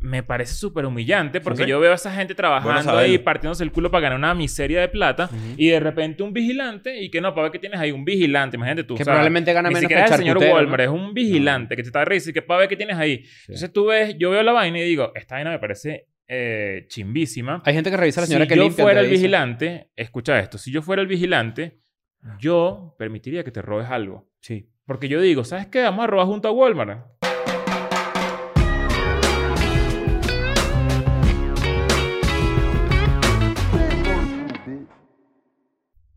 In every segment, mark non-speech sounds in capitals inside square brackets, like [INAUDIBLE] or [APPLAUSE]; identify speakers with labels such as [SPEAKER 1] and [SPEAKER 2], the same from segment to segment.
[SPEAKER 1] me parece súper humillante porque
[SPEAKER 2] Sí.
[SPEAKER 1] yo veo a esa gente
[SPEAKER 2] Bueno
[SPEAKER 1] trabajando
[SPEAKER 2] saberlo.
[SPEAKER 1] ahí, partiéndose el culo para ganar una miseria de plata y de repente un vigilante y que no, para ver que tienes ahí un vigilante, imagínate tú.
[SPEAKER 3] Que
[SPEAKER 1] o sea,
[SPEAKER 3] probablemente gana
[SPEAKER 1] ni
[SPEAKER 3] menos que
[SPEAKER 1] siquiera
[SPEAKER 3] el
[SPEAKER 1] es el señor
[SPEAKER 3] charcutero,
[SPEAKER 1] Walmer, es un vigilante que te está risa y que para ver que tienes ahí. Entonces tú ves, yo veo la vaina y digo, esta vaina me parece eh, chimbísima.
[SPEAKER 3] Hay gente que revisa a la señora
[SPEAKER 1] si
[SPEAKER 3] que
[SPEAKER 1] yo
[SPEAKER 3] limpia.
[SPEAKER 1] fuera
[SPEAKER 3] te
[SPEAKER 1] el
[SPEAKER 3] dice.
[SPEAKER 1] vigilante, escucha esto, si yo fuera el vigilante, yo permitiría que te robes algo.
[SPEAKER 3] Sí.
[SPEAKER 1] Porque yo digo, ¿sabes qué? Vamos a robar junto a Walmart.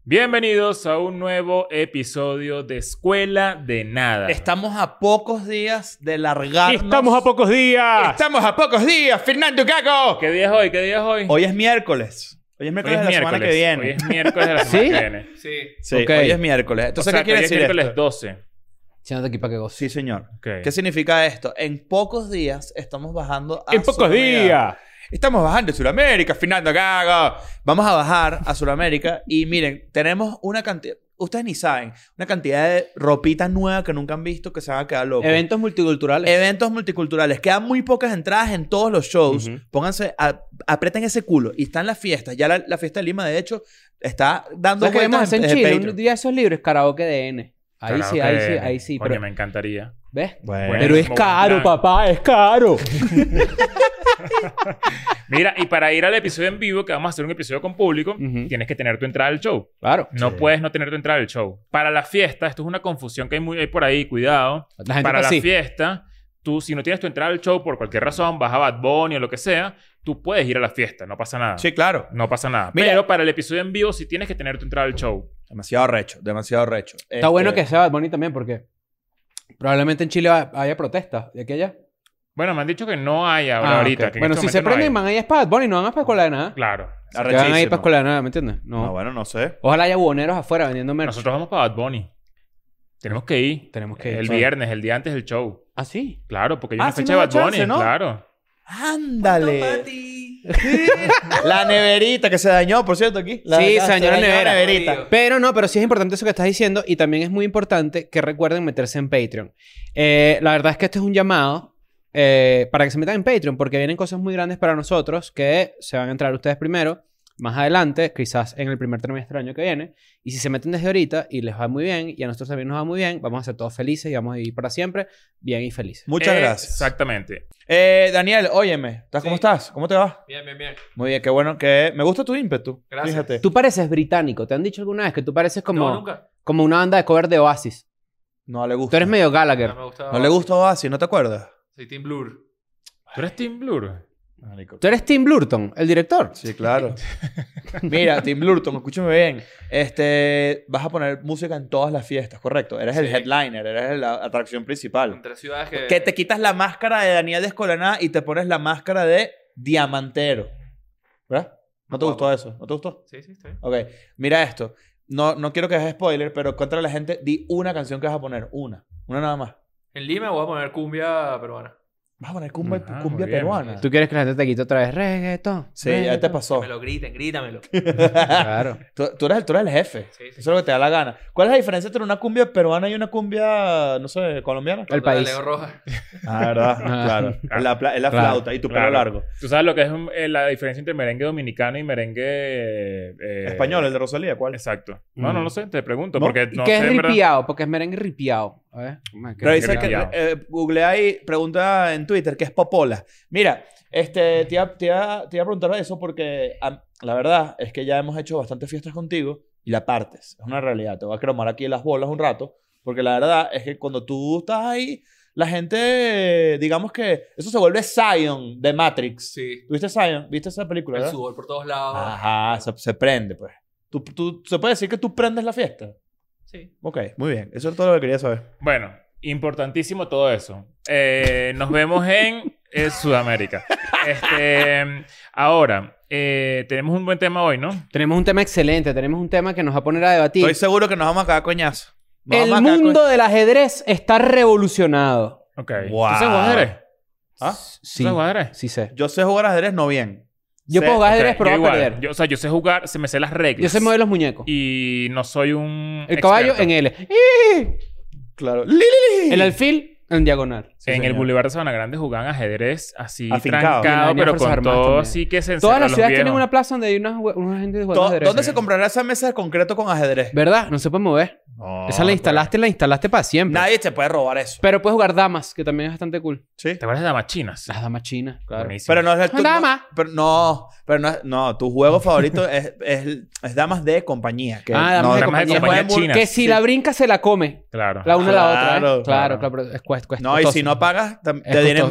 [SPEAKER 1] Bienvenidos a un nuevo episodio de Escuela de Nada.
[SPEAKER 2] Estamos a pocos días de largarnos.
[SPEAKER 4] Estamos a pocos días.
[SPEAKER 2] Estamos a pocos días, Fernando Caco.
[SPEAKER 1] ¿Qué día es hoy? ¿Qué día es hoy?
[SPEAKER 2] Hoy es miércoles. Hoy
[SPEAKER 1] Hoy
[SPEAKER 2] es miércoles de la semana que viene.
[SPEAKER 1] Hoy es miércoles de la semana
[SPEAKER 3] ¿Sí?
[SPEAKER 1] que viene.
[SPEAKER 5] Sí.
[SPEAKER 2] Sí,
[SPEAKER 3] Ok.
[SPEAKER 2] hoy es miércoles. Entonces,
[SPEAKER 1] O sea,
[SPEAKER 2] ¿qué
[SPEAKER 1] que
[SPEAKER 2] quiere
[SPEAKER 1] hoy es
[SPEAKER 2] decir
[SPEAKER 1] miércoles
[SPEAKER 2] esto?
[SPEAKER 1] 12.
[SPEAKER 3] Siéntate aquí para que goces.
[SPEAKER 2] Sí, señor.
[SPEAKER 1] Ok.
[SPEAKER 2] ¿Qué significa esto? En pocos días estamos bajando
[SPEAKER 1] Ah,
[SPEAKER 2] a
[SPEAKER 4] En pocos
[SPEAKER 2] Sudamérica.
[SPEAKER 4] días.
[SPEAKER 2] Estamos bajando a Sudamérica, Fernando Cago. Vamos a bajar a Sudamérica y miren, tenemos una cantidad, ustedes ni saben, una cantidad de ropita nueva que nunca han visto que se van a quedar locos.
[SPEAKER 3] Eh, Eventos multiculturales.
[SPEAKER 2] Eventos multiculturales. Quedan muy pocas entradas en todos los shows.
[SPEAKER 4] Ujú.
[SPEAKER 2] Pónganse, a- aprieten ese culo. Y están las fiestas. Ya la, la fiesta de Lima, de hecho, está dando
[SPEAKER 3] ¿Sabes qué debemos
[SPEAKER 2] vueltas
[SPEAKER 3] hacer en
[SPEAKER 2] desde
[SPEAKER 3] Chile?
[SPEAKER 2] Patreon.
[SPEAKER 3] Un día de esos libros, karaoke de N. Ahí
[SPEAKER 1] Claro
[SPEAKER 3] sí, ahí
[SPEAKER 1] que-
[SPEAKER 3] sí, ahí sí.
[SPEAKER 1] Coño,
[SPEAKER 3] Pero,
[SPEAKER 1] me encantaría.
[SPEAKER 3] ¿Ves?
[SPEAKER 2] Bueno.
[SPEAKER 1] Bueno.
[SPEAKER 3] Pero es
[SPEAKER 1] como
[SPEAKER 4] Caro,
[SPEAKER 1] plan.
[SPEAKER 4] papá, es caro.
[SPEAKER 1] Mira, y para ir al episodio en vivo, que vamos a hacer un episodio con público, tienes que tener tu entrada al show.
[SPEAKER 3] Claro.
[SPEAKER 1] No puedes no tener tu entrada al show. Para la fiesta, esto es una confusión que hay, muy, hay por ahí, cuidado.
[SPEAKER 3] La gente
[SPEAKER 1] Para
[SPEAKER 3] está
[SPEAKER 1] la
[SPEAKER 3] así.
[SPEAKER 1] fiesta, tú si no tienes tu entrada al show por cualquier razón, vas a Bad Bunny o lo que sea, tú puedes ir a la fiesta, no pasa nada.
[SPEAKER 2] Sí, claro.
[SPEAKER 1] No pasa nada.
[SPEAKER 2] Mira-
[SPEAKER 1] Pero para el episodio en vivo, sí tienes que tener tu entrada al show.
[SPEAKER 2] Demasiado recho, demasiado recho. Este,
[SPEAKER 3] Está bueno que sea Bad Bunny también porque probablemente en Chile va- haya protestas de aquí a allá.
[SPEAKER 1] Bueno, me han dicho que no hay ahora
[SPEAKER 3] Ah,
[SPEAKER 1] ahorita.
[SPEAKER 3] ok.
[SPEAKER 1] que en
[SPEAKER 3] Bueno,
[SPEAKER 1] este
[SPEAKER 3] si se
[SPEAKER 1] momento no
[SPEAKER 3] prenden,
[SPEAKER 1] hay.
[SPEAKER 3] van a ir a Bad Bunny, no van a para escuela de nada.
[SPEAKER 1] Claro.
[SPEAKER 3] Que van a ir para escuela de nada, ¿me entiendes? No.
[SPEAKER 2] No, bueno, no sé.
[SPEAKER 3] Ojalá haya buhoneros afuera vendiendo merch.
[SPEAKER 1] Nosotros vamos para Bad Bunny. Tenemos que ir.
[SPEAKER 3] Tenemos que ir,
[SPEAKER 1] El
[SPEAKER 3] claro.
[SPEAKER 1] viernes, el día antes del show.
[SPEAKER 3] ¿Ah, sí?
[SPEAKER 1] Claro, porque hay una
[SPEAKER 2] Ah, sí
[SPEAKER 1] fecha
[SPEAKER 2] me
[SPEAKER 1] de
[SPEAKER 2] da
[SPEAKER 1] Bad Bunny,
[SPEAKER 2] chance, ¿no?
[SPEAKER 1] claro.
[SPEAKER 2] Ándale. [LAUGHS] La neverita que se dañó, por cierto, aquí. La-
[SPEAKER 3] sí,
[SPEAKER 2] la-
[SPEAKER 3] señora
[SPEAKER 2] dañó la
[SPEAKER 3] Nevera.
[SPEAKER 2] neverita.
[SPEAKER 3] Pero no, pero sí es importante eso que estás diciendo y también es muy importante que recuerden meterse en Patreon. Eh, la verdad es que este es un llamado eh, para que se metan en Patreon porque vienen cosas muy grandes para nosotros que se van a entrar ustedes primero, más adelante, quizás en el primer trimestre del año que viene. Y si se meten desde ahorita y les va muy bien y a nosotros también nos va muy bien, vamos a ser todos felices y vamos a vivir para siempre bien y felices.
[SPEAKER 2] Muchas
[SPEAKER 1] Eh,
[SPEAKER 2] gracias.
[SPEAKER 1] Exactamente.
[SPEAKER 2] Eh, Daniel, óyeme. ¿estás- ¿Cómo
[SPEAKER 5] Sí.
[SPEAKER 2] estás? ¿Cómo te va?
[SPEAKER 5] Bien, bien, bien.
[SPEAKER 2] Muy bien, qué bueno que... Me gusta tu ímpetu.
[SPEAKER 5] Gracias.
[SPEAKER 2] Fíjate.
[SPEAKER 3] Tú pareces británico. ¿Te han dicho alguna vez que tú pareces como,
[SPEAKER 5] No, nunca.
[SPEAKER 3] como una banda de cover de Oasis?
[SPEAKER 2] No le gusta.
[SPEAKER 3] Tú eres medio Gallagher.
[SPEAKER 5] No me gustaba.
[SPEAKER 2] No le gustó así, ¿no te acuerdas?
[SPEAKER 5] Soy Team Blur.
[SPEAKER 1] ¿Tú eres Team Blur?
[SPEAKER 3] Tú eres Tim Blurton, el director.
[SPEAKER 2] Sí, claro. [LAUGHS] Mira, Tim Blurton, escúchame bien. Este, vas a poner música en todas las fiestas, correcto. Eres el
[SPEAKER 5] Sí. Eh,
[SPEAKER 2] headliner, eres la atracción principal.
[SPEAKER 5] Entre ciudades que...
[SPEAKER 2] Que te quitas la máscara de Daniel Descolaná y te pones la máscara de Diamantero. ¿Verdad? ¿No te
[SPEAKER 5] Guapo.
[SPEAKER 2] gustó eso? ¿No te gustó?
[SPEAKER 5] Sí, sí, está bien.
[SPEAKER 2] Ok, mira esto. No, no quiero que hagas spoiler, pero contra la gente, di una canción que vas a poner. Una. Una nada más.
[SPEAKER 5] En Lima voy a poner cumbia peruana.
[SPEAKER 2] Vas a poner cumbia,
[SPEAKER 1] Ah,
[SPEAKER 2] cumbia
[SPEAKER 1] muy bien.
[SPEAKER 2] peruana.
[SPEAKER 3] ¿Tú quieres que la gente te quite otra vez reggaetón?
[SPEAKER 2] Sí, ya te
[SPEAKER 3] reggaetón?
[SPEAKER 2] pasó. [LAUGHS]
[SPEAKER 5] Me lo griten, grítamelo.
[SPEAKER 3] Claro.
[SPEAKER 2] Tú, tú eres el, tú eres el jefe.
[SPEAKER 5] Sí,
[SPEAKER 2] Eso
[SPEAKER 5] sí.
[SPEAKER 2] es lo que te da la gana. ¿Cuál es la diferencia entre una cumbia peruana y una cumbia, no sé, colombiana?
[SPEAKER 3] El país.
[SPEAKER 5] Leo Roja.
[SPEAKER 2] [LAUGHS] Ah, verdad.
[SPEAKER 3] Claro.
[SPEAKER 2] Es la, pla- es la
[SPEAKER 3] Claro.
[SPEAKER 2] flauta y tu
[SPEAKER 1] Claro.
[SPEAKER 2] pelo largo.
[SPEAKER 1] ¿Tú sabes lo que es un- eh, la diferencia entre merengue dominicano y merengue... eh,
[SPEAKER 2] Español, el de Rosalía, ¿cuál?
[SPEAKER 1] Exacto. No,
[SPEAKER 3] Mm.
[SPEAKER 1] no lo sé. Te pregunto
[SPEAKER 2] ¿No?
[SPEAKER 1] porque
[SPEAKER 3] ¿Y
[SPEAKER 1] no
[SPEAKER 3] qué
[SPEAKER 1] sé
[SPEAKER 3] es
[SPEAKER 1] en verdad.
[SPEAKER 3] ripiado? Porque es merengue ripiado. A ver. ma, que-
[SPEAKER 2] Revisa que,
[SPEAKER 1] Revisa.
[SPEAKER 2] eh, google ahí, pregunta en Twitter, que es Popola. Mira, este, te, iba, te iba- te iba a preguntar eso porque am, la verdad es que ya hemos hecho bastantes fiestas contigo y la partes. Es una realidad. Te voy a cromar aquí las bolas un rato porque la verdad es que cuando tú estás ahí, la gente, eh, digamos que eso se vuelve Zion de Matrix.
[SPEAKER 5] Sí.
[SPEAKER 2] ¿Tuviste Zion? ¿Viste esa película?
[SPEAKER 5] El
[SPEAKER 2] verdad? Ah.
[SPEAKER 5] sudor por todos lados.
[SPEAKER 2] Ajá, se, se prende, pues. Tú, tú- se puede decir que tú prendes la fiesta.
[SPEAKER 5] Sí.
[SPEAKER 2] Ok, muy bien. Eso es todo lo que quería saber.
[SPEAKER 1] Bueno, importantísimo todo eso. Eh, nos vemos en eh, Sudamérica. Este, ahora, eh, tenemos un buen tema hoy, ¿no?
[SPEAKER 3] Tenemos un tema excelente. Tenemos un tema que nos va a poner a debatir.
[SPEAKER 2] Estoy seguro que nos vamos a cagar coñazo. Nos
[SPEAKER 3] El
[SPEAKER 2] vamos a cagar
[SPEAKER 3] mundo del ajedrez está revolucionado.
[SPEAKER 1] Ok.
[SPEAKER 2] Wow.
[SPEAKER 1] ¿Tú sabes jugar ajedrez?
[SPEAKER 2] ¿Ah?
[SPEAKER 1] ¿Tú
[SPEAKER 3] Sí.
[SPEAKER 1] sabes jugar ajedrez?
[SPEAKER 3] Sí sé.
[SPEAKER 2] coñ- Yo sé jugar ajedrez no bien.
[SPEAKER 3] Yo
[SPEAKER 2] Sé-
[SPEAKER 3] puedo jugar ajedrez,
[SPEAKER 1] Ok,
[SPEAKER 3] pero
[SPEAKER 1] yo
[SPEAKER 3] voy a
[SPEAKER 1] igual.
[SPEAKER 3] perder.
[SPEAKER 1] Yo, o sea, yo sé jugar, se me sé las reglas.
[SPEAKER 3] Yo sé mover los muñecos.
[SPEAKER 1] Y no soy un.
[SPEAKER 3] El caballo
[SPEAKER 1] experto.
[SPEAKER 3] en L. ¡Ih!
[SPEAKER 2] Claro. ¡Li, li, li!
[SPEAKER 3] El alfil En diagonal.
[SPEAKER 2] Sí,
[SPEAKER 1] en el
[SPEAKER 2] señor.
[SPEAKER 1] Boulevard de Sabana Grande jugaban ajedrez así
[SPEAKER 2] Afincado.
[SPEAKER 1] trancado,
[SPEAKER 3] Y en la
[SPEAKER 1] pero
[SPEAKER 3] Fuerzas
[SPEAKER 1] con
[SPEAKER 3] Armadas
[SPEAKER 1] todo
[SPEAKER 3] también.
[SPEAKER 1] así que se
[SPEAKER 3] Todas las
[SPEAKER 1] encerran los
[SPEAKER 3] ciudades tienen
[SPEAKER 1] viejos.
[SPEAKER 3] una plaza donde hay unas jue- una gente jugando
[SPEAKER 2] To-
[SPEAKER 3] ajedrez.
[SPEAKER 2] ¿Dónde se comprará esa mesa de concreto con ajedrez?
[SPEAKER 3] ¿Verdad? No se puede mover.
[SPEAKER 2] No,
[SPEAKER 3] Esa la instalaste, la instalaste para
[SPEAKER 2] pues,
[SPEAKER 3] siempre.
[SPEAKER 2] Nadie te puede robar eso.
[SPEAKER 3] Pero puedes jugar damas, que también es bastante cool.
[SPEAKER 2] Sí.
[SPEAKER 1] ¿Te acuerdas de damas chinas?
[SPEAKER 3] Las damas chinas, claro.
[SPEAKER 1] Buenísimo.
[SPEAKER 2] Pero no es el
[SPEAKER 3] Son damas.
[SPEAKER 2] Pero no, pero no, es- no, tu juego favorito es, es, es damas de compañía. Que
[SPEAKER 3] Ah, damas
[SPEAKER 2] no,
[SPEAKER 1] damas
[SPEAKER 3] de
[SPEAKER 1] de
[SPEAKER 3] compañía.
[SPEAKER 1] compañía
[SPEAKER 2] juegan muy-
[SPEAKER 1] chinas.
[SPEAKER 3] Que si la brinca se la come.
[SPEAKER 1] Claro.
[SPEAKER 3] La una a la otra. ¿eh?
[SPEAKER 2] Claro,
[SPEAKER 3] Claro,
[SPEAKER 2] claro.
[SPEAKER 3] claro, pero es cuesta.
[SPEAKER 2] No, y si no pagas, tam-
[SPEAKER 3] Es
[SPEAKER 2] te tienen
[SPEAKER 3] costoso.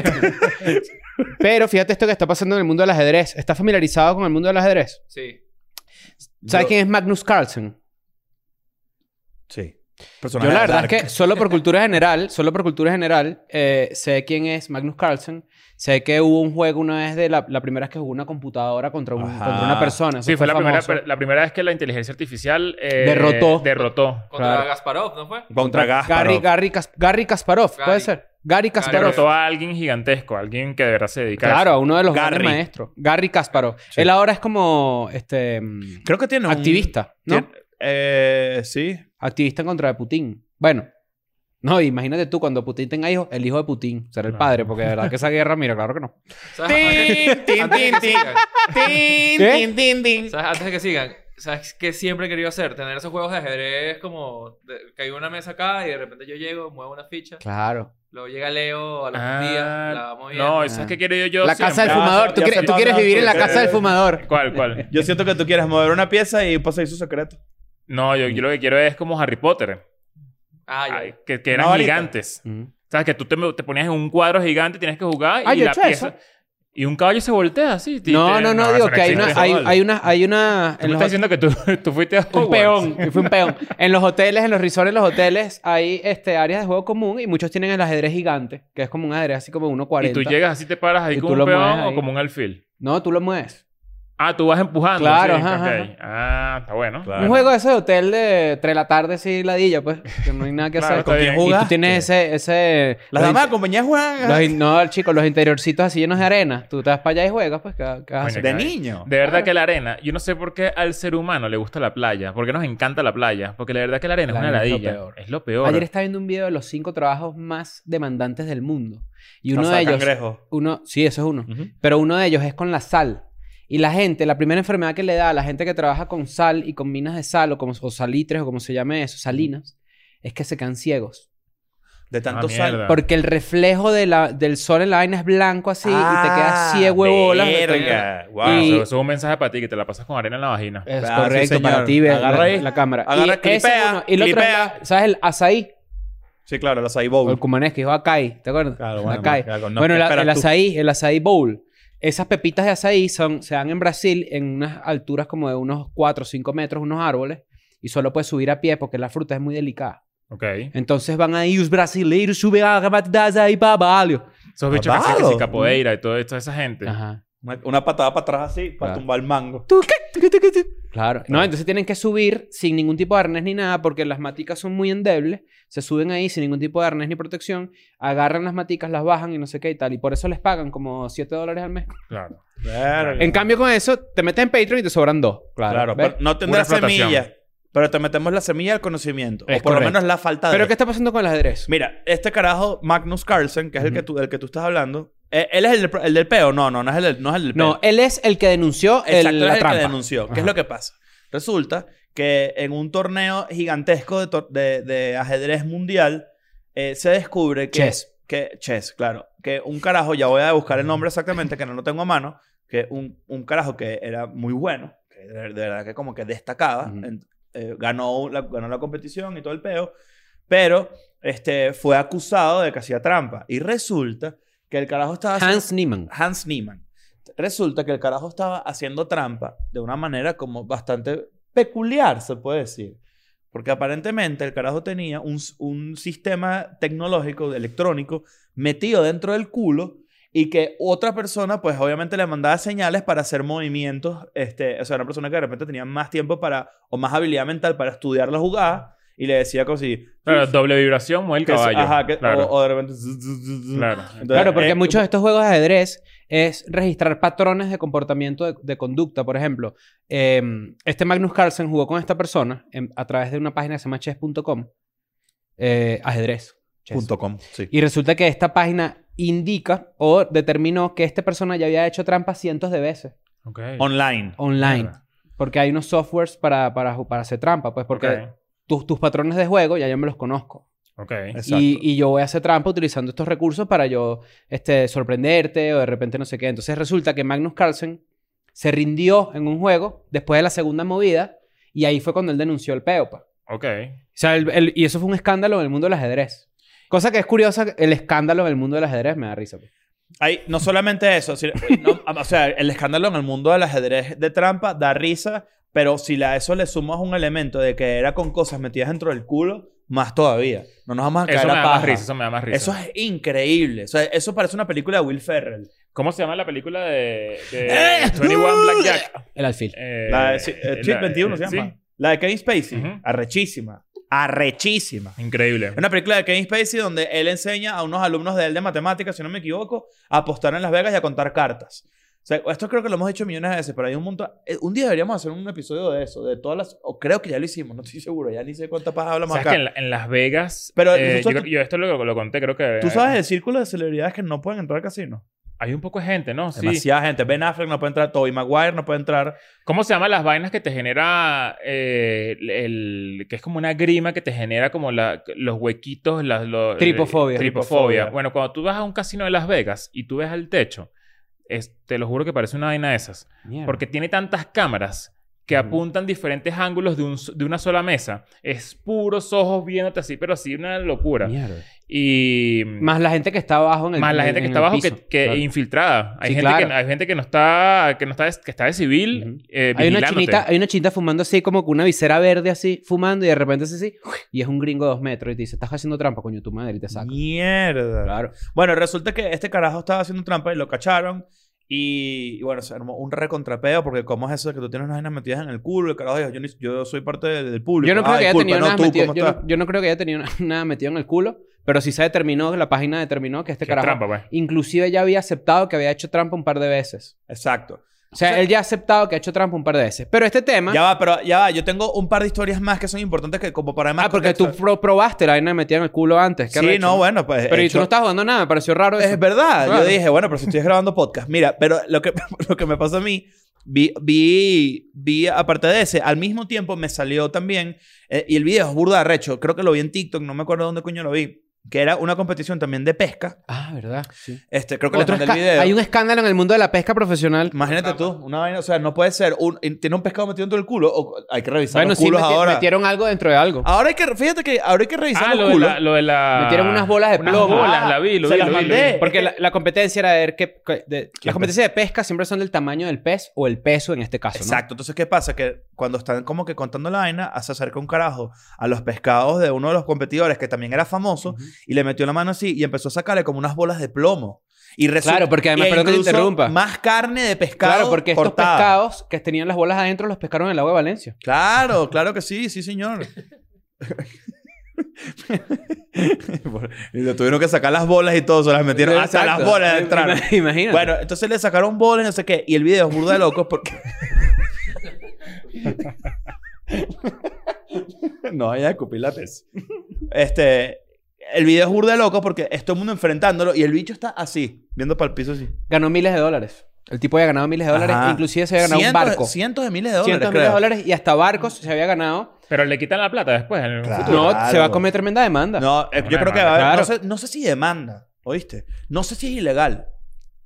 [SPEAKER 2] varias.
[SPEAKER 3] Pero fíjate esto que está pasando en el mundo del ajedrez. ¿Estás familiarizado con el mundo del ajedrez?
[SPEAKER 5] Sí.
[SPEAKER 3] ¿Sabes
[SPEAKER 2] Yo-
[SPEAKER 3] quién es Magnus Carlsen?
[SPEAKER 2] Sí.
[SPEAKER 3] Yo la verdad es que solo por cultura general, solo por cultura general, eh, sé quién es Magnus Carlsen. Sé que hubo un juego una vez de la, la primera vez que jugó una computadora contra, un-
[SPEAKER 2] Ajá.
[SPEAKER 3] contra una persona. Eso
[SPEAKER 1] Sí, fue la primera,
[SPEAKER 3] famoso.
[SPEAKER 1] la primera vez que la inteligencia artificial eh,
[SPEAKER 3] Derrotó.
[SPEAKER 1] derrotó.
[SPEAKER 5] Contra
[SPEAKER 3] Claro.
[SPEAKER 5] Gasparov, ¿no fue?
[SPEAKER 2] Contra
[SPEAKER 3] Gary,
[SPEAKER 2] Gasparov.
[SPEAKER 3] Gary, Kas- Gary Kasparov, puede
[SPEAKER 5] Gary.
[SPEAKER 3] ser. Gary Kasparov.
[SPEAKER 1] Derrotó a alguien gigantesco, alguien que de verdad se dedica
[SPEAKER 3] Claro,
[SPEAKER 1] a eso.
[SPEAKER 3] uno de los grandes
[SPEAKER 2] Gary.
[SPEAKER 3] maestros. Gary Kasparov. Él ahora es como este mm,
[SPEAKER 2] Creo que tiene un...
[SPEAKER 3] activista, ¿no?
[SPEAKER 2] tien- eh,
[SPEAKER 3] [LAUGHS]
[SPEAKER 2] sí.
[SPEAKER 3] Activista en contra de Putin. Bueno, no, imagínate tú cuando Putin tenga hijos, el hijo de Putin será el
[SPEAKER 1] Claro.
[SPEAKER 3] padre, porque de verdad que esa guerra, mira, claro que no.
[SPEAKER 5] ¿Sabes? Antes-
[SPEAKER 2] [LAUGHS]
[SPEAKER 5] antes de que sigan,
[SPEAKER 3] ¿Qué?
[SPEAKER 5] ¿sabes? Antes de que sigan, ¿sabes qué siempre he querido hacer? Tener esos juegos de ajedrez como de- que hay una mesa acá y de repente yo llego, muevo una ficha,
[SPEAKER 3] Claro.
[SPEAKER 5] luego llega Leo a los
[SPEAKER 1] Ah,
[SPEAKER 5] días, la vamos viendo.
[SPEAKER 1] No, eso es que quiero yo. yo
[SPEAKER 3] Ah. la casa del
[SPEAKER 1] siempre.
[SPEAKER 2] fuma-
[SPEAKER 3] fumador. ¿Tú,
[SPEAKER 2] Ya
[SPEAKER 3] quieres,
[SPEAKER 2] se
[SPEAKER 3] tú quieres
[SPEAKER 2] pasa,
[SPEAKER 3] vivir en la
[SPEAKER 2] tú
[SPEAKER 3] casa del
[SPEAKER 2] quieres-
[SPEAKER 3] fumador.
[SPEAKER 1] ¿Cuál, cuál?
[SPEAKER 3] [LAUGHS]
[SPEAKER 2] Yo siento que tú quieres mover una pieza y pasar su secreto.
[SPEAKER 1] No, yo, yo lo que quiero es como Harry Potter,
[SPEAKER 5] Ah, ya.
[SPEAKER 1] ay, que, que
[SPEAKER 2] Una
[SPEAKER 1] eran
[SPEAKER 2] varita.
[SPEAKER 1] gigantes.
[SPEAKER 3] Mm.
[SPEAKER 1] ¿Sabes? Que tú te, te ponías en un cuadro gigante, tienes que jugar
[SPEAKER 3] Ah,
[SPEAKER 1] y
[SPEAKER 3] yo he
[SPEAKER 1] la
[SPEAKER 3] hecho
[SPEAKER 1] pieza.
[SPEAKER 3] eso.
[SPEAKER 1] Y un caballo se voltea así. ti-
[SPEAKER 3] No,
[SPEAKER 1] te-
[SPEAKER 3] no, no,
[SPEAKER 1] eso
[SPEAKER 3] digo que hay
[SPEAKER 1] existe.
[SPEAKER 3] una, hay, hay una, hay una,
[SPEAKER 1] Tú
[SPEAKER 3] en
[SPEAKER 1] me
[SPEAKER 3] los,
[SPEAKER 1] estás diciendo que tú, [LAUGHS] tú fuiste a
[SPEAKER 3] un
[SPEAKER 1] Hogwarts.
[SPEAKER 3] peón, yo fui un peón. En los hoteles, en los resorts, en los hoteles hay este áreas de juego común y muchos tienen el ajedrez gigante, que es como un ajedrez así como de 1.40.
[SPEAKER 1] Y tú llegas así, te paras ahí
[SPEAKER 3] Y
[SPEAKER 1] como
[SPEAKER 3] tú
[SPEAKER 1] un
[SPEAKER 3] lo
[SPEAKER 1] peón
[SPEAKER 3] mueves
[SPEAKER 1] o
[SPEAKER 3] ahí.
[SPEAKER 1] como un alfil.
[SPEAKER 3] No, tú lo mueves.
[SPEAKER 1] Ah, tú vas empujando.
[SPEAKER 3] Claro,
[SPEAKER 1] sí,
[SPEAKER 3] ajá,
[SPEAKER 1] ok.
[SPEAKER 3] ajá.
[SPEAKER 1] Ah, está bueno.
[SPEAKER 2] Claro.
[SPEAKER 3] Un juego de ese de hotel de 3 de la tarde, sí, ladilla, pues, que no hay nada que
[SPEAKER 1] Claro,
[SPEAKER 3] hacer.
[SPEAKER 1] está bien.
[SPEAKER 3] Y tú
[SPEAKER 2] ¿Jugaste?
[SPEAKER 3] tienes ese, ese
[SPEAKER 2] Las
[SPEAKER 3] los
[SPEAKER 2] damas
[SPEAKER 3] in-
[SPEAKER 2] de compañía juegan
[SPEAKER 3] los in- no, chicos, los interiorcitos así llenos de arena. Tú te vas para allá y juegas, pues, ¿qué, qué vas a
[SPEAKER 1] Coño,
[SPEAKER 3] hacer?
[SPEAKER 2] de niño.
[SPEAKER 1] De verdad que la arena, yo no sé por qué al ser humano le gusta la playa, porque nos encanta la playa, porque la verdad que la arena
[SPEAKER 3] La
[SPEAKER 1] es una
[SPEAKER 3] arena es lo
[SPEAKER 1] ladilla.
[SPEAKER 3] peor.
[SPEAKER 1] Es lo peor.
[SPEAKER 3] Ayer estaba viendo un video de los cinco trabajos más demandantes del mundo. Y uno
[SPEAKER 2] Cazar
[SPEAKER 3] de ellos.
[SPEAKER 2] cangrejo.
[SPEAKER 3] Uno, sí, eso es uno.
[SPEAKER 1] Ujú.
[SPEAKER 3] Pero uno de ellos es con la sal. Y la gente, la primera enfermedad que le da a la gente que trabaja con sal y con minas de sal o, como, o salitres o como se llame eso, salinas, es que se quedan ciegos.
[SPEAKER 2] De tanto
[SPEAKER 1] Ah,
[SPEAKER 2] sal.
[SPEAKER 1] mierda.
[SPEAKER 3] Porque el reflejo de la, del sol en la vaina es blanco así y te
[SPEAKER 2] Ah,
[SPEAKER 3] quedas ciego de bolas.
[SPEAKER 2] verga. Wow.
[SPEAKER 1] Ah,
[SPEAKER 3] Y- Eh.
[SPEAKER 1] eso, eso es un mensaje para ti que te la pasas con arena en la vagina.
[SPEAKER 3] Es
[SPEAKER 2] Ah, sí,
[SPEAKER 3] correcto,
[SPEAKER 2] señor.
[SPEAKER 3] para ti, ver
[SPEAKER 2] Agarra
[SPEAKER 3] la,
[SPEAKER 2] ahí.
[SPEAKER 3] la cámara.
[SPEAKER 2] Agarra,
[SPEAKER 3] y ese
[SPEAKER 2] clipea,
[SPEAKER 3] es uno. Y el otro es la-
[SPEAKER 2] clipea.
[SPEAKER 3] ¿sabes? El azaí.
[SPEAKER 2] Sí, claro, los acai
[SPEAKER 3] O
[SPEAKER 2] bowl.
[SPEAKER 3] el cumanés que dijo acai, ¿te acuerdas?
[SPEAKER 2] Claro, bueno,
[SPEAKER 3] Acai.
[SPEAKER 2] claro, no,
[SPEAKER 3] bueno, la-
[SPEAKER 2] espera
[SPEAKER 3] el
[SPEAKER 2] tú.
[SPEAKER 3] azaí, el azaí bowl. Esas pepitas de azaí son, se dan en Brasil en unas alturas como de unos 4 o 5 metros, unos árboles, y solo puedes subir a pie porque la fruta es muy delicada.
[SPEAKER 1] Ok.
[SPEAKER 3] Entonces van ahí los brasileiros, suben a la de azaí para abajo.
[SPEAKER 1] Esos bichos que
[SPEAKER 2] Babado.
[SPEAKER 1] hacen capoeira y todo esto, esa gente.
[SPEAKER 3] Ajá.
[SPEAKER 2] Una, una patada para atrás así, para
[SPEAKER 3] Claro.
[SPEAKER 2] tumbar el mango.
[SPEAKER 3] Claro. No, entonces tienen que subir sin ningún tipo de arnés ni nada porque las maticas son muy endebles. Se suben ahí sin ningún tipo de arnés ni protección, agarran las maticas, las bajan y no sé qué y tal. Y por eso les pagan como 7 dólares al mes.
[SPEAKER 1] Claro.
[SPEAKER 2] Verga.
[SPEAKER 3] En cambio, con eso, te metes en Patreon y te sobran dos. Claro.
[SPEAKER 2] Claro,
[SPEAKER 3] ¿Ves?
[SPEAKER 2] pero no tendrás
[SPEAKER 1] Pura explotación.
[SPEAKER 2] semilla. Pero te metemos la semilla del conocimiento.
[SPEAKER 3] Es
[SPEAKER 2] o por lo
[SPEAKER 3] correcto.
[SPEAKER 2] menos la falta de.
[SPEAKER 3] Pero, ¿qué está pasando con el ajedrez?
[SPEAKER 2] Mira, este carajo, Magnus Carlsen, que es el que tú, del que tú estás hablando. eh, él es el, del- el del peo. No, no, no es el, del- no es el del peo.
[SPEAKER 3] No, él es el que denunció el-
[SPEAKER 2] eh, Exacto, es
[SPEAKER 3] la
[SPEAKER 2] el
[SPEAKER 3] trampa.
[SPEAKER 2] que denunció. ¿Qué es
[SPEAKER 3] Ajá.
[SPEAKER 2] lo que pasa? Resulta que en un torneo gigantesco de, tor- de- de ajedrez mundial eh, se descubre que...
[SPEAKER 3] Chess.
[SPEAKER 2] Que, chess, claro. Que un carajo, ya voy a buscar el nombre exactamente, que no lo tengo a mano, que un, un carajo que era muy bueno, que de, de verdad que como que destacaba,
[SPEAKER 3] Ujú.
[SPEAKER 2] en- eh, ganó, la, ganó la competición y todo el peo, pero este, fue acusado de que hacía trampa. Y resulta que el carajo estaba... haciendo-
[SPEAKER 3] Hans Niemann.
[SPEAKER 2] Hans Niemann. Resulta que el carajo estaba haciendo trampa de una manera como bastante peculiar, se puede decir. Porque aparentemente el carajo tenía un, s- un sistema tecnológico, electrónico, metido dentro del culo y que otra persona, pues obviamente le mandaba señales para hacer movimientos. Este, o sea, una persona que de repente tenía más tiempo para, o más habilidad mental para estudiar la jugada y le decía cosas así.
[SPEAKER 1] Claro, doble vibración, mueve el
[SPEAKER 2] que-
[SPEAKER 1] caballo.
[SPEAKER 2] ajá, que-
[SPEAKER 1] claro.
[SPEAKER 2] o, o de repente. [LAUGHS] zzz, zzz, zzz, zzz.
[SPEAKER 1] claro.
[SPEAKER 2] Entonces,
[SPEAKER 3] Claro, porque
[SPEAKER 2] eh,
[SPEAKER 3] muchos de estos juegos de ajedrez es registrar patrones de comportamiento de, de conducta. Por ejemplo, eh, este Magnus Carlsen em, jugó con esta persona en- a través de una página que se llama chess.com. eh, ajedrez. Chess.
[SPEAKER 2] Punto com, sí.
[SPEAKER 3] Y resulta que esta página indica o determinó que esta persona ya había hecho trampa cientos de veces
[SPEAKER 1] Ok.
[SPEAKER 2] Online.
[SPEAKER 3] online.
[SPEAKER 1] Mierda.
[SPEAKER 3] Porque hay unos softwares para, para, ju- para hacer trampa, pues porque tus, tus patrones de juego ya yo me los conozco.
[SPEAKER 1] Ok. ok.
[SPEAKER 2] Exacto.
[SPEAKER 3] Y, y yo voy a hacer trampa utilizando estos recursos para yo este, sorprenderte o de repente no sé qué. Entonces resulta que Magnus Carlsen se rindió en un juego después de la segunda movida y ahí fue cuando él denunció el peo. pues.
[SPEAKER 1] Ok.
[SPEAKER 3] O sea, el- el- y eso fue un escándalo en el mundo del ajedrez. Cosa que es curiosa, el escándalo en el mundo del ajedrez me da risa. pues.
[SPEAKER 2] Hay- no solamente eso, si- no, o sea, el escándalo en el mundo del ajedrez de trampa da risa, pero si la- a eso le sumas un elemento de que era con cosas metidas dentro del culo, más todavía. No nos vamos a caer
[SPEAKER 1] Eso me
[SPEAKER 2] a
[SPEAKER 1] da más
[SPEAKER 2] paja.
[SPEAKER 1] risa, eso me da más risa.
[SPEAKER 2] Eso es increíble. O sea, eso parece una película de Will Ferrell.
[SPEAKER 1] ¿Cómo se llama la película de, de
[SPEAKER 2] [LAUGHS] ¡Eh!
[SPEAKER 1] 21 Blackjack?
[SPEAKER 3] El alfil.
[SPEAKER 1] Eh,
[SPEAKER 2] [LAUGHS] La de, sí, eh, Tweet
[SPEAKER 1] la-
[SPEAKER 2] 21 se
[SPEAKER 1] sí.
[SPEAKER 2] llama. La de Kevin Spacey.
[SPEAKER 1] Ujú.
[SPEAKER 2] Arrechísima. Arrechísima.
[SPEAKER 1] Increíble.
[SPEAKER 2] Es una película de Kevin Spacey donde él enseña a unos alumnos de él de matemáticas, si no me equivoco, a apostar en Las Vegas y a contar cartas. O sea, esto creo que lo hemos hecho millones de veces, pero hay un montón. eh, Un día deberíamos hacer un episodio de eso, de todas las. O creo que ya lo hicimos, no estoy seguro, ya ni sé cuántas pajas hablamos
[SPEAKER 1] ¿Sabes
[SPEAKER 2] acá.
[SPEAKER 1] que en, la- en Las Vegas...
[SPEAKER 2] Pero
[SPEAKER 1] eh, yo,
[SPEAKER 2] nosotros-
[SPEAKER 1] creo- yo esto lo, lo conté, creo que...
[SPEAKER 2] ¿Tú sabes el círculo de celebridades que no pueden entrar al casino?
[SPEAKER 1] Hay un poco de gente, ¿no? Sí.
[SPEAKER 2] Demasiada gente. Ben Affleck no puede entrar, Tobey Maguire no puede entrar.
[SPEAKER 1] ¿Cómo se llaman las vainas que te genera eh, el, el- que es como una grima que te genera como la, los huequitos, las los-
[SPEAKER 3] Tripofobia.
[SPEAKER 1] eh, tripofobia. Bueno, cuando tú vas a un casino de Las Vegas y tú ves al techo, es- te lo juro que parece una vaina de esas,
[SPEAKER 3] Mierda.
[SPEAKER 1] porque tiene tantas cámaras que
[SPEAKER 3] Ujú.
[SPEAKER 1] apuntan diferentes ángulos de, un s- de una sola mesa. Es puros ojos viéndote así, pero así una locura.
[SPEAKER 3] Mierda.
[SPEAKER 1] Y
[SPEAKER 3] Más la gente que está abajo en el
[SPEAKER 1] más la
[SPEAKER 3] en-
[SPEAKER 1] gente que
[SPEAKER 3] en
[SPEAKER 1] está
[SPEAKER 3] el
[SPEAKER 1] abajo
[SPEAKER 3] piso.
[SPEAKER 1] que, que
[SPEAKER 3] Claro.
[SPEAKER 1] infiltrada. Hay,
[SPEAKER 3] Sí,
[SPEAKER 1] gente que,
[SPEAKER 3] claro.
[SPEAKER 1] hay gente que no está, que no está, de- que está de civil.
[SPEAKER 3] Ujú.
[SPEAKER 1] eh,
[SPEAKER 3] Hay una,
[SPEAKER 1] vigilándote.
[SPEAKER 3] chinita, hay una chinita fumando así, como con una visera verde así, fumando, y de repente es así, y es un gringo de dos metros, y te dice, estás haciendo trampa, coño, tu madre, y te saca.
[SPEAKER 2] Mierda.
[SPEAKER 3] Claro.
[SPEAKER 2] Bueno, resulta que este carajo estaba haciendo trampa y lo cacharon. Y, y bueno, se armó un recontrapeo porque ¿cómo es eso de que tú tienes unas vainas metidas en el culo? El carajo dijo, yo, ni- yo soy parte de- del público.
[SPEAKER 3] Yo no creo
[SPEAKER 2] Ah,
[SPEAKER 3] que haya
[SPEAKER 2] disculpa,
[SPEAKER 3] tenido
[SPEAKER 2] no,
[SPEAKER 3] nada
[SPEAKER 2] tú,
[SPEAKER 3] metido,
[SPEAKER 2] ¿cómo
[SPEAKER 3] yo
[SPEAKER 2] estás?
[SPEAKER 3] no- yo no creo que haya tenido [LAUGHS] na- nada metido en el culo, pero sí se determinó, la página determinó que este
[SPEAKER 1] Qué
[SPEAKER 3] carajo
[SPEAKER 1] trampa, pues.
[SPEAKER 3] inclusive ya había aceptado que había hecho trampa un par de veces.
[SPEAKER 2] Exacto.
[SPEAKER 3] O sea,
[SPEAKER 2] O sea-
[SPEAKER 3] él ya ha aceptado que ha hecho trampa un par de veces. Pero este tema...
[SPEAKER 2] Ya va, pero ya va. Yo tengo un par de historias más que son importantes que como para más
[SPEAKER 3] ah, porque tú
[SPEAKER 2] contexto.
[SPEAKER 3] pro- probaste la vaina metida en el culo antes. qué
[SPEAKER 2] Sí,
[SPEAKER 3] arrecho,
[SPEAKER 2] no, bueno, pues...
[SPEAKER 3] Pero
[SPEAKER 2] he
[SPEAKER 3] y tú
[SPEAKER 2] hecho-
[SPEAKER 3] no estás jugando nada, me pareció raro eso.
[SPEAKER 2] Es verdad.
[SPEAKER 3] Claro.
[SPEAKER 2] Yo dije, bueno, pero si estoy grabando podcast. Mira, pero lo que, [LAUGHS] lo que me pasó a mí, vi, vi, vi, aparte de ese, al mismo tiempo me salió también, eh, y el video es burda de arrecho, creo que lo vi en TikTok, no me acuerdo dónde coño lo vi, que era una competición también de pesca.
[SPEAKER 3] Ah, verdad. sí.
[SPEAKER 2] Este, creo que les
[SPEAKER 3] Otro
[SPEAKER 2] mandé el
[SPEAKER 3] esca-
[SPEAKER 2] video.
[SPEAKER 3] Hay un escándalo en el mundo de la pesca profesional.
[SPEAKER 2] Imagínate tú, una vaina, o sea, no puede ser, un- eh, tiene un pescado metido dentro del culo, o, hay que revisar
[SPEAKER 3] Bueno,
[SPEAKER 2] los
[SPEAKER 3] sí,
[SPEAKER 2] culos
[SPEAKER 3] meti-
[SPEAKER 2] ahora.
[SPEAKER 3] metieron algo dentro de algo.
[SPEAKER 2] Ahora hay que, fíjate que ahora hay que revisar
[SPEAKER 1] Ah,
[SPEAKER 2] los
[SPEAKER 1] lo de,
[SPEAKER 2] culos.
[SPEAKER 1] la, lo de la...
[SPEAKER 3] Metieron unas bolas de
[SPEAKER 1] unas
[SPEAKER 3] plomo.
[SPEAKER 1] bolas, la vi, lo
[SPEAKER 2] Se
[SPEAKER 1] vi,
[SPEAKER 2] las
[SPEAKER 1] lo vi, lo
[SPEAKER 2] mandé.
[SPEAKER 1] vi.
[SPEAKER 3] Porque la, la competencia era ver qué... qué- de-
[SPEAKER 1] ¿Quién
[SPEAKER 3] las competencias de pesca siempre son del tamaño del pez o el peso en este caso, ¿no?
[SPEAKER 2] Exacto. Entonces, ¿qué pasa? Que cuando están como que contando la vaina, se acerca un carajo a los pescados de uno de los competidores que también era famoso y le metió la mano así y empezó a sacarle como unas bolas de plomo. Y resulta,
[SPEAKER 3] Claro, porque además-
[SPEAKER 2] e
[SPEAKER 3] perdón que te
[SPEAKER 2] incluso
[SPEAKER 3] interrumpa.
[SPEAKER 2] Más carne de pescado.
[SPEAKER 3] Claro, porque estos
[SPEAKER 2] cortada.
[SPEAKER 3] pescados que tenían las bolas adentro los pescaron en el agua de Valencia.
[SPEAKER 2] Claro, claro que sí, sí,
[SPEAKER 3] [LAUGHS]
[SPEAKER 2] señor. [LAUGHS] y le tuvieron que sacar las bolas y todo, se las metieron hasta
[SPEAKER 3] Exacto.
[SPEAKER 2] las bolas entraron.
[SPEAKER 3] Imagínate.
[SPEAKER 2] Bueno, entonces le sacaron bolas, no sé qué. Y el video es burda de locos porque. [LAUGHS] no, ya escupí lápiz. Este. El video es burda de locos porque es todo el mundo enfrentándolo y el bicho está así, viendo para el piso así.
[SPEAKER 3] Ganó miles de dólares. El tipo había ganado miles de dólares.
[SPEAKER 2] Ajá.
[SPEAKER 3] Inclusive se había ganado
[SPEAKER 2] Cientos-
[SPEAKER 3] un barco.
[SPEAKER 2] Cientos de miles de dólares.
[SPEAKER 3] Cientos de miles de
[SPEAKER 2] creo.
[SPEAKER 3] dólares. Y hasta barcos se había ganado.
[SPEAKER 1] Pero le quitan la plata después. en el
[SPEAKER 2] Claro.
[SPEAKER 1] futuro.
[SPEAKER 3] No, se va a
[SPEAKER 2] Ah, Claro.
[SPEAKER 3] comer tremenda demanda.
[SPEAKER 2] No, eh, yo
[SPEAKER 1] Una
[SPEAKER 2] creo que va a
[SPEAKER 1] demanda,
[SPEAKER 2] haber. No,
[SPEAKER 3] claro.
[SPEAKER 2] sé, no sé si demanda, ¿oíste? No sé si es ilegal.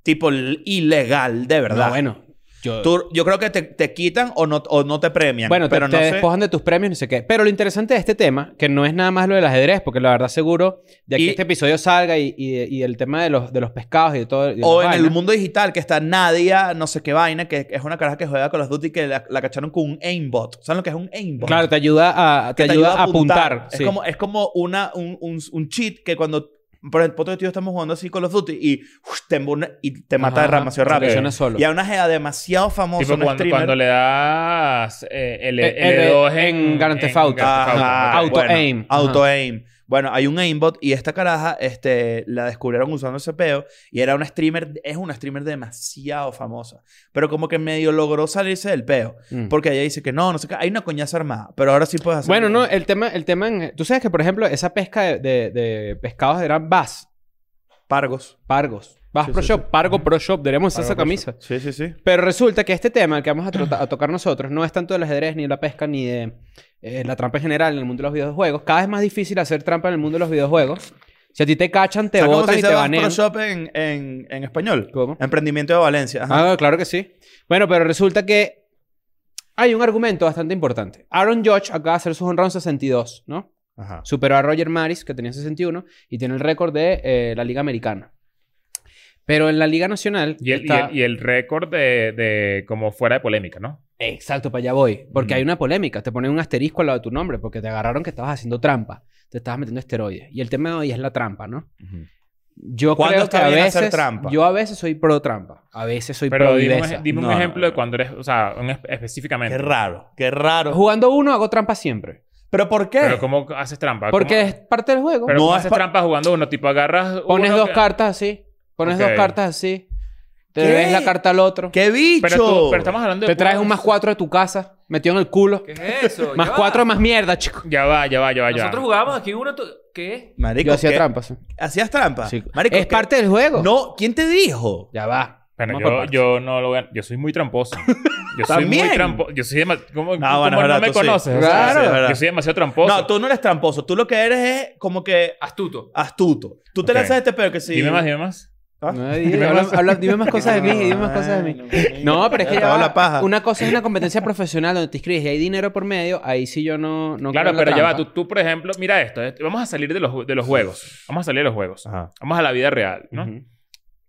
[SPEAKER 2] Tipo, l- ilegal, de verdad.
[SPEAKER 3] No, bueno. Yo...
[SPEAKER 2] Tú- yo creo que te, te quitan o no, o no te premian.
[SPEAKER 3] Bueno, te-
[SPEAKER 2] Em, pero
[SPEAKER 3] te,
[SPEAKER 2] no sé-
[SPEAKER 3] despojan de tus premios, no sé qué. Pero lo interesante de este tema, que no es nada más lo del ajedrez, porque la verdad seguro, de aquí
[SPEAKER 2] Y-
[SPEAKER 3] este episodio salga y, y, y el tema de los, de los pescados y de todo. y de
[SPEAKER 2] O
[SPEAKER 3] las
[SPEAKER 2] en el
[SPEAKER 3] vainas.
[SPEAKER 2] mundo digital, que está Nadia, no sé qué vaina, que es una caraja que juega con los Duty que la, la cacharon con un aimbot. ¿Saben lo que es un aimbot?
[SPEAKER 3] Claro, te ayuda a, te
[SPEAKER 2] Que
[SPEAKER 3] ayuda a apuntar.
[SPEAKER 2] Es
[SPEAKER 3] sí.
[SPEAKER 2] como, es como una, un, un, un cheat que cuando, por ejemplo, tú y yo estamos jugando así con los Duty y uff, te, embona- y te mata
[SPEAKER 3] Ajá,
[SPEAKER 2] demasiado
[SPEAKER 3] se
[SPEAKER 2] rápido.
[SPEAKER 3] reacciona solo.
[SPEAKER 2] Y a una jeva demasiado famosa,
[SPEAKER 1] Tipo
[SPEAKER 2] una
[SPEAKER 1] cuando,
[SPEAKER 2] streamer.
[SPEAKER 1] cuando le das eh, L,
[SPEAKER 3] Eh,
[SPEAKER 1] L2
[SPEAKER 3] en
[SPEAKER 1] en...
[SPEAKER 3] Grand Theft Auto.
[SPEAKER 1] Grand Theft Auto.
[SPEAKER 2] Ajá,
[SPEAKER 3] Auto
[SPEAKER 2] bueno,
[SPEAKER 3] aim.
[SPEAKER 2] Auto aim. Bueno, hay un aimbot y esta caraja este, la descubrieron usando ese peo y era una streamer, es una streamer demasiado famosa, pero como que medio logró salirse del peo.
[SPEAKER 3] Mm.
[SPEAKER 2] Porque ella dice que no, no sé qué, hay una coñaza armada, pero ahora sí puedes hacer.
[SPEAKER 3] Bueno, no, el tema, el tema, en- tú sabes que, por ejemplo, esa pesca de, de- de pescados eran bass,
[SPEAKER 2] Pargos.
[SPEAKER 3] pargos, bass
[SPEAKER 2] Sí,
[SPEAKER 3] pro
[SPEAKER 2] sí,
[SPEAKER 3] shop, pargo pro shop, deberíamos usar esa
[SPEAKER 2] Pargo,
[SPEAKER 3] camisa.
[SPEAKER 2] Sí, sí, sí.
[SPEAKER 3] Pero resulta que este tema que vamos a, trota- a tocar nosotros no es tanto del ajedrez, ni de la pesca, ni de eh, la trampa en general en el mundo de los videojuegos. Cada vez más difícil hacer trampa en el mundo de los videojuegos. Si a ti te cachan, te
[SPEAKER 2] ¿Sabes cómo
[SPEAKER 3] botan
[SPEAKER 2] se
[SPEAKER 3] y
[SPEAKER 2] dice
[SPEAKER 3] te
[SPEAKER 2] Bass
[SPEAKER 3] banean.
[SPEAKER 2] Pro Shop en, en, en español?
[SPEAKER 3] ¿Cómo?
[SPEAKER 2] Emprendimiento de Valencia. Ajá.
[SPEAKER 3] Ah, claro que sí. Bueno, pero resulta que hay un argumento bastante importante. Aaron Judge acaba de hacer sus honrón 62, ¿no?
[SPEAKER 2] Ajá.
[SPEAKER 3] Superó a Roger Maris, que tenía 61, y tiene el récord de eh, la Liga Americana. Pero en la Liga Nacional.
[SPEAKER 1] Y el, y
[SPEAKER 3] está-
[SPEAKER 1] el- y el récord de, de como fuera de polémica, ¿no?
[SPEAKER 3] Exacto, para allá voy. Porque
[SPEAKER 1] Mm.
[SPEAKER 3] hay una polémica. Te ponen un asterisco al lado de tu nombre porque te agarraron que estabas haciendo trampa. Te estabas metiendo esteroides. Y el tema de hoy es la trampa, ¿no? Yo
[SPEAKER 2] ¿Cuándo
[SPEAKER 3] creo que
[SPEAKER 2] está
[SPEAKER 3] a
[SPEAKER 2] bien
[SPEAKER 3] veces.
[SPEAKER 2] hacer trampa?
[SPEAKER 3] Yo a veces soy pro trampa. A veces soy
[SPEAKER 1] Pero
[SPEAKER 3] pro
[SPEAKER 1] dime, un
[SPEAKER 3] viveza.
[SPEAKER 1] ej- dime un
[SPEAKER 2] No, no,
[SPEAKER 1] ejemplo
[SPEAKER 2] no.
[SPEAKER 1] de cuando eres, o sea, un es- específicamente.
[SPEAKER 2] Qué raro, qué raro.
[SPEAKER 3] Jugando uno hago trampa siempre.
[SPEAKER 2] ¿Pero por qué?
[SPEAKER 1] Pero ¿cómo haces trampa?
[SPEAKER 3] Porque
[SPEAKER 1] Ah, ¿Cómo-
[SPEAKER 3] es parte del juego.
[SPEAKER 1] Pero
[SPEAKER 2] No
[SPEAKER 1] ¿cómo
[SPEAKER 2] es
[SPEAKER 1] haces
[SPEAKER 2] pa-
[SPEAKER 1] trampa jugando uno, tipo agarras
[SPEAKER 3] pones
[SPEAKER 1] uno
[SPEAKER 3] dos
[SPEAKER 1] que-
[SPEAKER 3] cartas así. Pones
[SPEAKER 1] Ok.
[SPEAKER 3] dos cartas así. Te
[SPEAKER 2] ¿Qué?
[SPEAKER 3] ves la carta al otro.
[SPEAKER 2] ¡Qué bicho!
[SPEAKER 1] Pero, tú- pero estamos hablando de
[SPEAKER 3] Te traes un más cuatro de tu casa. Metido en el culo.
[SPEAKER 5] ¿Qué es eso?
[SPEAKER 3] Más
[SPEAKER 5] Ya va.
[SPEAKER 3] cuatro, más mierda, chico.
[SPEAKER 1] Ya va, ya va, ya va, ya.
[SPEAKER 5] Nosotros jugábamos aquí uno... tú- ¿Qué?
[SPEAKER 2] Marico,
[SPEAKER 3] Yo hacía
[SPEAKER 2] ¿qué?
[SPEAKER 3] trampa, sí.
[SPEAKER 2] ¿Hacías trampa?
[SPEAKER 3] Sí.
[SPEAKER 2] Marico,
[SPEAKER 3] es
[SPEAKER 2] ¿qué?
[SPEAKER 3] parte del juego.
[SPEAKER 2] No, ¿quién te dijo?
[SPEAKER 3] Ya va.
[SPEAKER 1] Bueno,
[SPEAKER 3] Vamos por
[SPEAKER 1] yo,
[SPEAKER 3] partes.
[SPEAKER 1] yo no lo voy a- Yo soy muy tramposo. Yo soy muy
[SPEAKER 2] También.
[SPEAKER 1] tramposo. Yo soy demasiado... ¿Cómo,
[SPEAKER 2] No,
[SPEAKER 1] cómo
[SPEAKER 2] bueno,
[SPEAKER 1] no
[SPEAKER 2] es verdad,
[SPEAKER 1] me
[SPEAKER 2] tú sí.
[SPEAKER 1] conoces? O sea,
[SPEAKER 3] Claro.
[SPEAKER 2] Sí, es verdad.
[SPEAKER 1] Yo soy demasiado tramposo.
[SPEAKER 2] No, tú no eres tramposo. Tú lo que eres es como que
[SPEAKER 5] Astuto.
[SPEAKER 2] astuto. Tú te
[SPEAKER 1] Ok.
[SPEAKER 2] lanzas este pedo que sí.
[SPEAKER 1] Dime más, dime más.
[SPEAKER 2] ¿Ah?
[SPEAKER 3] No,
[SPEAKER 2] [LAUGHS]
[SPEAKER 3] di-
[SPEAKER 1] Dime
[SPEAKER 3] habla-
[SPEAKER 1] más.
[SPEAKER 3] habla- dime más cosas de mí, dime más cosas de mí. No, pero es que
[SPEAKER 2] Ya
[SPEAKER 3] ya
[SPEAKER 2] estaba
[SPEAKER 3] va.
[SPEAKER 2] la paja.
[SPEAKER 3] una cosa es una competencia profesional donde te inscribes y hay dinero por medio, ahí sí yo no, no
[SPEAKER 1] claro,
[SPEAKER 3] creo en la
[SPEAKER 1] pero ya va. Tú,
[SPEAKER 3] trampa.
[SPEAKER 1] tú, por ejemplo, mira esto. eh, Vamos a salir de los, ju- de los juegos. Vamos a salir de los juegos.
[SPEAKER 2] Ajá.
[SPEAKER 1] Vamos a la vida real, ¿no?
[SPEAKER 3] Ujú.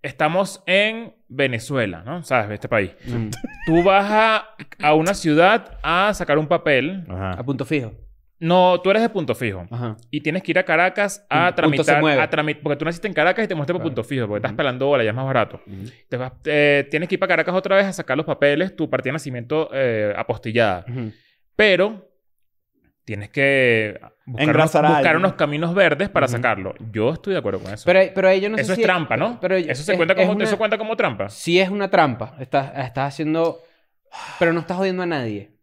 [SPEAKER 1] Estamos en Venezuela, ¿no? ¿Sabes? Este país.
[SPEAKER 3] Mm.
[SPEAKER 1] Tú vas a, a una ciudad a sacar un papel.
[SPEAKER 3] A
[SPEAKER 2] Ajá.
[SPEAKER 3] punto fijo.
[SPEAKER 1] No, tú eres de punto fijo.
[SPEAKER 3] Ajá.
[SPEAKER 1] Y tienes que ir a Caracas a
[SPEAKER 3] Punto se
[SPEAKER 1] tramitar.
[SPEAKER 3] mueve.
[SPEAKER 1] A trami- porque tú naciste en Caracas y te muestras por
[SPEAKER 3] Claro.
[SPEAKER 1] punto fijo, porque estás
[SPEAKER 3] Ujú.
[SPEAKER 1] pelando bola, ya es más barato. Te vas- eh, tienes que ir para Caracas otra vez a sacar los papeles, tu partida de nacimiento eh, apostillada.
[SPEAKER 3] Ujú.
[SPEAKER 1] Pero tienes que buscar, unos,
[SPEAKER 2] Engrasar a
[SPEAKER 1] buscar
[SPEAKER 2] alguien.
[SPEAKER 1] unos caminos verdes para
[SPEAKER 3] Ujú.
[SPEAKER 1] sacarlo. Yo estoy de acuerdo con eso.
[SPEAKER 3] Pero, pero ahí yo no sé
[SPEAKER 1] eso es
[SPEAKER 3] si
[SPEAKER 1] trampa, ¿no?
[SPEAKER 3] pero
[SPEAKER 1] eso se
[SPEAKER 3] es-
[SPEAKER 1] cuenta
[SPEAKER 3] es
[SPEAKER 1] como
[SPEAKER 3] una-
[SPEAKER 1] eso cuenta como trampa.
[SPEAKER 3] Sí es una trampa. Estás, estás haciendo... Pero no estás jodiendo a nadie.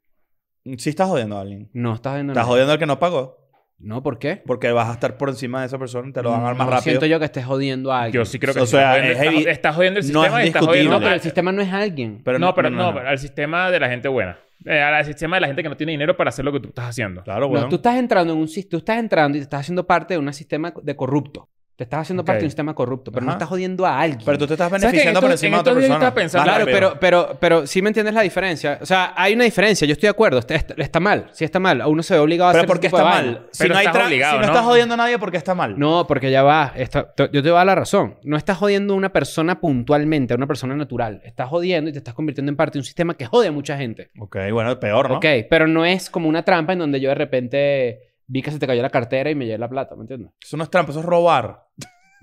[SPEAKER 2] Sí estás jodiendo a alguien.
[SPEAKER 3] No estás jodiendo a
[SPEAKER 2] Estás
[SPEAKER 3] nadie.
[SPEAKER 2] jodiendo al que no pagó.
[SPEAKER 3] No, ¿por qué?
[SPEAKER 2] Porque vas a estar por encima de esa persona y te lo van a dar más
[SPEAKER 3] No
[SPEAKER 2] rápido.
[SPEAKER 3] siento yo que estés jodiendo a alguien.
[SPEAKER 1] Yo sí creo que
[SPEAKER 2] O
[SPEAKER 1] sí
[SPEAKER 2] sea,
[SPEAKER 1] estás jodiendo-
[SPEAKER 2] es
[SPEAKER 1] estás,
[SPEAKER 2] evi-
[SPEAKER 1] estás jodiendo el
[SPEAKER 2] no
[SPEAKER 1] sistema
[SPEAKER 2] es
[SPEAKER 1] y estás jodiendo
[SPEAKER 3] No,
[SPEAKER 2] discutible.
[SPEAKER 3] pero
[SPEAKER 1] a-
[SPEAKER 3] el sistema no es alguien.
[SPEAKER 1] no, pero no, pero al sistema de la gente buena. Eh, al sistema de la gente que no tiene dinero para hacer lo que tú estás haciendo.
[SPEAKER 2] Claro,
[SPEAKER 3] No,
[SPEAKER 2] Ah, bueno.
[SPEAKER 3] tú estás entrando en un sis- tú estás entrando y te estás haciendo parte de un sistema de corrupto. Te estás haciendo parte
[SPEAKER 1] Ok.
[SPEAKER 3] de un sistema corrupto, pero no
[SPEAKER 2] Ajá.
[SPEAKER 3] estás jodiendo a alguien.
[SPEAKER 2] Pero tú te estás
[SPEAKER 1] ¿Sabes qué? En
[SPEAKER 2] beneficiando por
[SPEAKER 1] estos- en
[SPEAKER 2] encima de otra
[SPEAKER 1] estos días yo
[SPEAKER 2] persona.
[SPEAKER 1] estaba pensando-
[SPEAKER 2] Más
[SPEAKER 3] Claro,
[SPEAKER 2] rápido.
[SPEAKER 3] pero, pero, pero sí me entiendes la diferencia. O sea, hay una diferencia, yo estoy de acuerdo. Está, está- está mal, sí está mal. A uno se ve obligado a
[SPEAKER 2] Pero
[SPEAKER 3] hacer
[SPEAKER 2] ¿por qué
[SPEAKER 3] ese tipo
[SPEAKER 2] está
[SPEAKER 3] de
[SPEAKER 2] mal?
[SPEAKER 3] vaina.
[SPEAKER 2] Si
[SPEAKER 1] Pero
[SPEAKER 2] no, hay
[SPEAKER 1] estás
[SPEAKER 2] tra- si
[SPEAKER 1] obligado,
[SPEAKER 2] no
[SPEAKER 1] ¿no?
[SPEAKER 2] estás jodiendo a nadie, ¿por qué está mal?
[SPEAKER 3] No, porque ya va. está- te- yo te voy a dar la razón. No estás jodiendo a una persona puntualmente, a una persona natural. Estás jodiendo y te estás convirtiendo en parte de un sistema que jode a mucha gente.
[SPEAKER 2] Ok, bueno, peor, ¿no?
[SPEAKER 3] Ok, pero no es como una trampa en donde yo de repente vi que se te cayó la cartera y me llevé la plata, ¿me entiendes?
[SPEAKER 2] Eso no es trampa, eso es robar.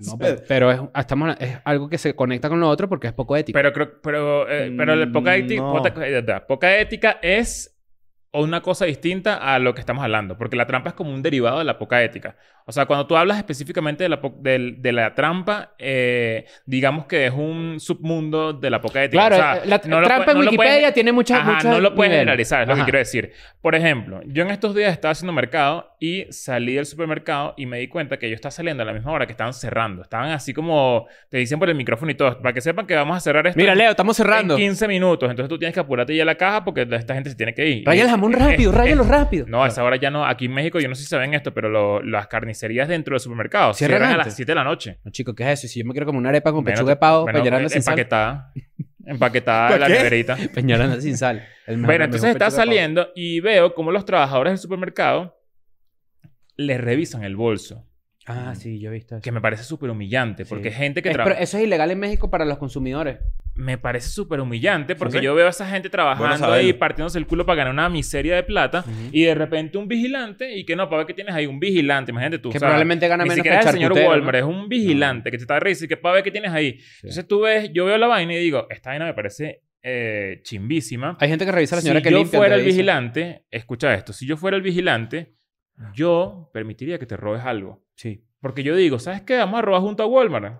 [SPEAKER 3] No, pero,
[SPEAKER 2] [LAUGHS]
[SPEAKER 3] pero es, estamos, es algo que se conecta con lo otro porque es poco ético.
[SPEAKER 1] Pero creo, pero, eh, pero la
[SPEAKER 3] Mm,
[SPEAKER 1] poca, éti-
[SPEAKER 2] No.
[SPEAKER 1] poca- eh, da, poca ética es una cosa distinta a lo que estamos hablando, porque la trampa es como un derivado de la poca ética. O sea, cuando tú hablas específicamente de la, po- del- de la trampa, eh, digamos que es un submundo de la poca ética.
[SPEAKER 3] claro,
[SPEAKER 1] O sea,
[SPEAKER 3] eh, la
[SPEAKER 1] no lo
[SPEAKER 3] trampa
[SPEAKER 1] pue-
[SPEAKER 3] en
[SPEAKER 1] no lo puedes-
[SPEAKER 3] Wikipedia tiene muchas,
[SPEAKER 1] Ajá,
[SPEAKER 3] muchas
[SPEAKER 1] no lo puedes
[SPEAKER 3] niveles.
[SPEAKER 1] generalizar, es lo que
[SPEAKER 3] Ajá.
[SPEAKER 1] quiero decir. Por ejemplo, yo en estos días estaba haciendo mercado y salí del supermercado y me di cuenta que yo estaba saliendo a la misma hora que estaban cerrando. Estaban así como te dicen por el micrófono y todo, para que sepan que vamos a cerrar esto.
[SPEAKER 3] Mira,
[SPEAKER 1] en-
[SPEAKER 3] Leo, estamos cerrando.
[SPEAKER 1] en 15 minutos. Entonces tú tienes que apurarte ya a la caja porque esta gente se tiene que ir.
[SPEAKER 3] Raya el
[SPEAKER 1] Y- [LAUGHS]
[SPEAKER 3] jamón
[SPEAKER 1] es-
[SPEAKER 3] rápido,
[SPEAKER 1] es-
[SPEAKER 3] ráyalo
[SPEAKER 1] es-
[SPEAKER 3] rápido.
[SPEAKER 1] No, a esa hora ya no. Aquí en México, yo no sé si saben esto, pero lo- las carnicerías dentro del supermercado
[SPEAKER 3] Cierran
[SPEAKER 1] cierran, a
[SPEAKER 3] antes.
[SPEAKER 1] las 7 de la noche.
[SPEAKER 3] No, chico, ¿qué es eso? Si yo me quiero comer una arepa con
[SPEAKER 1] Bueno,
[SPEAKER 3] pechuga de pavo, pues
[SPEAKER 1] bueno, eh,
[SPEAKER 3] peñaranda sin sal.
[SPEAKER 1] empaquetada. Empaquetada de la
[SPEAKER 2] ¿Qué?
[SPEAKER 1] neverita.
[SPEAKER 3] Peñaranda sin sal. El mejor-
[SPEAKER 1] Bueno,
[SPEAKER 3] el
[SPEAKER 1] entonces
[SPEAKER 3] mejor
[SPEAKER 1] está
[SPEAKER 3] pechuga de pavo.
[SPEAKER 1] saliendo y veo como los trabajadores del supermercado les revisan el bolso,
[SPEAKER 3] Ah, sí, yo he visto eso.
[SPEAKER 1] que me parece súper humillante, porque
[SPEAKER 3] Sí.
[SPEAKER 1] gente que
[SPEAKER 3] Es- pero
[SPEAKER 1] trabaja...
[SPEAKER 3] eso es ilegal en México para los consumidores.
[SPEAKER 1] Me parece súper humillante porque
[SPEAKER 2] Sí.
[SPEAKER 1] yo veo a esa gente trabajando
[SPEAKER 2] saberlo.
[SPEAKER 1] ahí, partiéndose el culo para ganar una miseria de plata y de repente un vigilante y que no, para ver que tienes ahí un vigilante, imagínate tú.
[SPEAKER 3] Que
[SPEAKER 1] o sea,
[SPEAKER 3] probablemente gana
[SPEAKER 1] Ni
[SPEAKER 3] menos que
[SPEAKER 1] siquiera
[SPEAKER 3] el
[SPEAKER 1] es el señor
[SPEAKER 3] charcutero, ¿no?
[SPEAKER 1] Walmart, es un vigilante que te está revisando y que para ver qué tienes ahí. Entonces tú ves, yo veo la vaina y digo, esta vaina me parece eh, chimbísima.
[SPEAKER 3] Hay gente que revisa a la señora
[SPEAKER 1] si
[SPEAKER 3] que
[SPEAKER 1] yo
[SPEAKER 3] limpia.
[SPEAKER 1] fuera el
[SPEAKER 3] revisa.
[SPEAKER 1] vigilante, escucha esto, si yo fuera el vigilante, yo permitiría que te robes algo.
[SPEAKER 3] Sí.
[SPEAKER 1] Porque yo digo, ¿sabes qué? Vamos a robar junto a Walmart.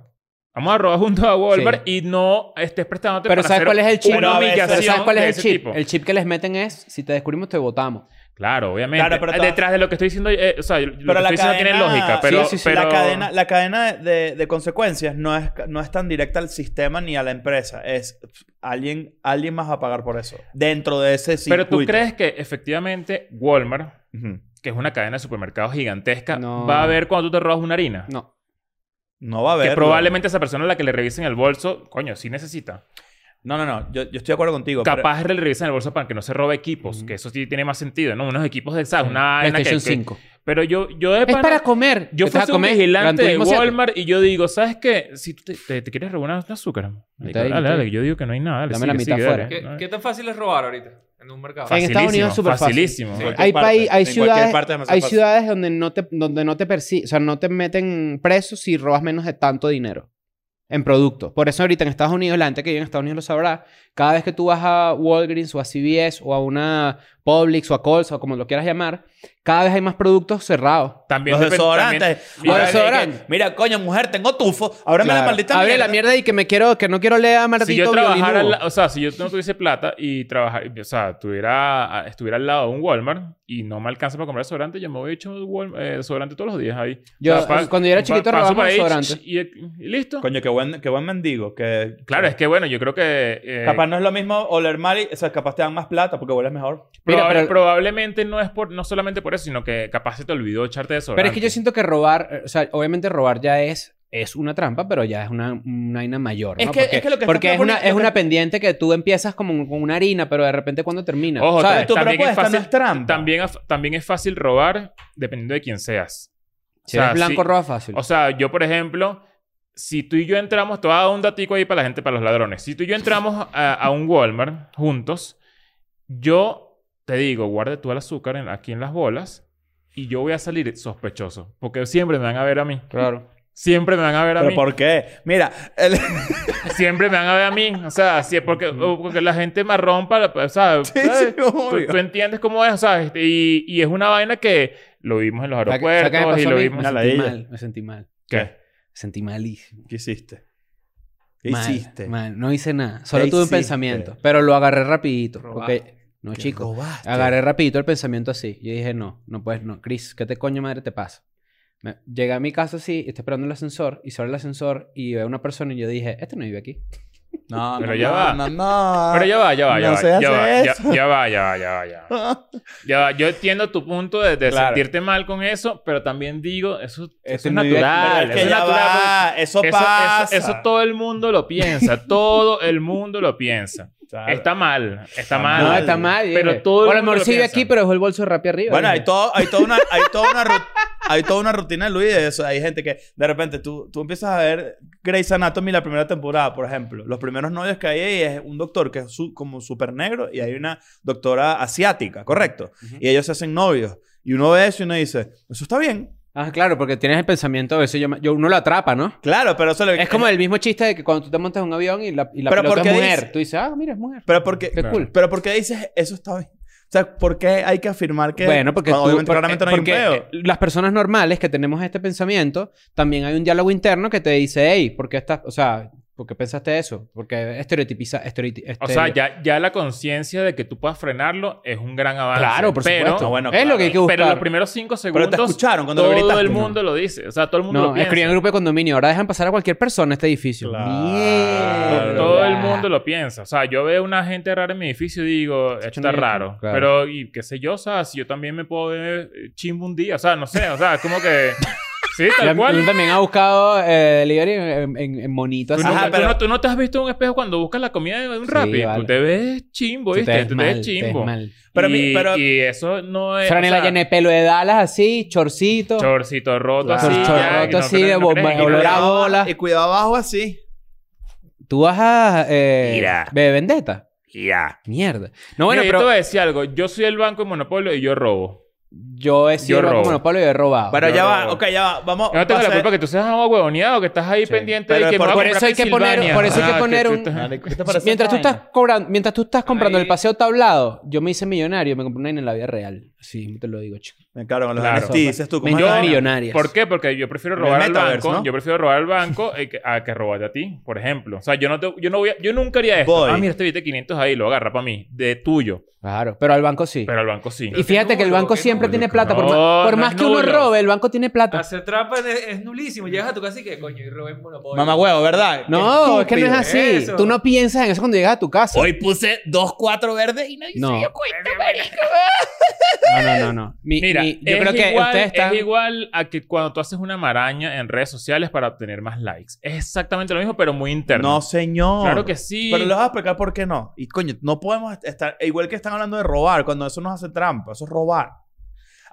[SPEAKER 1] Vamos a robar junto a Walmart y no estés prestándote
[SPEAKER 3] Pero
[SPEAKER 1] para
[SPEAKER 3] ¿sabes
[SPEAKER 1] hacer
[SPEAKER 3] cuál es el chip?
[SPEAKER 1] una
[SPEAKER 2] Pero a veces-
[SPEAKER 1] humillación
[SPEAKER 3] Pero ¿sabes cuál
[SPEAKER 1] de
[SPEAKER 3] es el
[SPEAKER 1] ese
[SPEAKER 3] chip?
[SPEAKER 1] tipo?
[SPEAKER 3] El chip que les meten es, si te descubrimos, te votamos.
[SPEAKER 1] Claro, obviamente.
[SPEAKER 2] Claro, pero
[SPEAKER 1] Ah,
[SPEAKER 2] está-
[SPEAKER 1] Detrás de lo que estoy diciendo, eh, o sea, lo que
[SPEAKER 2] Pero la
[SPEAKER 1] estoy diciendo tiene
[SPEAKER 2] cadena-
[SPEAKER 1] lógica,
[SPEAKER 2] sí,
[SPEAKER 1] pero...
[SPEAKER 3] sí, sí,
[SPEAKER 1] pero-
[SPEAKER 2] La cadena, la cadena de, de consecuencias no es, no es tan directa al sistema ni a la empresa. Es pf, alguien, alguien más va a pagar por eso. Dentro de ese
[SPEAKER 1] Pero
[SPEAKER 2] circuito.
[SPEAKER 1] tú crees que efectivamente Walmart,
[SPEAKER 2] Ujú.
[SPEAKER 1] que es una cadena de supermercados gigantesca,
[SPEAKER 3] No.
[SPEAKER 1] va a ver cuando tú te robas una harina.
[SPEAKER 3] No.
[SPEAKER 2] No va a haber.
[SPEAKER 1] Que probablemente esa persona a la que le revisen el bolso, coño, sí necesita.
[SPEAKER 2] No, no, no. Yo, yo estoy de acuerdo contigo. pero-
[SPEAKER 1] Capaz le revisan el bolso para que no se robe equipos, que eso sí tiene más sentido, ¿no? Unos equipos de, ¿sabes? Una vaina que-
[SPEAKER 3] Mm. PlayStation
[SPEAKER 1] que-
[SPEAKER 3] 5.
[SPEAKER 1] Pero yo, yo de
[SPEAKER 3] Es
[SPEAKER 1] pana-
[SPEAKER 3] para comer.
[SPEAKER 1] Yo
[SPEAKER 3] Estás
[SPEAKER 1] fuese
[SPEAKER 3] a
[SPEAKER 1] un
[SPEAKER 3] comer. Gran
[SPEAKER 1] vigilante de
[SPEAKER 3] Turismo siete.
[SPEAKER 1] Walmart y yo digo, ¿sabes qué? Si tú te, te- te quieres robar una- un azúcar, marico,
[SPEAKER 3] ahí,
[SPEAKER 1] dale,
[SPEAKER 3] mete ahí.
[SPEAKER 1] dale. Yo digo que no hay nada. Dale,
[SPEAKER 3] Dame la
[SPEAKER 1] sigue,
[SPEAKER 3] mitad
[SPEAKER 1] sigue, dale.
[SPEAKER 3] fuera.
[SPEAKER 5] ¿Qué,
[SPEAKER 1] No,
[SPEAKER 5] qué tan fácil es robar ahorita en un mercado?
[SPEAKER 3] En Estados Unidos es súper fácil.
[SPEAKER 1] Facilísimo.
[SPEAKER 5] Sí.
[SPEAKER 1] güey.
[SPEAKER 3] Hay,
[SPEAKER 2] parte,
[SPEAKER 3] paí- hay
[SPEAKER 2] en cualquier
[SPEAKER 3] ciudades,
[SPEAKER 2] parte es demasiado
[SPEAKER 3] hay
[SPEAKER 2] fácil.
[SPEAKER 3] ciudades donde no te, donde no te persi- o sea, no te meten preso si robas menos de tanto dinero en productos. Por eso ahorita en Estados Unidos, la gente que vive en Estados Unidos lo sabrá, cada vez que tú vas a Walgreens o a CVS o a una Publix o a Coles o como lo quieras llamar, cada vez hay más productos cerrados.
[SPEAKER 1] También
[SPEAKER 2] Los
[SPEAKER 1] depende- también-
[SPEAKER 2] desodorantes.
[SPEAKER 1] Mira, eh,
[SPEAKER 2] Ahora
[SPEAKER 3] Los
[SPEAKER 2] que-
[SPEAKER 3] desodorantes.
[SPEAKER 2] que- Mira, coño, mujer, tengo tufo. Ábreme la
[SPEAKER 3] Claro.
[SPEAKER 2] maldita
[SPEAKER 3] Abre la mierda y que me quiero que no quiero leer a
[SPEAKER 1] Si yo
[SPEAKER 3] Martito
[SPEAKER 1] trabajara, al
[SPEAKER 3] Violinudo.
[SPEAKER 1] la- o sea, si yo no tuviese plata y trabajara, o sea, tuviera, estuviera al lado de un Walmart y no me alcanza para comprar desodorante, yo me voy hecho Walmart, eh, desodorante todos los días ahí.
[SPEAKER 3] Yo,
[SPEAKER 1] O sea, pa-
[SPEAKER 3] cuando yo era
[SPEAKER 1] pa-
[SPEAKER 3] chiquito,
[SPEAKER 1] paso
[SPEAKER 3] robaba
[SPEAKER 1] por ahí,
[SPEAKER 3] desodorante.
[SPEAKER 1] ch- Y, y listo.
[SPEAKER 2] Coño, qué buen, qué buen mendigo. Que,
[SPEAKER 1] Claro, es que bueno, yo creo que... eh,
[SPEAKER 2] Capaz no es lo mismo oler mal y... O sea, capaz te dan más plata porque hueles mejor.
[SPEAKER 3] Mira,
[SPEAKER 1] Probable-
[SPEAKER 3] pero-
[SPEAKER 1] Probablemente no es por, no solamente por eso, sino que capaz se te olvidó echarte desodorante.
[SPEAKER 3] Pero es que yo siento que robar, eh, o sea, obviamente robar ya es, es una trampa, pero ya es una, una harina mayor. ¿no?
[SPEAKER 2] Es que-
[SPEAKER 3] porque
[SPEAKER 2] es que lo que
[SPEAKER 3] porque
[SPEAKER 2] está
[SPEAKER 3] es, una,
[SPEAKER 2] proponiendo-
[SPEAKER 3] es
[SPEAKER 2] lo que-
[SPEAKER 3] una pendiente que tú empiezas como con una harina, pero de repente cuando termina.
[SPEAKER 1] Ojo,
[SPEAKER 3] ¿sabes?
[SPEAKER 2] Tu
[SPEAKER 1] Ah, También es
[SPEAKER 2] propuesta
[SPEAKER 1] fácil-
[SPEAKER 2] no es trampa.
[SPEAKER 1] También, af- también es fácil robar dependiendo de quién seas.
[SPEAKER 3] Si
[SPEAKER 1] o sea,
[SPEAKER 3] eres blanco,
[SPEAKER 1] sí.
[SPEAKER 3] roba fácil.
[SPEAKER 1] O sea, yo, por ejemplo, si tú y yo entramos, te voy a dar un datico ahí para la gente, para los ladrones. Si tú y yo entramos a, a un Walmart juntos, yo te digo, guarda tú el azúcar en- aquí en las bolas y yo voy a salir sospechoso. Porque siempre me van a ver a mí.
[SPEAKER 3] claro.
[SPEAKER 1] [LAUGHS] Siempre me van a ver a
[SPEAKER 2] ¿Pero
[SPEAKER 1] mí.
[SPEAKER 2] por qué? Mira, el- [LAUGHS]
[SPEAKER 1] Siempre me van a ver a mí. O sea, sí, porque, o porque la gente marrón para... O sea,
[SPEAKER 2] Sí,
[SPEAKER 1] ¿sabes?
[SPEAKER 2] sí, obvio.
[SPEAKER 1] tú, tú entiendes cómo es, ¿sabes? Y, y es una vaina que lo vimos en los
[SPEAKER 3] ¿Sabes qué- sabes qué me
[SPEAKER 1] aeropuertos y
[SPEAKER 3] pasó a
[SPEAKER 1] lo
[SPEAKER 3] mí?
[SPEAKER 1] vimos...
[SPEAKER 3] Me
[SPEAKER 2] Una
[SPEAKER 3] sentí
[SPEAKER 2] ladilla.
[SPEAKER 3] mal, me sentí mal.
[SPEAKER 1] ¿Qué?
[SPEAKER 3] Me sentí malísimo.
[SPEAKER 2] ¿Qué hiciste? ¿Qué
[SPEAKER 3] Mal,
[SPEAKER 2] hiciste?
[SPEAKER 3] mal. No hice nada. Solo
[SPEAKER 2] ¿Qué
[SPEAKER 3] tuve un
[SPEAKER 2] hiciste?
[SPEAKER 3] pensamiento. Pero lo agarré rapidito.
[SPEAKER 5] Robaste.
[SPEAKER 3] porque- No,
[SPEAKER 2] ¿Qué
[SPEAKER 3] chicos.
[SPEAKER 2] robaste?
[SPEAKER 3] Agarré rapidito el pensamiento así. Yo dije, no, no puedes, no. Chris, ¿qué te coño madre te pasa? Me- llegué a mi casa así, y estoy esperando el ascensor, y se abre el ascensor, y veo a una persona, y yo dije, este no vive aquí.
[SPEAKER 2] No,
[SPEAKER 1] Pero
[SPEAKER 2] no,
[SPEAKER 1] ya
[SPEAKER 2] no,
[SPEAKER 1] va.
[SPEAKER 2] No, no.
[SPEAKER 1] Pero ya va, ya va, ya
[SPEAKER 2] No
[SPEAKER 1] va.
[SPEAKER 2] se
[SPEAKER 1] ya,
[SPEAKER 2] hace
[SPEAKER 1] va
[SPEAKER 2] eso.
[SPEAKER 1] ya, ya va, ya va, ya va, ya va. Ya va, Yo entiendo tu punto de, de
[SPEAKER 2] Claro.
[SPEAKER 1] sentirte mal con eso, pero también digo, eso, eso
[SPEAKER 3] Este
[SPEAKER 1] es
[SPEAKER 3] no vive aquí.
[SPEAKER 1] natural.
[SPEAKER 2] Pero es que
[SPEAKER 1] eso es
[SPEAKER 2] ya
[SPEAKER 1] natural, porque
[SPEAKER 2] va. Eso,
[SPEAKER 1] Eso,
[SPEAKER 2] pasa.
[SPEAKER 1] eso- eso todo el mundo lo piensa. todo el mundo lo piensa.
[SPEAKER 2] Claro.
[SPEAKER 1] Está mal. Está
[SPEAKER 2] mal.
[SPEAKER 1] mal.
[SPEAKER 3] No, está mal. yo
[SPEAKER 1] Ah, Pero
[SPEAKER 3] dije,
[SPEAKER 1] todo el
[SPEAKER 3] o a lo
[SPEAKER 1] mundo
[SPEAKER 3] mejor
[SPEAKER 1] lo
[SPEAKER 3] sí vive
[SPEAKER 1] piensa.
[SPEAKER 3] aquí, pero dejó el bolso de rapi arriba.
[SPEAKER 2] Bueno,
[SPEAKER 3] Dije,
[SPEAKER 2] hay, todo, hay, toda una, hay, toda una
[SPEAKER 3] [LAUGHS]
[SPEAKER 2] ru- hay toda una rutina de Luis de eso. Hay gente que de repente tú, tú empiezas a ver Grey's Anatomy la primera temporada, por ejemplo. Los primeros novios que hay ahí es un doctor que es su- como súper negro y hay una doctora asiática, ¿correcto? Y ellos se hacen novios. Y uno ve eso y uno dice, eso está bien.
[SPEAKER 3] Ah, claro, porque tienes el pensamiento de eso. Yo, me- yo- uno lo atrapa, ¿no?
[SPEAKER 2] Claro, pero eso le-
[SPEAKER 3] Es como el mismo chiste de que cuando tú te montas en un avión y la, y la
[SPEAKER 2] Pero
[SPEAKER 3] pilota
[SPEAKER 2] ¿por qué
[SPEAKER 3] es mujer.
[SPEAKER 2] dice-
[SPEAKER 3] Tú dices, ah, mira, es mujer.
[SPEAKER 2] Pero porque,
[SPEAKER 3] Qué cool.
[SPEAKER 2] pero porque dices, eso está bien. O sea, ¿por qué hay que afirmar que...
[SPEAKER 3] Bueno, porque,
[SPEAKER 2] Cuando
[SPEAKER 3] tú-
[SPEAKER 2] obviamente
[SPEAKER 3] por-
[SPEAKER 2] claramente no hay un
[SPEAKER 3] porque,
[SPEAKER 2] peo.
[SPEAKER 3] eh, las personas normales que tenemos este pensamiento, también hay un diálogo interno que te dice, hey, ¿por qué estás, o sea, por qué pensaste eso? Porque estereotipiza, estereoti-
[SPEAKER 1] O sea,
[SPEAKER 3] estere-
[SPEAKER 1] ya, ya la conciencia de que tú puedas frenarlo es un gran avance.
[SPEAKER 3] claro, por
[SPEAKER 1] pero,
[SPEAKER 3] supuesto.
[SPEAKER 2] No, bueno,
[SPEAKER 3] es lo que hay que buscar.
[SPEAKER 1] Pero los primeros cinco
[SPEAKER 2] Pero
[SPEAKER 1] segundos.
[SPEAKER 2] te escucharon cuando lo
[SPEAKER 1] todo
[SPEAKER 2] gritaste.
[SPEAKER 1] el mundo lo dice. O sea, todo el mundo lo
[SPEAKER 3] no,
[SPEAKER 1] piensa.
[SPEAKER 3] escribí en el grupo de condominio. Ahora dejan pasar a cualquier persona a este edificio.
[SPEAKER 2] Claro.
[SPEAKER 3] Mierda.
[SPEAKER 1] Todo el mundo lo piensa. O sea, yo veo una gente rara en mi edificio y digo, esto está
[SPEAKER 3] no es
[SPEAKER 1] raro.
[SPEAKER 3] esto, claro.
[SPEAKER 1] Pero, y qué sé yo, o sea, si yo también me puedo ver eh, chimbo un día. O sea, no sé, o sea, es como que.
[SPEAKER 3] [LAUGHS]
[SPEAKER 1] Sí,
[SPEAKER 3] La-
[SPEAKER 1] tal
[SPEAKER 3] Él
[SPEAKER 1] cual.
[SPEAKER 3] también ha buscado eh, delivery en, en- en monito
[SPEAKER 1] Tú,
[SPEAKER 3] así.
[SPEAKER 1] nunca-
[SPEAKER 2] Ajá,
[SPEAKER 1] tú
[SPEAKER 2] pero-
[SPEAKER 1] no, tú no te has visto en un espejo cuando buscas la comida de un
[SPEAKER 3] Sí,
[SPEAKER 1] Rappi.
[SPEAKER 3] vale.
[SPEAKER 1] Tú te ves chimbo,
[SPEAKER 3] Tú te
[SPEAKER 1] ¿viste?
[SPEAKER 3] ves
[SPEAKER 1] Tú te
[SPEAKER 3] mal,
[SPEAKER 1] ves
[SPEAKER 3] te ves
[SPEAKER 1] chimbo.
[SPEAKER 3] mal.
[SPEAKER 2] Pero
[SPEAKER 1] y,
[SPEAKER 2] mi- pero-
[SPEAKER 1] y eso no es.
[SPEAKER 3] Franela
[SPEAKER 1] o sea,
[SPEAKER 3] llena de pelo de Dallas así, chorcito.
[SPEAKER 1] Chorcito roto
[SPEAKER 2] Claro.
[SPEAKER 1] así.
[SPEAKER 2] Chorcito
[SPEAKER 1] ya,
[SPEAKER 3] roto
[SPEAKER 1] y
[SPEAKER 3] así de
[SPEAKER 1] crees-
[SPEAKER 3] bomba-
[SPEAKER 1] crees- y
[SPEAKER 3] olor a
[SPEAKER 1] crees-
[SPEAKER 2] abajo-
[SPEAKER 3] bola.
[SPEAKER 2] Y cuidado abajo así.
[SPEAKER 3] Tú vas a... Eh,
[SPEAKER 2] Mira.
[SPEAKER 3] Bebe Vendetta.
[SPEAKER 2] Ya.
[SPEAKER 3] Mierda. No, bueno,
[SPEAKER 1] Mira,
[SPEAKER 3] pero...
[SPEAKER 1] Yo te voy a decir algo. Yo soy el banco de Monopolio y yo robo.
[SPEAKER 3] Yo he sido
[SPEAKER 1] Yo
[SPEAKER 3] como
[SPEAKER 1] robo.
[SPEAKER 3] Monopolio y he robado.
[SPEAKER 2] Pero
[SPEAKER 1] Yo
[SPEAKER 2] ya
[SPEAKER 1] no-
[SPEAKER 2] va, ok, ya va. Vamos.
[SPEAKER 1] Yo no tengo
[SPEAKER 2] va a
[SPEAKER 1] la
[SPEAKER 2] ser-
[SPEAKER 1] culpa que tú seas agua huevoneado, que estás ahí pendiente
[SPEAKER 2] Pero
[SPEAKER 1] de que
[SPEAKER 2] por-
[SPEAKER 1] me voy a
[SPEAKER 2] por
[SPEAKER 1] comprar
[SPEAKER 3] eso hay que
[SPEAKER 1] Pensilvania. Ah,
[SPEAKER 3] poner- por eso hay que poner
[SPEAKER 1] tú
[SPEAKER 3] un-
[SPEAKER 1] estás-
[SPEAKER 2] Marico, ¿qué te
[SPEAKER 3] Si-
[SPEAKER 2] parece
[SPEAKER 3] mientras tú,
[SPEAKER 2] esa
[SPEAKER 3] estás cobrando, mientras tú estás comprando
[SPEAKER 5] Ahí-
[SPEAKER 3] el paseo tablado, yo me hice millonario y me compré una vaina en la vida real. Sí, te lo digo, chico.
[SPEAKER 2] Me Claro, con los
[SPEAKER 1] Claro.
[SPEAKER 2] NFT, dices tú. ¿cómo
[SPEAKER 3] Yo-
[SPEAKER 2] es la vaina?
[SPEAKER 3] millonarias.
[SPEAKER 1] ¿Por qué? Porque yo prefiero
[SPEAKER 2] En
[SPEAKER 1] robar
[SPEAKER 2] el
[SPEAKER 1] al
[SPEAKER 2] metaverse,
[SPEAKER 1] banco.
[SPEAKER 2] ¿no?
[SPEAKER 1] Yo prefiero robar al banco y que- a que robarte a ti, por ejemplo. O sea, yo no te- yo no voy a- yo nunca haría esto.
[SPEAKER 2] Voy.
[SPEAKER 1] Ah, mira, este billete 500 ahí, lo agarra para mí, de tuyo.
[SPEAKER 3] Claro, pero al banco sí.
[SPEAKER 1] Pero al banco sí.
[SPEAKER 3] y fíjate que el
[SPEAKER 5] nulo,
[SPEAKER 3] banco
[SPEAKER 5] qué
[SPEAKER 3] siempre
[SPEAKER 5] nulo,
[SPEAKER 3] tiene
[SPEAKER 5] qué
[SPEAKER 3] plata. Por,
[SPEAKER 1] nulo.
[SPEAKER 3] más,
[SPEAKER 1] No,
[SPEAKER 3] por
[SPEAKER 1] no
[SPEAKER 3] más
[SPEAKER 1] es
[SPEAKER 3] que uno
[SPEAKER 1] nulo.
[SPEAKER 3] robe, el banco tiene plata.
[SPEAKER 5] Hacer trampa es, es nulísimo. Llegas a tu casa y que, coño, y robé un monopolio.
[SPEAKER 2] Mamá huevo, ¿verdad?
[SPEAKER 3] No, es que no es así.
[SPEAKER 5] estúpido. Eso.
[SPEAKER 3] Tú no piensas en eso cuando llegas a tu casa.
[SPEAKER 2] Hoy puse 2-4 verdes y nadie
[SPEAKER 3] No.
[SPEAKER 2] se dio cuenta.
[SPEAKER 3] No, no, no, no. Mi-
[SPEAKER 1] Mira,
[SPEAKER 3] mi- yo
[SPEAKER 1] es
[SPEAKER 3] creo que
[SPEAKER 1] igual,
[SPEAKER 3] ustedes están.
[SPEAKER 1] es igual a que cuando tú haces una maraña en redes sociales para obtener más likes. Es exactamente lo mismo, pero muy interno.
[SPEAKER 2] No, señor.
[SPEAKER 1] Claro que sí.
[SPEAKER 2] Pero les vas a explicar por qué no. Y coño, no podemos estar. Igual que están hablando de robar, cuando eso nos hace trampa, eso es robar.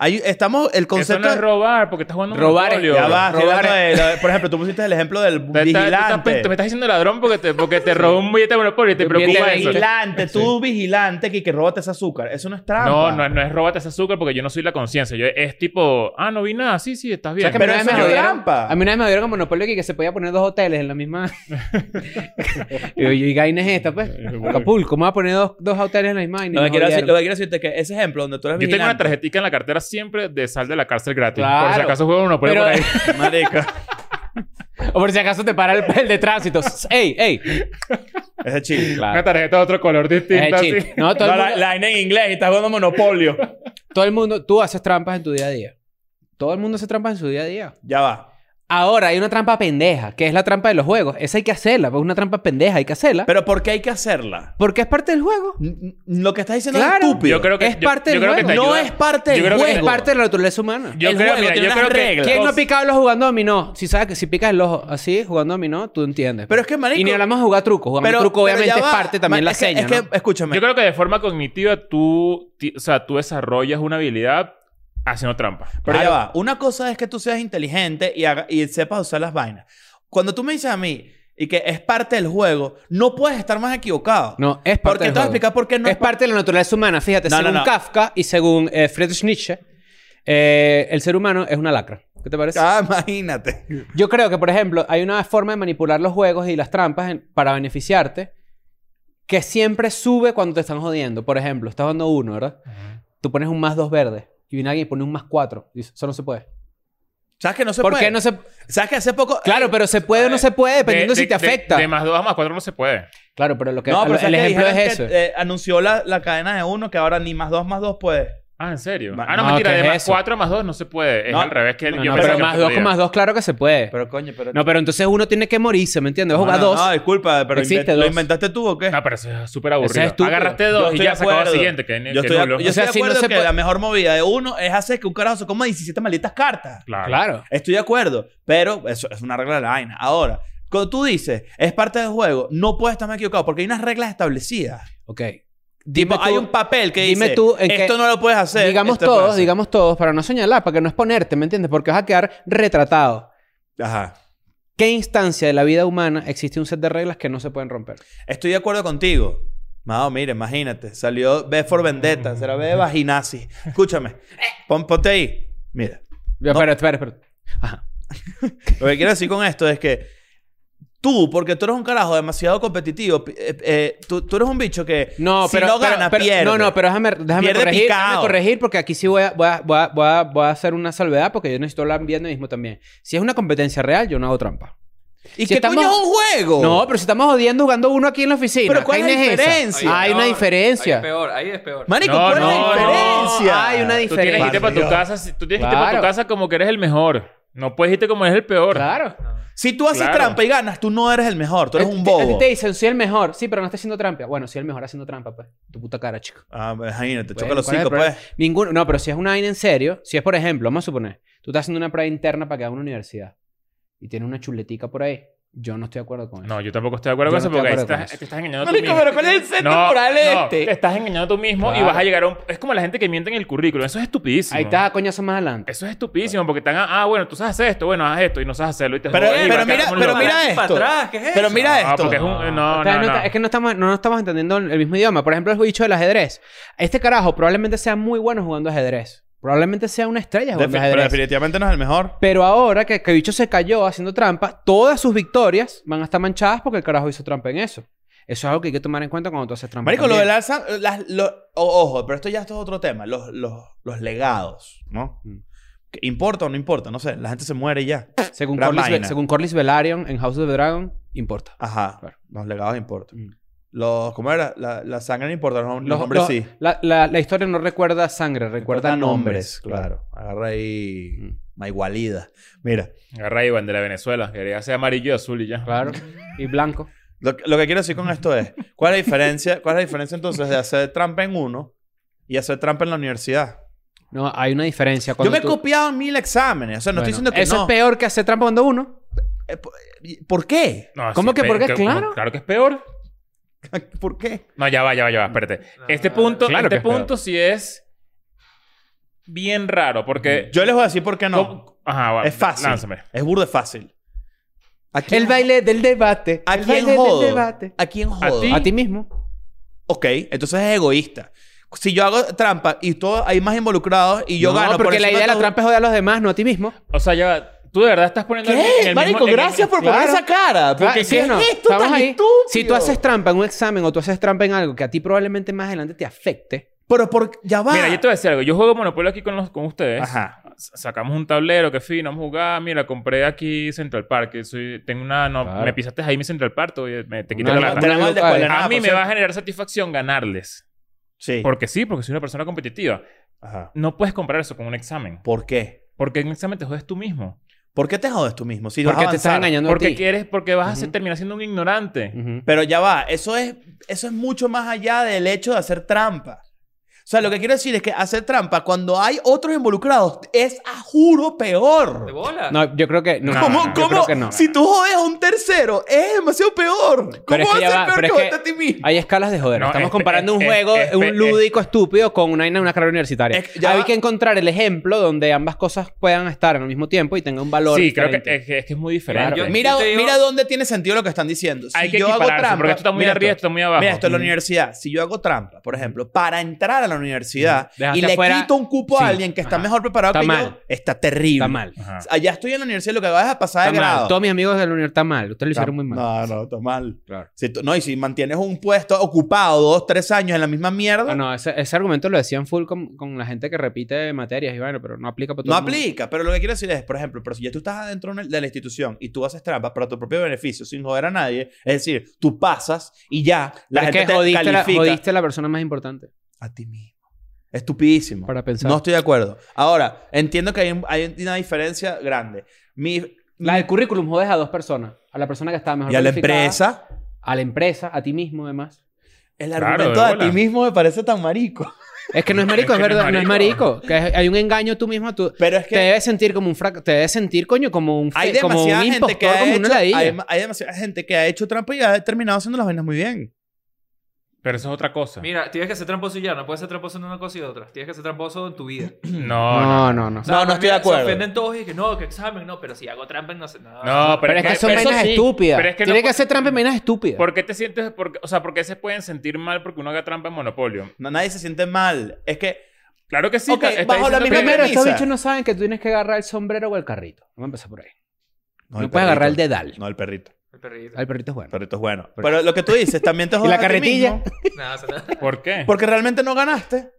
[SPEAKER 2] Ahí estamos. El
[SPEAKER 1] Eso
[SPEAKER 2] concepto.
[SPEAKER 1] no es robar, porque estás jugando
[SPEAKER 3] Robar es-
[SPEAKER 1] monopolio.
[SPEAKER 2] Ya va, estoy
[SPEAKER 3] Robar
[SPEAKER 2] hablando de- de- por ejemplo, tú pusiste el ejemplo
[SPEAKER 1] [LAUGHS]
[SPEAKER 2] del
[SPEAKER 1] Te, estás- te estás-
[SPEAKER 2] vigilante.
[SPEAKER 1] te me estás diciendo ladrón porque te, porque te robó un billete de monopolio y te
[SPEAKER 3] Un billete
[SPEAKER 1] preocupa
[SPEAKER 3] de
[SPEAKER 1] eso.
[SPEAKER 2] vigilante, tú vigilante que, que róbate ese azúcar. Eso no es trampa.
[SPEAKER 1] No, no, no es róbate ese azúcar porque yo no soy la conciencia. Yo es tipo, ah, no vi nada. Sí, sí, estás bien.
[SPEAKER 3] ¿Sabes que a mí
[SPEAKER 2] Pero
[SPEAKER 3] una vez
[SPEAKER 2] eso
[SPEAKER 3] me
[SPEAKER 2] es
[SPEAKER 3] jodieron-
[SPEAKER 2] trampa.
[SPEAKER 3] A mí una vez me dieron como monopolio que, que se podía poner dos hoteles en
[SPEAKER 2] [LAUGHS]
[SPEAKER 3] la misma. y yo, ¿y vaina es esta, pues? Acapulco, ¿cómo va a poner dos, dos hoteles en la misma? vaina? Y
[SPEAKER 2] Lo
[SPEAKER 3] me
[SPEAKER 2] que, quiero decir,
[SPEAKER 3] jodieron.
[SPEAKER 2] lo que quiero decirte es que ese ejemplo donde tú eres
[SPEAKER 1] yo tengo una
[SPEAKER 2] vigilante.
[SPEAKER 1] tarjetita en la cartera siempre de sal de la cárcel gratis. Por si
[SPEAKER 3] Claro.
[SPEAKER 1] acaso juego monopolio
[SPEAKER 3] Pero-
[SPEAKER 1] por ahí.
[SPEAKER 2] Marica.
[SPEAKER 3] O por si acaso te para el, el de tránsito. [LAUGHS] ¡Ey, ey!
[SPEAKER 2] Ese chile.
[SPEAKER 1] Una tarjeta de otro color
[SPEAKER 3] Es
[SPEAKER 2] Eh,
[SPEAKER 1] distinto. así.
[SPEAKER 3] Eh, chill. No, todo,
[SPEAKER 2] No,
[SPEAKER 3] el
[SPEAKER 2] la,
[SPEAKER 3] mundo,
[SPEAKER 2] la vaina en inglés y estás jugando Monopolio.
[SPEAKER 3] todo el mundo... Tú haces trampas en tu día a día. Todo el mundo hace trampas en su día a día.
[SPEAKER 2] ya va.
[SPEAKER 3] Ahora, hay una trampa pendeja, que es la trampa de los juegos. Esa hay que hacerla, porque es una trampa pendeja, hay que hacerla.
[SPEAKER 2] Pero ¿por qué hay que hacerla?
[SPEAKER 3] porque es parte del juego.
[SPEAKER 2] N- n- Lo que estás diciendo es
[SPEAKER 3] Claro.
[SPEAKER 2] estúpido.
[SPEAKER 1] Yo creo que
[SPEAKER 3] Es parte
[SPEAKER 1] yo,
[SPEAKER 3] del
[SPEAKER 1] yo creo que te
[SPEAKER 3] juego.
[SPEAKER 2] no
[SPEAKER 1] ayuda-
[SPEAKER 2] es parte
[SPEAKER 1] yo
[SPEAKER 2] del
[SPEAKER 1] creo que
[SPEAKER 2] juego.
[SPEAKER 3] Es parte de la naturaleza humana.
[SPEAKER 1] Yo
[SPEAKER 2] El
[SPEAKER 1] creo,
[SPEAKER 2] juego
[SPEAKER 1] mira,
[SPEAKER 2] tiene
[SPEAKER 1] yo
[SPEAKER 2] unas
[SPEAKER 1] creo que
[SPEAKER 2] reglas.
[SPEAKER 3] ¿Quién no ha picado el ojo jugando dominó? Si sabes que si picas el ojo así, jugando dominó, tú entiendes.
[SPEAKER 2] Pero es que, marico-
[SPEAKER 3] Y ni hablamos de jugar truco. Jugamos truco,
[SPEAKER 2] pero
[SPEAKER 3] obviamente,
[SPEAKER 2] ya
[SPEAKER 3] es
[SPEAKER 2] va.
[SPEAKER 3] parte también
[SPEAKER 2] Ma-
[SPEAKER 3] la
[SPEAKER 2] es que-
[SPEAKER 3] seña,
[SPEAKER 2] Es que,
[SPEAKER 3] ¿no?
[SPEAKER 2] escúchame.
[SPEAKER 1] Yo creo que de forma cognitiva tú, ti- o sea, tú desarrollas una habilidad haciendo trampa.
[SPEAKER 2] Pero ya
[SPEAKER 3] Claro.
[SPEAKER 2] va. Una cosa es que tú seas inteligente y, haga- y sepas usar las vainas. Cuando tú me dices a mí y que es parte del juego, no puedes estar más equivocado.
[SPEAKER 3] No, es parte
[SPEAKER 2] Porque te voy
[SPEAKER 3] del
[SPEAKER 2] a
[SPEAKER 3] juego.
[SPEAKER 2] explicar por qué no
[SPEAKER 3] es parte de la naturaleza humana. Fíjate,
[SPEAKER 2] No, no,
[SPEAKER 3] según
[SPEAKER 2] no.
[SPEAKER 3] Kafka y según eh, Friedrich Nietzsche, eh, el ser humano es una lacra. ¿Qué te parece?
[SPEAKER 2] Ah, imagínate.
[SPEAKER 3] Yo creo que, por ejemplo, hay una forma de manipular los juegos y las trampas en- para beneficiarte que siempre sube cuando te están jodiendo. Por ejemplo, estás dando uno, ¿verdad? Tú pones un más dos verde y viene alguien y pone un más cuatro. Dice, eso no se puede.
[SPEAKER 2] ¿Sabes que no se
[SPEAKER 3] ¿Por
[SPEAKER 2] puede?
[SPEAKER 3] qué no se
[SPEAKER 2] ¿Sabes que hace poco...
[SPEAKER 3] Claro, pero se puede o no se puede, dependiendo
[SPEAKER 1] De-
[SPEAKER 3] si
[SPEAKER 1] de-
[SPEAKER 3] te
[SPEAKER 1] de-
[SPEAKER 3] afecta.
[SPEAKER 1] De, más dos a más cuatro no se puede.
[SPEAKER 3] Claro, pero lo que
[SPEAKER 2] no, pero ¿sabes
[SPEAKER 3] el
[SPEAKER 2] que
[SPEAKER 3] ejemplo
[SPEAKER 2] dijeron
[SPEAKER 3] es
[SPEAKER 2] que,
[SPEAKER 3] eso.
[SPEAKER 2] eh, anunció la, la cadena de uno que ahora ni más dos más dos puede.
[SPEAKER 1] Ah, ¿en serio?
[SPEAKER 2] Ma-
[SPEAKER 1] Ah, no,
[SPEAKER 3] no,
[SPEAKER 1] mentira.
[SPEAKER 3] ¿qué
[SPEAKER 1] De
[SPEAKER 3] es
[SPEAKER 1] más
[SPEAKER 3] eso?
[SPEAKER 1] cuatro a más dos no se puede. Es
[SPEAKER 2] No,
[SPEAKER 1] al revés que
[SPEAKER 3] No,
[SPEAKER 1] yo
[SPEAKER 3] no,
[SPEAKER 1] pensé
[SPEAKER 3] pero
[SPEAKER 1] que
[SPEAKER 3] más
[SPEAKER 1] podía.
[SPEAKER 3] dos con más dos, claro que se puede.
[SPEAKER 2] Pero coño, pero...
[SPEAKER 3] no, pero entonces uno tiene que morirse, ¿me entiendes? Va
[SPEAKER 2] no,
[SPEAKER 3] a jugar
[SPEAKER 2] no,
[SPEAKER 3] dos.
[SPEAKER 2] No, disculpa, pero
[SPEAKER 3] Existe
[SPEAKER 2] invent- ¿lo
[SPEAKER 3] dos.
[SPEAKER 2] inventaste tú o qué?
[SPEAKER 1] Ah, pero eso es súper
[SPEAKER 3] Eso
[SPEAKER 1] aburrido.
[SPEAKER 3] es estúpido.
[SPEAKER 1] Agarraste
[SPEAKER 2] Yo
[SPEAKER 1] dos y
[SPEAKER 2] estoy
[SPEAKER 1] ya
[SPEAKER 2] de
[SPEAKER 1] se acabó el
[SPEAKER 2] acuerdo.
[SPEAKER 1] siguiente. Que,
[SPEAKER 2] Yo
[SPEAKER 1] que
[SPEAKER 2] estoy, de-
[SPEAKER 1] nulo.
[SPEAKER 2] yo
[SPEAKER 3] O sea,
[SPEAKER 2] estoy
[SPEAKER 3] si
[SPEAKER 2] de
[SPEAKER 3] no
[SPEAKER 2] acuerdo
[SPEAKER 3] se
[SPEAKER 2] que
[SPEAKER 3] puede-
[SPEAKER 2] la mejor movida de uno es hacer que un carajo se coma 17 malditas cartas.
[SPEAKER 1] Claro.
[SPEAKER 3] Claro.
[SPEAKER 2] Estoy de acuerdo, pero eso es una regla de la vaina. Ahora, cuando tú dices, es parte del juego, no puedes estar más equivocado porque hay unas reglas establecidas.
[SPEAKER 3] Ok. Dime
[SPEAKER 2] Tipo, hay
[SPEAKER 3] tú-
[SPEAKER 2] un papel que
[SPEAKER 3] dime
[SPEAKER 2] dice,
[SPEAKER 3] tú en
[SPEAKER 2] esto
[SPEAKER 3] qué-
[SPEAKER 2] no lo puedes hacer.
[SPEAKER 3] digamos
[SPEAKER 2] esto lo puedes
[SPEAKER 3] todos,
[SPEAKER 2] hacer".
[SPEAKER 3] digamos todos, para no señalar, para que no exponerte, ¿me entiendes? Porque vas a quedar retratado.
[SPEAKER 2] Ajá.
[SPEAKER 3] ¿Qué instancia de la vida humana existe un set de reglas que no se pueden romper?
[SPEAKER 2] Estoy de acuerdo contigo. Mao, mira, imagínate. Salió B for
[SPEAKER 3] Mm.
[SPEAKER 2] Vendetta. Será B de Vaginazi. Escúchame. pon- ponte ahí. Mira. No.
[SPEAKER 3] Ya, Espera, espera, espera. Ajá.
[SPEAKER 2] Lo que quiero decir con esto es que tú, porque tú eres un carajo demasiado competitivo, pi- eh, eh, tú, tú eres un bicho que
[SPEAKER 3] No,
[SPEAKER 2] si
[SPEAKER 3] pero,
[SPEAKER 2] no
[SPEAKER 3] pero-
[SPEAKER 2] gana,
[SPEAKER 3] pero-
[SPEAKER 2] pierde.
[SPEAKER 3] No, no, pero déjame, déjame
[SPEAKER 2] Pierde
[SPEAKER 3] corregir.
[SPEAKER 2] picado.
[SPEAKER 3] déjame corregir porque aquí sí voy a, voy, a, voy, a, voy a- voy a hacer una salvedad porque yo necesito hablar bien de mí mismo también. Si es una competencia real, yo no hago trampa.
[SPEAKER 2] ¿Y
[SPEAKER 3] si
[SPEAKER 2] qué
[SPEAKER 3] estamos-
[SPEAKER 2] coño es un juego?
[SPEAKER 3] No, pero si estamos jodiendo jugando uno aquí en la oficina.
[SPEAKER 2] Oh. Pero ¿cuál
[SPEAKER 3] ¿qué
[SPEAKER 2] es la
[SPEAKER 3] vaina esa?
[SPEAKER 2] diferencia?
[SPEAKER 3] Hay una
[SPEAKER 5] Ahí
[SPEAKER 3] diferencia.
[SPEAKER 5] es peor, ahí es peor.
[SPEAKER 2] Marico,
[SPEAKER 1] No,
[SPEAKER 2] ¿cuál es
[SPEAKER 1] no,
[SPEAKER 2] la diferencia?
[SPEAKER 3] no, hay
[SPEAKER 1] Tú
[SPEAKER 3] una
[SPEAKER 1] tienes que irte
[SPEAKER 3] diferencia.
[SPEAKER 1] para tu
[SPEAKER 2] Dios.
[SPEAKER 1] casa. si- Tú tienes que irte para tu
[SPEAKER 3] Claro.
[SPEAKER 1] casa como que eres el mejor. No puedes irte como eres el peor.
[SPEAKER 3] Claro. Este,
[SPEAKER 2] Si tú haces
[SPEAKER 1] Claro.
[SPEAKER 2] trampa y ganas, tú no eres el mejor, tú eres
[SPEAKER 3] A ti-
[SPEAKER 2] un
[SPEAKER 3] A ti
[SPEAKER 2] bobo.
[SPEAKER 3] te dicen, soy el mejor. Sí, pero no estás haciendo trampa. Bueno, soy el mejor haciendo trampa, pues. Tu puta cara, chico.
[SPEAKER 2] Ah, imagínate,
[SPEAKER 3] Bueno,
[SPEAKER 2] choca los
[SPEAKER 3] ¿cuál es el
[SPEAKER 2] cinco,
[SPEAKER 3] problema?
[SPEAKER 2] pues.
[SPEAKER 3] Ninguno. No, pero si es una vaina en serio, si es, por ejemplo, vamos a suponer, tú estás haciendo una prueba interna para que haga una universidad y tiene una chuletica por ahí. Yo no estoy de acuerdo con eso.
[SPEAKER 1] No, yo tampoco estoy de acuerdo
[SPEAKER 3] Yo
[SPEAKER 1] con eso
[SPEAKER 3] no estoy
[SPEAKER 1] porque
[SPEAKER 3] de
[SPEAKER 1] ahí
[SPEAKER 3] acuerdo
[SPEAKER 1] estás,
[SPEAKER 3] con eso.
[SPEAKER 1] te estás engañando tú
[SPEAKER 2] Marico,
[SPEAKER 1] mismo.
[SPEAKER 2] pero ¿cuál es el centro
[SPEAKER 1] No,
[SPEAKER 2] moral
[SPEAKER 1] no, te
[SPEAKER 2] este?
[SPEAKER 1] estás engañando tú mismo y
[SPEAKER 3] Claro.
[SPEAKER 1] vas a llegar a un... Es como la gente que miente en el currículum. Eso es estupidísimo.
[SPEAKER 3] Ahí está, coñazo más adelante.
[SPEAKER 1] Eso es estupidísimo porque están... Ah, bueno, tú sabes hacer esto. Bueno, haz esto. Y no sabes hacerlo y te
[SPEAKER 2] Pero-
[SPEAKER 1] joden y
[SPEAKER 2] pero
[SPEAKER 1] vas a quedar
[SPEAKER 2] mira-
[SPEAKER 1] como un
[SPEAKER 2] pero
[SPEAKER 1] loco.
[SPEAKER 2] mira
[SPEAKER 5] Para
[SPEAKER 2] esto.
[SPEAKER 5] atrás, ¿qué es eso?
[SPEAKER 2] Pero mira
[SPEAKER 1] No,
[SPEAKER 2] esto.
[SPEAKER 1] porque es un... No, no,
[SPEAKER 3] Ustedes no
[SPEAKER 1] no.
[SPEAKER 3] está- Es que no estamos, no, nos estamos entendiendo el mismo idioma. Por ejemplo, el bicho del ajedrez. Este carajo probablemente sea muy bueno jugando ajedrez. Probablemente sea una estrella jugando
[SPEAKER 2] Defi- pero
[SPEAKER 3] ajedrez. Pero,
[SPEAKER 2] definitivamente no es el mejor.
[SPEAKER 3] ahora que, que el bicho se cayó haciendo trampa, todas sus victorias van a estar manchadas porque el carajo hizo trampa en eso. Eso es algo que hay que tomar en cuenta cuando tú haces trampa.
[SPEAKER 2] Marico, lo de
[SPEAKER 3] también.
[SPEAKER 2] las, las- lo- o- ojo, pero esto ya esto es otro tema. Los, los, los legados, ¿no?
[SPEAKER 3] Mm.
[SPEAKER 2] Que ¿Importa o no importa? No sé. La gente se muere y ya.
[SPEAKER 3] Según
[SPEAKER 2] gran
[SPEAKER 3] Corlys,
[SPEAKER 2] vaina.
[SPEAKER 3] según Corlys Velaryon en House of the Dragon, importa.
[SPEAKER 2] Ajá.
[SPEAKER 3] Claro.
[SPEAKER 2] Los legados importan.
[SPEAKER 3] Mm.
[SPEAKER 2] Los, ¿Cómo era? La, la sangre no importa. Los, los
[SPEAKER 3] Los-
[SPEAKER 2] nombres
[SPEAKER 3] los-
[SPEAKER 2] sí.
[SPEAKER 3] La, la- la historia no recuerda sangre, recuerda
[SPEAKER 2] Importan
[SPEAKER 3] nombres.
[SPEAKER 2] Claro. Agarra ahí...
[SPEAKER 3] Mm.
[SPEAKER 2] Maigualida. Mira.
[SPEAKER 1] Agarra ahí bandera de Venezuela. Quería ser amarillo y azul y ya.
[SPEAKER 3] Claro. Y blanco.
[SPEAKER 2] Lo, que- lo que quiero decir con esto es, ¿cuál es la diferencia, cuál es la diferencia entonces de hacer trampa en uno y hacer trampa en la universidad?
[SPEAKER 3] No, hay una diferencia. Cuando
[SPEAKER 2] Yo me he
[SPEAKER 3] tú-
[SPEAKER 2] copiado en mil exámenes, o sea, no
[SPEAKER 3] Bueno,
[SPEAKER 2] estoy diciendo que
[SPEAKER 3] Eso
[SPEAKER 2] no.
[SPEAKER 3] es peor que hacer trampa cuando uno.
[SPEAKER 2] Eh, po- eh, ¿Por qué?
[SPEAKER 1] No,
[SPEAKER 3] ¿Cómo que
[SPEAKER 1] pe-
[SPEAKER 3] por qué?
[SPEAKER 1] como-
[SPEAKER 3] Claro.
[SPEAKER 1] Claro que es peor.
[SPEAKER 2] [LAUGHS] ¿Por qué?
[SPEAKER 1] No, ya va, ya va, ya va. Espérate.
[SPEAKER 5] No,
[SPEAKER 1] Este
[SPEAKER 5] no,
[SPEAKER 1] punto,
[SPEAKER 4] claro
[SPEAKER 1] este
[SPEAKER 4] que es peor.
[SPEAKER 1] punto sí es bien raro porque...
[SPEAKER 2] Mm. Yo les voy a decir por qué no.
[SPEAKER 1] ¿Cómo- Ajá, va,
[SPEAKER 2] Es fácil.
[SPEAKER 1] Lánzame.
[SPEAKER 2] Es burdo de fácil. ¿A quién-
[SPEAKER 3] El baile del debate.
[SPEAKER 2] ¿A
[SPEAKER 3] el
[SPEAKER 2] quién
[SPEAKER 3] baile
[SPEAKER 2] jodo?
[SPEAKER 3] del debate.
[SPEAKER 2] ¿A quién jodo?
[SPEAKER 1] ti?
[SPEAKER 3] A ti mismo.
[SPEAKER 2] Ok, entonces es egoísta. Si yo hago trampa y todo, hay más involucrados y yo
[SPEAKER 3] no,
[SPEAKER 2] gano. por
[SPEAKER 3] porque
[SPEAKER 2] eso no
[SPEAKER 3] la idea de la
[SPEAKER 2] todo-
[SPEAKER 3] trampa es joder a los demás, no a ti mismo.
[SPEAKER 1] O sea, ya va. Tú de verdad estás poniendo... en el
[SPEAKER 2] ¿Qué?
[SPEAKER 1] mismo-
[SPEAKER 2] Marico,
[SPEAKER 1] en el-
[SPEAKER 2] gracias por poner
[SPEAKER 3] Claro.
[SPEAKER 2] esa cara. Porque
[SPEAKER 3] Claro,
[SPEAKER 2] ¿qué
[SPEAKER 3] Ah, ¿sí o
[SPEAKER 2] es
[SPEAKER 3] no?
[SPEAKER 2] esto
[SPEAKER 3] Estamos
[SPEAKER 2] tan
[SPEAKER 3] ahí.
[SPEAKER 2] estúpido?
[SPEAKER 3] Si tú haces trampa en un examen o tú haces trampa en algo que a ti probablemente más adelante te afecte.
[SPEAKER 2] Pero por... Ya va.
[SPEAKER 1] Mira, yo te voy a decir algo. Yo juego Monopoly aquí con, los, con ustedes.
[SPEAKER 2] Ajá.
[SPEAKER 1] S- Sacamos un tablero, qué fino, vamos a jugar. Mira, compré aquí Central Park. que Soy, tengo una... no,
[SPEAKER 4] Claro.
[SPEAKER 1] Me pisaste ahí mi Central Park, te, me- te quito
[SPEAKER 3] Una-
[SPEAKER 1] la...
[SPEAKER 3] una-
[SPEAKER 1] plata.
[SPEAKER 2] Tenemos el de
[SPEAKER 3] local.
[SPEAKER 2] Escuela de
[SPEAKER 1] A
[SPEAKER 2] Nada,
[SPEAKER 1] mí
[SPEAKER 2] por
[SPEAKER 1] me va a
[SPEAKER 2] cierto.
[SPEAKER 1] generar satisfacción ganarles.
[SPEAKER 2] Ah, pues Sí.
[SPEAKER 1] Porque sí, porque soy una persona competitiva.
[SPEAKER 2] Ajá.
[SPEAKER 1] No puedes comparar eso con un examen.
[SPEAKER 2] ¿Por qué?
[SPEAKER 1] Porque en un examen te jodes tú mismo.
[SPEAKER 2] ¿Por qué te jodes tú mismo? Si vas
[SPEAKER 3] Porque
[SPEAKER 2] a
[SPEAKER 3] te estás
[SPEAKER 2] avanzar.
[SPEAKER 3] engañando a
[SPEAKER 1] porque
[SPEAKER 3] ti.
[SPEAKER 1] quieres, porque vas a ser-
[SPEAKER 3] Ujú.
[SPEAKER 1] terminar siendo un ignorante.
[SPEAKER 3] Ujú.
[SPEAKER 2] Pero ya va, eso es, eso es mucho más allá del hecho de hacer trampa. O sea, lo que quiero decir es que hacer trampa cuando hay otros involucrados es a juro
[SPEAKER 5] ¿De
[SPEAKER 2] peor.
[SPEAKER 5] bola?
[SPEAKER 3] No, yo creo que no.
[SPEAKER 1] No,
[SPEAKER 2] [LAUGHS] ¿Cómo?
[SPEAKER 1] yo
[SPEAKER 2] cómo?
[SPEAKER 3] creo que no.
[SPEAKER 2] Si tú jodes a un tercero, es demasiado peor. ¿Cómo
[SPEAKER 3] Pero es
[SPEAKER 2] va
[SPEAKER 3] que ya
[SPEAKER 2] a ser
[SPEAKER 3] va,
[SPEAKER 2] peor
[SPEAKER 3] pero
[SPEAKER 2] que
[SPEAKER 3] es
[SPEAKER 2] joderte
[SPEAKER 3] que
[SPEAKER 2] a ti mismo?
[SPEAKER 3] Hay escalas de joder.
[SPEAKER 1] No,
[SPEAKER 3] Estamos
[SPEAKER 1] espe-
[SPEAKER 3] comparando un
[SPEAKER 1] espe-
[SPEAKER 3] juego,
[SPEAKER 1] espe-
[SPEAKER 3] un
[SPEAKER 1] espe-
[SPEAKER 3] lúdico estúpido con una, una carrera universitaria.
[SPEAKER 2] Es que ya
[SPEAKER 3] Hay
[SPEAKER 2] va-
[SPEAKER 3] que encontrar el ejemplo donde ambas cosas puedan estar al mismo tiempo y tengan un valor.
[SPEAKER 1] Sí, creo que
[SPEAKER 3] diferente.
[SPEAKER 1] es, que es que es muy diferente.
[SPEAKER 5] Claro, yo-
[SPEAKER 2] Mira,
[SPEAKER 5] te digo-
[SPEAKER 2] mira dónde tiene sentido lo que están diciendo. Si
[SPEAKER 1] Hay que
[SPEAKER 2] yo hago
[SPEAKER 1] equipararse,
[SPEAKER 2] trampa,
[SPEAKER 1] porque esto está muy
[SPEAKER 2] mira
[SPEAKER 1] arriba, esto
[SPEAKER 2] esto.
[SPEAKER 1] está muy abajo.
[SPEAKER 2] Mira, esto es la
[SPEAKER 1] Ujú.
[SPEAKER 2] universidad. Si yo hago trampa, por ejemplo, para entrar a la universidad
[SPEAKER 3] Dejaste
[SPEAKER 2] y le
[SPEAKER 3] afuera-
[SPEAKER 2] quito un cupo
[SPEAKER 3] Sí,
[SPEAKER 2] a alguien que está
[SPEAKER 3] ajá.
[SPEAKER 2] mejor preparado
[SPEAKER 3] Está
[SPEAKER 2] que yo,
[SPEAKER 3] mal.
[SPEAKER 2] está terrible.
[SPEAKER 3] Está mal.
[SPEAKER 1] Ajá.
[SPEAKER 2] Allá estoy en la universidad, lo que vas a pasar
[SPEAKER 3] Ah. Está
[SPEAKER 2] de
[SPEAKER 3] mal.
[SPEAKER 2] grado.
[SPEAKER 3] Todos mis amigos de la universidad están mal. Ustedes lo
[SPEAKER 2] Está-
[SPEAKER 3] hicieron muy mal.
[SPEAKER 2] No, no, está mal.
[SPEAKER 3] Claro.
[SPEAKER 2] Si tú- no, y si mantienes un puesto ocupado dos, tres años en la misma mierda,
[SPEAKER 3] Ah,
[SPEAKER 2] no,
[SPEAKER 3] no, ese, ese argumento lo decían full con, con la gente que repite materias y bueno, pero no aplica para todo el mundo.
[SPEAKER 2] aplica. Pero lo que quiero decir es, por ejemplo, pero si ya tú estás adentro de la institución y tú haces trampas para tu propio beneficio sin joder a nadie, es decir, tú pasas y ya la
[SPEAKER 3] Pero es
[SPEAKER 2] gente
[SPEAKER 3] que
[SPEAKER 2] te
[SPEAKER 3] jodiste, la,
[SPEAKER 2] califica
[SPEAKER 3] jodiste a la persona más importante
[SPEAKER 2] a ti mismo. Estupidísimo.
[SPEAKER 3] para pensar.
[SPEAKER 2] No estoy de acuerdo. Ahora, entiendo que hay, un- hay una diferencia grande. Mi,
[SPEAKER 3] La del currículum jodes a dos personas. A la persona que estaba mejor
[SPEAKER 2] y a la
[SPEAKER 3] calificada,
[SPEAKER 2] empresa,
[SPEAKER 3] A la empresa, a ti mismo además.
[SPEAKER 2] el
[SPEAKER 1] Claro,
[SPEAKER 2] argumento
[SPEAKER 1] de
[SPEAKER 2] de a
[SPEAKER 1] bola.
[SPEAKER 2] ti mismo me parece tan marico.
[SPEAKER 3] Es que no es marico,
[SPEAKER 1] Es que
[SPEAKER 3] es,
[SPEAKER 1] no es
[SPEAKER 3] verdad, no es
[SPEAKER 1] marico.
[SPEAKER 3] marico. Que es- hay un engaño tú mismo a tu...
[SPEAKER 2] Pero es que...
[SPEAKER 3] Te debes sentir como un frac... Te debes sentir, coño, como un... fe-
[SPEAKER 2] hay
[SPEAKER 3] como un
[SPEAKER 2] demasiada gente que
[SPEAKER 3] impostor,
[SPEAKER 2] ha
[SPEAKER 3] como una
[SPEAKER 2] hecho,
[SPEAKER 3] ladilla.
[SPEAKER 2] hay, hay demasiada gente que ha hecho trampa y ha terminado haciendo las vainas muy bien.
[SPEAKER 1] Pero eso es otra cosa.
[SPEAKER 5] Mira, tienes que ser tramposo y ya. No puedes ser tramposo en una cosa y otra. Tienes que ser tramposo en tu vida.
[SPEAKER 1] No, no.
[SPEAKER 3] No, no, no.
[SPEAKER 5] O sea,
[SPEAKER 2] No, no estoy de
[SPEAKER 5] mira,
[SPEAKER 2] acuerdo.
[SPEAKER 5] Se ofenden todos y que no, que examen, no. Pero si hago trampa, no sé. No,
[SPEAKER 1] No,
[SPEAKER 3] Pero es que son
[SPEAKER 1] pero eso
[SPEAKER 3] vainas
[SPEAKER 1] sí.
[SPEAKER 3] estúpidas.
[SPEAKER 1] Pero es que no
[SPEAKER 3] Tiene que
[SPEAKER 1] pu-
[SPEAKER 3] hacer trampa en vainas estúpidas.
[SPEAKER 1] ¿Por qué te sientes.? por qué- o sea, ¿por qué se pueden sentir mal porque uno haga trampa en Monopolio?
[SPEAKER 2] No, nadie se siente mal. Es que
[SPEAKER 1] Claro que sí.
[SPEAKER 2] Ok,
[SPEAKER 1] ca- está
[SPEAKER 2] bajo la
[SPEAKER 1] diciendo
[SPEAKER 2] misma
[SPEAKER 1] que-
[SPEAKER 3] Primero, estos
[SPEAKER 2] premisa.
[SPEAKER 3] bichos no saben que tú tienes que agarrar el sombrero o el carrito. Vamos a empezar por ahí. No,
[SPEAKER 2] el
[SPEAKER 3] puedes agarrar el
[SPEAKER 2] perrito.
[SPEAKER 3] dedal.
[SPEAKER 2] No, el perrito.
[SPEAKER 5] El perrito.
[SPEAKER 3] El perrito es
[SPEAKER 2] El
[SPEAKER 3] bueno.
[SPEAKER 2] perrito es bueno. Pero lo que tú dices también
[SPEAKER 3] [LAUGHS]
[SPEAKER 2] te
[SPEAKER 3] la
[SPEAKER 2] jodas a ti
[SPEAKER 3] carretilla?
[SPEAKER 2] mismo,
[SPEAKER 5] Nada, o sea, nada.
[SPEAKER 1] ¿Por qué?
[SPEAKER 2] porque realmente no ganaste.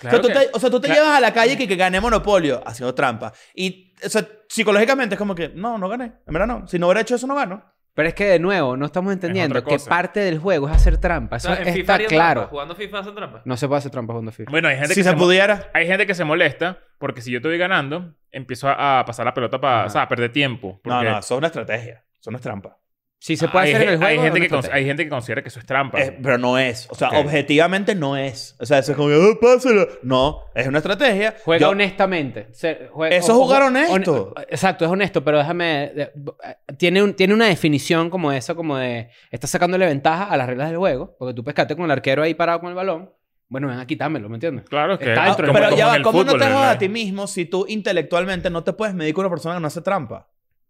[SPEAKER 1] Claro
[SPEAKER 2] o, sea, tú
[SPEAKER 1] que-
[SPEAKER 2] te, o sea, tú te
[SPEAKER 1] claro.
[SPEAKER 2] llevas a la calle que, que gané Monopolio haciendo trampa. Y o sea, psicológicamente es como que, no, no gané. En verdad no. Si no hubiera hecho eso, no gano.
[SPEAKER 3] Pero es que, de nuevo, no estamos entendiendo
[SPEAKER 1] otra
[SPEAKER 3] que
[SPEAKER 1] cosa.
[SPEAKER 3] parte del juego es hacer trampa.
[SPEAKER 5] O
[SPEAKER 3] Eso
[SPEAKER 5] sea, en FIFA
[SPEAKER 3] está
[SPEAKER 5] harían
[SPEAKER 3] claro.
[SPEAKER 5] trampa. Jugando FIFA hacen trampa.
[SPEAKER 3] No se puede hacer trampa jugando FIFA.
[SPEAKER 1] Bueno, hay gente
[SPEAKER 2] Si
[SPEAKER 1] que
[SPEAKER 2] se
[SPEAKER 1] mo-
[SPEAKER 2] pudiera.
[SPEAKER 1] Hay gente que se molesta porque si yo te voy ganando, empiezo a, a pasar la pelota para,
[SPEAKER 3] Ajá.
[SPEAKER 1] o sea, a perder tiempo.
[SPEAKER 2] No,
[SPEAKER 1] Porque
[SPEAKER 2] no, eso es una estrategia. Eso no es trampa.
[SPEAKER 3] Si se puede
[SPEAKER 1] hay,
[SPEAKER 3] hacer en
[SPEAKER 1] gen-
[SPEAKER 3] el juego.
[SPEAKER 1] hay gente
[SPEAKER 3] es
[SPEAKER 1] que
[SPEAKER 3] una
[SPEAKER 1] cons-
[SPEAKER 3] estrategia.
[SPEAKER 1] hay gente que considera que eso es trampa.
[SPEAKER 2] Es- pero no es. O sea,
[SPEAKER 1] Ok.
[SPEAKER 2] objetivamente no es. O sea, eso es como, "Ah, pásala". No, es una estrategia.
[SPEAKER 3] Juega
[SPEAKER 2] Yo-
[SPEAKER 3] honestamente. Se- juega-
[SPEAKER 2] Eso es jugar honesto.
[SPEAKER 3] hon- exacto, es honesto, pero déjame. de- eh, tiene, un- tiene una definición como eso, como de. Estás sacándole ventaja a las reglas del juego, porque tú pescaste con el arquero ahí parado con el balón. Bueno, ven a quitármelo, ¿me entiendes?
[SPEAKER 1] Claro que.
[SPEAKER 3] Está
[SPEAKER 2] Ah,
[SPEAKER 3] dentro del
[SPEAKER 1] como-
[SPEAKER 2] pero
[SPEAKER 1] como
[SPEAKER 2] ya
[SPEAKER 1] en
[SPEAKER 2] va,
[SPEAKER 1] el
[SPEAKER 2] ¿cómo no
[SPEAKER 1] fútbol,
[SPEAKER 2] te
[SPEAKER 1] en
[SPEAKER 2] jodas
[SPEAKER 1] la-
[SPEAKER 2] a ti mismo si tú intelectualmente no te puedes medir con una persona que no hace trampa?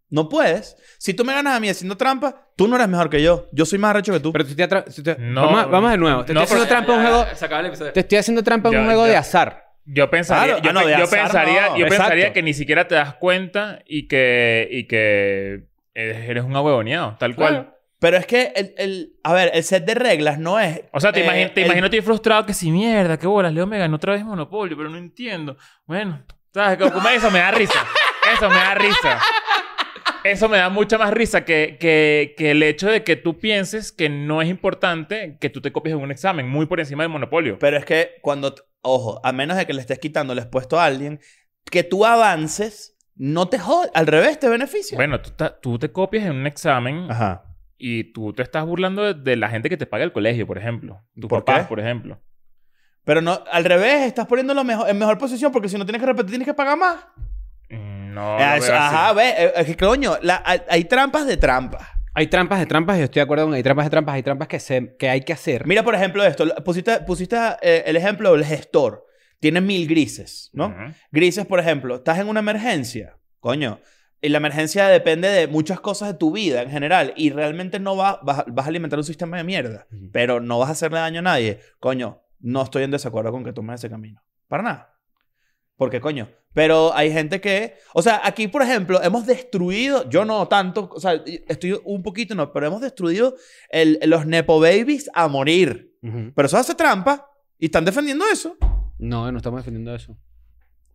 [SPEAKER 2] No puedes. Si tú me ganas a mí haciendo trampa, tú no eres mejor que yo. Yo soy más arrecho que tú.
[SPEAKER 3] Pero tú te atra- tú te-
[SPEAKER 1] No.
[SPEAKER 3] vamos, a- vamos de nuevo. Te
[SPEAKER 1] No,
[SPEAKER 3] estoy haciendo
[SPEAKER 1] pero-
[SPEAKER 3] trampa en un
[SPEAKER 5] Ya,
[SPEAKER 3] juego.
[SPEAKER 5] Ah, Se acaba el episodio.
[SPEAKER 3] Te estoy haciendo trampa en
[SPEAKER 1] Ya,
[SPEAKER 3] un juego
[SPEAKER 1] ya.
[SPEAKER 3] de azar.
[SPEAKER 1] Yo pensaría,
[SPEAKER 2] Claro,
[SPEAKER 1] yo,
[SPEAKER 2] ah, no,
[SPEAKER 1] pe-
[SPEAKER 2] de
[SPEAKER 1] yo
[SPEAKER 2] azar
[SPEAKER 1] pensaría,
[SPEAKER 2] no.
[SPEAKER 1] yo
[SPEAKER 2] Exacto.
[SPEAKER 1] pensaría que ni siquiera te das cuenta y que, y que eres eres un ahuevoneado, tal cual.
[SPEAKER 3] Claro.
[SPEAKER 2] Pero es que, el, el- a ver, el set de reglas no es...
[SPEAKER 1] O sea, te,
[SPEAKER 2] eh,
[SPEAKER 1] imagino, te
[SPEAKER 2] el-
[SPEAKER 1] imagino a ti frustrado que si mierda, qué bolas, Leo me ganó otra vez Monopolio, pero no entiendo. Bueno, ¿sabes? Como- como eso me da risa. Eso me da risa. Eso me da mucha más risa que, que, que el hecho de que tú pienses que no es importante que tú te copies en un examen, muy por encima del monopolio.
[SPEAKER 2] Pero es que cuando, t- ojo, a menos de que le estés quitando el expuesto a alguien, que tú avances, no te jode, al revés te beneficia.
[SPEAKER 1] Bueno, tú, ta- tú te copias en un examen
[SPEAKER 2] Ajá.
[SPEAKER 1] y tú te estás burlando de, de la gente que te paga el colegio, por ejemplo. Tus
[SPEAKER 2] ¿Por
[SPEAKER 1] papás,
[SPEAKER 2] qué?
[SPEAKER 1] por ejemplo.
[SPEAKER 2] Pero no, al revés, estás poniendo lo mejor, en mejor posición porque si no tienes que repetir, tienes que pagar más.
[SPEAKER 1] Mm, No.
[SPEAKER 2] Ah,
[SPEAKER 1] lo
[SPEAKER 2] eso-
[SPEAKER 1] veo así.
[SPEAKER 2] ajá, ve, eh, es que coño, la- hay, hay trampas de trampas.
[SPEAKER 3] Hay trampas de trampas, yo estoy de acuerdo con hay trampas de trampas, hay trampas que, se, que hay que hacer.
[SPEAKER 2] Mira, por ejemplo, esto. lo- Pusiste, pusiste eh, el ejemplo del gestor. Tiene mil grises, ¿no?
[SPEAKER 1] Ujú.
[SPEAKER 2] Grises, por ejemplo, estás en una emergencia, coño. Y la emergencia depende de muchas cosas de tu vida en general. Y realmente no va- vas, vas a alimentar un sistema de mierda.
[SPEAKER 3] Ujú.
[SPEAKER 2] Pero no vas a hacerle daño a nadie. Coño, no estoy en desacuerdo con que tomes ese camino. Para nada. Porque, coño. Pero hay gente que. O sea, aquí, por ejemplo, hemos destruido. Yo no tanto. O sea, estoy un poquito, no. Pero hemos destruido el- los Nepo Babies a morir.
[SPEAKER 3] Ujú.
[SPEAKER 2] Pero eso hace trampa. Y están defendiendo eso.
[SPEAKER 3] No, no estamos defendiendo eso.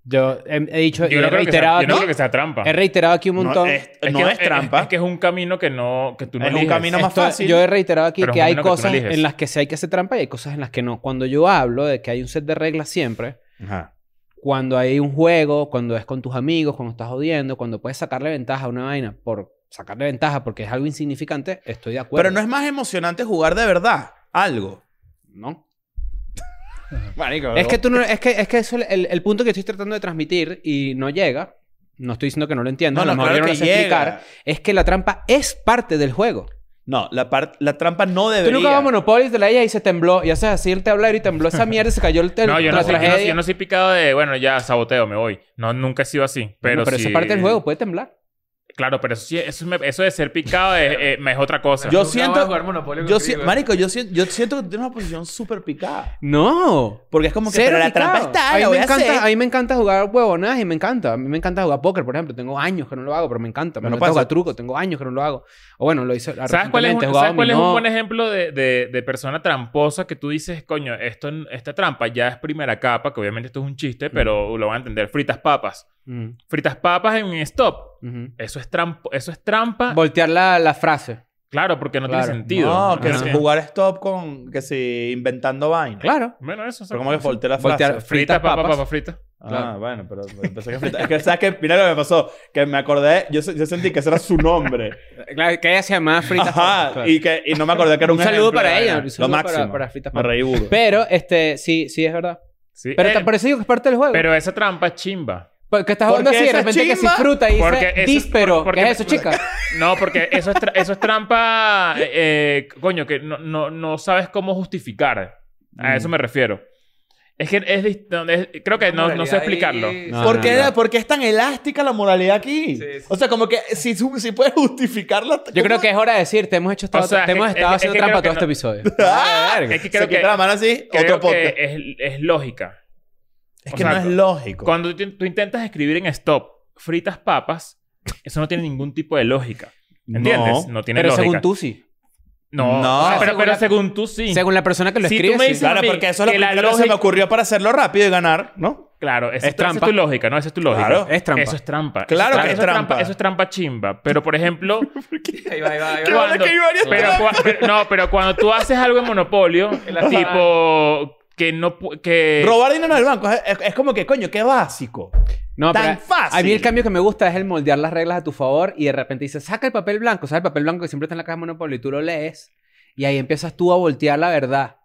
[SPEAKER 3] Yo he, he dicho y
[SPEAKER 1] Yo, no creo, que
[SPEAKER 3] he
[SPEAKER 1] sea,
[SPEAKER 3] reiterado,
[SPEAKER 1] yo no
[SPEAKER 3] aquí-
[SPEAKER 1] creo que sea trampa.
[SPEAKER 3] he reiterado aquí un
[SPEAKER 2] No,
[SPEAKER 3] montón.
[SPEAKER 2] es, no es trampa.
[SPEAKER 1] Es, que es un camino que no que tú no
[SPEAKER 2] Es un
[SPEAKER 1] eliges.
[SPEAKER 2] camino más
[SPEAKER 3] Esto-
[SPEAKER 2] fácil.
[SPEAKER 3] Yo he reiterado aquí
[SPEAKER 1] Pero es
[SPEAKER 3] que
[SPEAKER 1] un
[SPEAKER 3] hay
[SPEAKER 1] camino que tú no
[SPEAKER 3] cosas
[SPEAKER 1] eliges.
[SPEAKER 3] en las que sí hay que hacer trampa y hay cosas en las que no. Cuando yo hablo de que hay un set de reglas siempre,
[SPEAKER 2] Ajá.
[SPEAKER 3] cuando hay un juego, cuando es con tus amigos, cuando estás jodiendo, cuando puedes sacarle ventaja a una vaina por sacarle ventaja porque es algo insignificante, estoy de acuerdo.
[SPEAKER 2] Pero no es más emocionante jugar de verdad algo.
[SPEAKER 3] No.
[SPEAKER 2] Marico.
[SPEAKER 3] Es que tú no... Es que, es que eso... El, el punto que estoy tratando de transmitir y no llega... No estoy diciendo que no lo entiendas.
[SPEAKER 2] No, no,
[SPEAKER 3] a lo mejor
[SPEAKER 2] claro
[SPEAKER 3] yo no
[SPEAKER 2] que
[SPEAKER 3] lo sé explicar.
[SPEAKER 2] llega.
[SPEAKER 3] Es que la trampa es parte del juego.
[SPEAKER 2] No, la, par- la trampa no
[SPEAKER 3] Tú
[SPEAKER 2] debería.
[SPEAKER 3] nunca vas a Monopoly, te la ella y se tembló. Y haces así el tablero y tembló esa mierda y se cayó el tel-
[SPEAKER 1] No, yo no,
[SPEAKER 3] la
[SPEAKER 1] soy, yo, no,
[SPEAKER 3] tragedia.
[SPEAKER 1] yo no soy picado de, bueno, ya saboteo, me voy. No, nunca he sido así. Pero,
[SPEAKER 3] Bueno, pero
[SPEAKER 1] sí-
[SPEAKER 3] eso es parte del juego, puede temblar.
[SPEAKER 1] Claro, pero eso, sí, eso, me- eso de ser picado es, eh, me- es otra cosa.
[SPEAKER 2] Yo
[SPEAKER 5] Nunca
[SPEAKER 2] siento-
[SPEAKER 5] voy a jugar Monopoly
[SPEAKER 2] yo si-
[SPEAKER 5] contigo.
[SPEAKER 2] Marico, yo, si- yo siento que tienes una posición súper picada.
[SPEAKER 3] No.
[SPEAKER 2] Porque es como que. pero la trampa está,
[SPEAKER 3] a mí,
[SPEAKER 2] la
[SPEAKER 3] me
[SPEAKER 2] voy a
[SPEAKER 3] encanta,
[SPEAKER 2] hacer.
[SPEAKER 3] a mí me encanta jugar huevonadas y me encanta. A mí me encanta jugar póker, por ejemplo. Tengo años que no lo hago, pero me encanta. Me
[SPEAKER 2] Bueno,
[SPEAKER 3] encanta
[SPEAKER 2] pasa.
[SPEAKER 3] jugar truco, tengo años que no lo hago. O bueno, lo hice
[SPEAKER 1] ¿Sabes cuál es un,
[SPEAKER 3] recientemente, jugaba
[SPEAKER 1] ¿sabes cuál es un
[SPEAKER 3] dominó.
[SPEAKER 1] buen ejemplo de, de- de persona tramposa que tú dices, coño, esto, esta trampa ya es primera capa, que obviamente esto es un chiste, pero lo van a entender. Fritas papas.
[SPEAKER 3] Mm,
[SPEAKER 1] Fritas papas en stop.
[SPEAKER 3] ujú.
[SPEAKER 1] Eso es, trampo, eso es trampa.
[SPEAKER 3] Voltear la, la frase.
[SPEAKER 1] claro, porque no
[SPEAKER 3] Claro.
[SPEAKER 1] tiene sentido.
[SPEAKER 2] No, que
[SPEAKER 1] Ajá.
[SPEAKER 2] si jugar stop con. Que si inventando vaina.
[SPEAKER 3] Claro.
[SPEAKER 1] Bueno, eso.
[SPEAKER 2] Pero como que volteé la frase.
[SPEAKER 3] Voltear
[SPEAKER 1] Fritas,
[SPEAKER 3] fritas
[SPEAKER 1] papas,
[SPEAKER 3] papas.
[SPEAKER 1] papas fritas.
[SPEAKER 2] Ah,
[SPEAKER 3] claro.
[SPEAKER 2] bueno, pero pero pensé que frita- Es que, ¿sabes qué? Mira lo que me pasó. Que me acordé. Yo, se- yo sentí que ese era su [LAUGHS] nombre.
[SPEAKER 3] Claro, que ella se llamaba Fritas
[SPEAKER 2] Ajá.
[SPEAKER 3] Papas, claro.
[SPEAKER 2] Y, que, y no me acordé que era un,
[SPEAKER 3] Un saludo
[SPEAKER 2] ejemplo,
[SPEAKER 3] para ella,
[SPEAKER 2] vaina.
[SPEAKER 3] un
[SPEAKER 2] Lo
[SPEAKER 3] saludo para-
[SPEAKER 2] máximo.
[SPEAKER 3] para fritas
[SPEAKER 2] me
[SPEAKER 3] papas.
[SPEAKER 2] reí burro.
[SPEAKER 3] Pero, este, sí, sí, es verdad.
[SPEAKER 1] Sí.
[SPEAKER 3] Pero
[SPEAKER 1] Eh,
[SPEAKER 3] te parece yo que es parte del juego.
[SPEAKER 1] Pero esa trampa es chimba.
[SPEAKER 3] Porque estás
[SPEAKER 2] ¿Por
[SPEAKER 3] hablando
[SPEAKER 2] qué
[SPEAKER 3] así, de
[SPEAKER 2] esa
[SPEAKER 3] repente que si
[SPEAKER 2] chimba?
[SPEAKER 3] fruta y
[SPEAKER 1] Porque
[SPEAKER 3] dice
[SPEAKER 1] eso es-
[SPEAKER 3] díspero.
[SPEAKER 1] porque-
[SPEAKER 3] ¿Qué es eso, chica?
[SPEAKER 1] No, porque eso es, tra- [LAUGHS] eso es trampa, eh, eh, coño, que no, no, no sabes cómo justificar. A eso me refiero. Es que es, dist- no, es- creo que no, no sé explicarlo.
[SPEAKER 3] No,
[SPEAKER 2] ¿Por,
[SPEAKER 3] no,
[SPEAKER 2] qué,
[SPEAKER 3] no.
[SPEAKER 2] por qué es tan elástica la moralidad aquí?
[SPEAKER 5] Sí, sí.
[SPEAKER 2] O sea, como que si, su- si puedes justificarla.
[SPEAKER 3] Yo creo que es hora de decir, te hemos hecho estado,
[SPEAKER 1] O sea,
[SPEAKER 3] te
[SPEAKER 1] es
[SPEAKER 3] hemos
[SPEAKER 1] que-
[SPEAKER 3] estado
[SPEAKER 1] es que-
[SPEAKER 3] haciendo
[SPEAKER 1] es que
[SPEAKER 3] trampa todo
[SPEAKER 1] creo
[SPEAKER 3] este
[SPEAKER 1] que
[SPEAKER 2] [LAUGHS]
[SPEAKER 3] episodio.
[SPEAKER 2] ¡Ah!
[SPEAKER 1] Es que
[SPEAKER 2] Se
[SPEAKER 1] creo
[SPEAKER 2] quita
[SPEAKER 1] que,
[SPEAKER 2] la mano así,
[SPEAKER 1] creo
[SPEAKER 2] otro
[SPEAKER 1] que
[SPEAKER 2] podcast.
[SPEAKER 1] es, es lógica.
[SPEAKER 2] Es
[SPEAKER 1] o
[SPEAKER 2] que
[SPEAKER 1] sea,
[SPEAKER 2] no es lógico.
[SPEAKER 1] Cuando tú, tú intentas escribir en stop fritas papas, eso no tiene ningún tipo de lógica. ¿Entiendes? No,
[SPEAKER 2] No.
[SPEAKER 1] tiene
[SPEAKER 3] Pero
[SPEAKER 1] lógica.
[SPEAKER 3] según tú sí.
[SPEAKER 1] No,
[SPEAKER 2] No.
[SPEAKER 1] o sea, pero,
[SPEAKER 3] Según
[SPEAKER 1] pero
[SPEAKER 3] la-
[SPEAKER 1] según tú sí.
[SPEAKER 3] Según la persona que lo
[SPEAKER 1] Si tú
[SPEAKER 3] escribe.
[SPEAKER 1] me
[SPEAKER 3] sí.
[SPEAKER 1] dices-
[SPEAKER 2] Claro,
[SPEAKER 1] a mí
[SPEAKER 2] porque eso es lo
[SPEAKER 1] que la
[SPEAKER 2] primero que se me
[SPEAKER 1] lógica-
[SPEAKER 2] ocurrió para hacerlo rápido y ganar, ¿no?
[SPEAKER 1] Claro, esa
[SPEAKER 3] Es
[SPEAKER 1] es, tu- esa
[SPEAKER 3] trampa.
[SPEAKER 1] es tu lógica, ¿no? Esa es tu lógica.
[SPEAKER 2] Claro,
[SPEAKER 3] es trampa.
[SPEAKER 1] Eso es trampa.
[SPEAKER 2] Claro
[SPEAKER 1] Eso
[SPEAKER 2] que es
[SPEAKER 1] eso
[SPEAKER 2] trampa.
[SPEAKER 1] Eso es trampa chimba. Pero, por ejemplo...
[SPEAKER 5] Ahí va, ahí va,
[SPEAKER 2] [LAUGHS]
[SPEAKER 5] ahí
[SPEAKER 2] Qué
[SPEAKER 5] va.
[SPEAKER 2] bueno que hay varias
[SPEAKER 1] pero
[SPEAKER 2] trampas.
[SPEAKER 1] cua- pero- no, pero cuando tú haces algo en Monopolio,
[SPEAKER 5] la
[SPEAKER 1] tipo... Que no... pu- Que...
[SPEAKER 2] Robar dinero del banco es, es- es como que, coño, qué básico.
[SPEAKER 3] No,
[SPEAKER 2] Tan
[SPEAKER 3] pero
[SPEAKER 2] fácil.
[SPEAKER 3] A mí el cambio que me gusta es el moldear las reglas a tu favor y de repente dices, saca el papel blanco, ¿sabes? El papel blanco que siempre está en la caja de Monopoly y tú lo lees y ahí empiezas tú a voltear la verdad.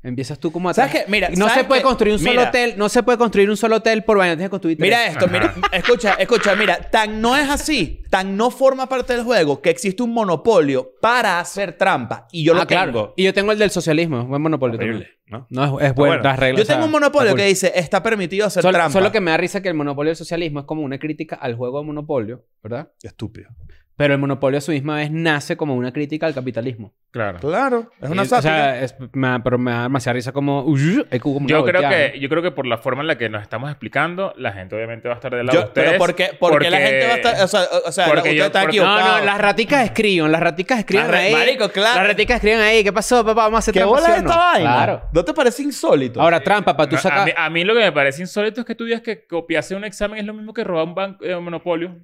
[SPEAKER 3] Empiezas tú como a...
[SPEAKER 2] ¿Sabes qué? Mira,
[SPEAKER 3] no
[SPEAKER 2] ¿sabes
[SPEAKER 3] se puede
[SPEAKER 2] qué?
[SPEAKER 3] construir un solo
[SPEAKER 2] Mira.
[SPEAKER 3] hotel, no se puede construir un solo hotel por vaina, tienes que construir
[SPEAKER 2] Mira
[SPEAKER 3] tres.
[SPEAKER 2] esto,
[SPEAKER 1] Ajá.
[SPEAKER 2] mira, escucha, escucha, mira, tan no es así, tan no forma parte del juego que existe un monopolio para hacer trampa. Y yo lo
[SPEAKER 3] Ah, claro.
[SPEAKER 2] tengo.
[SPEAKER 3] Y yo tengo el del socialismo, buen Monopoly también. No, es, es bueno,
[SPEAKER 2] Bueno,
[SPEAKER 3] las reglas.
[SPEAKER 2] Yo
[SPEAKER 3] o sea,
[SPEAKER 2] tengo un monopolio
[SPEAKER 3] está cool.
[SPEAKER 2] que dice, está permitido hacer
[SPEAKER 3] Sol-
[SPEAKER 2] trampa.
[SPEAKER 3] Solo que me da risa que el monopolio del socialismo es como una crítica al juego de monopolio, ¿verdad?
[SPEAKER 2] Estúpido.
[SPEAKER 3] Pero el monopolio a su misma vez nace como una crítica al capitalismo.
[SPEAKER 1] Claro.
[SPEAKER 2] Claro, es una
[SPEAKER 3] Y, o
[SPEAKER 2] sátira.
[SPEAKER 3] sea, es- me da, pero me da demasiada risa como... "Uy, hay como una
[SPEAKER 1] Yo creo,
[SPEAKER 3] volteada".
[SPEAKER 1] que, yo creo que por la forma en la que nos estamos explicando, la gente obviamente va a estar del lado de
[SPEAKER 2] Yo-
[SPEAKER 1] ustedes.
[SPEAKER 2] pero ¿por qué, por qué la gente va a estar.? O sea, o- o sea
[SPEAKER 1] porque
[SPEAKER 2] usted
[SPEAKER 1] yo-
[SPEAKER 2] está
[SPEAKER 1] porque-
[SPEAKER 2] equivocado.
[SPEAKER 3] No, no, las raticas escriben, las raticas escriben
[SPEAKER 2] Las ra-
[SPEAKER 3] ahí.
[SPEAKER 2] marico, claro.
[SPEAKER 3] Las raticas escriben ahí, ¿qué pasó, papá? Vamos a hacer
[SPEAKER 2] ¿Qué
[SPEAKER 3] trampa,
[SPEAKER 2] bola
[SPEAKER 3] ¿sí
[SPEAKER 2] es
[SPEAKER 3] o no?
[SPEAKER 2] esta vaina?
[SPEAKER 3] Claro.
[SPEAKER 2] ¿No te parece insólito?
[SPEAKER 3] Ahora, trampa, para tú
[SPEAKER 1] No, a,
[SPEAKER 3] sacar...
[SPEAKER 1] mí, a mí lo que me parece insólito es que tú digas que copiarse un examen es lo mismo que robar un banco, eh, un monopolio.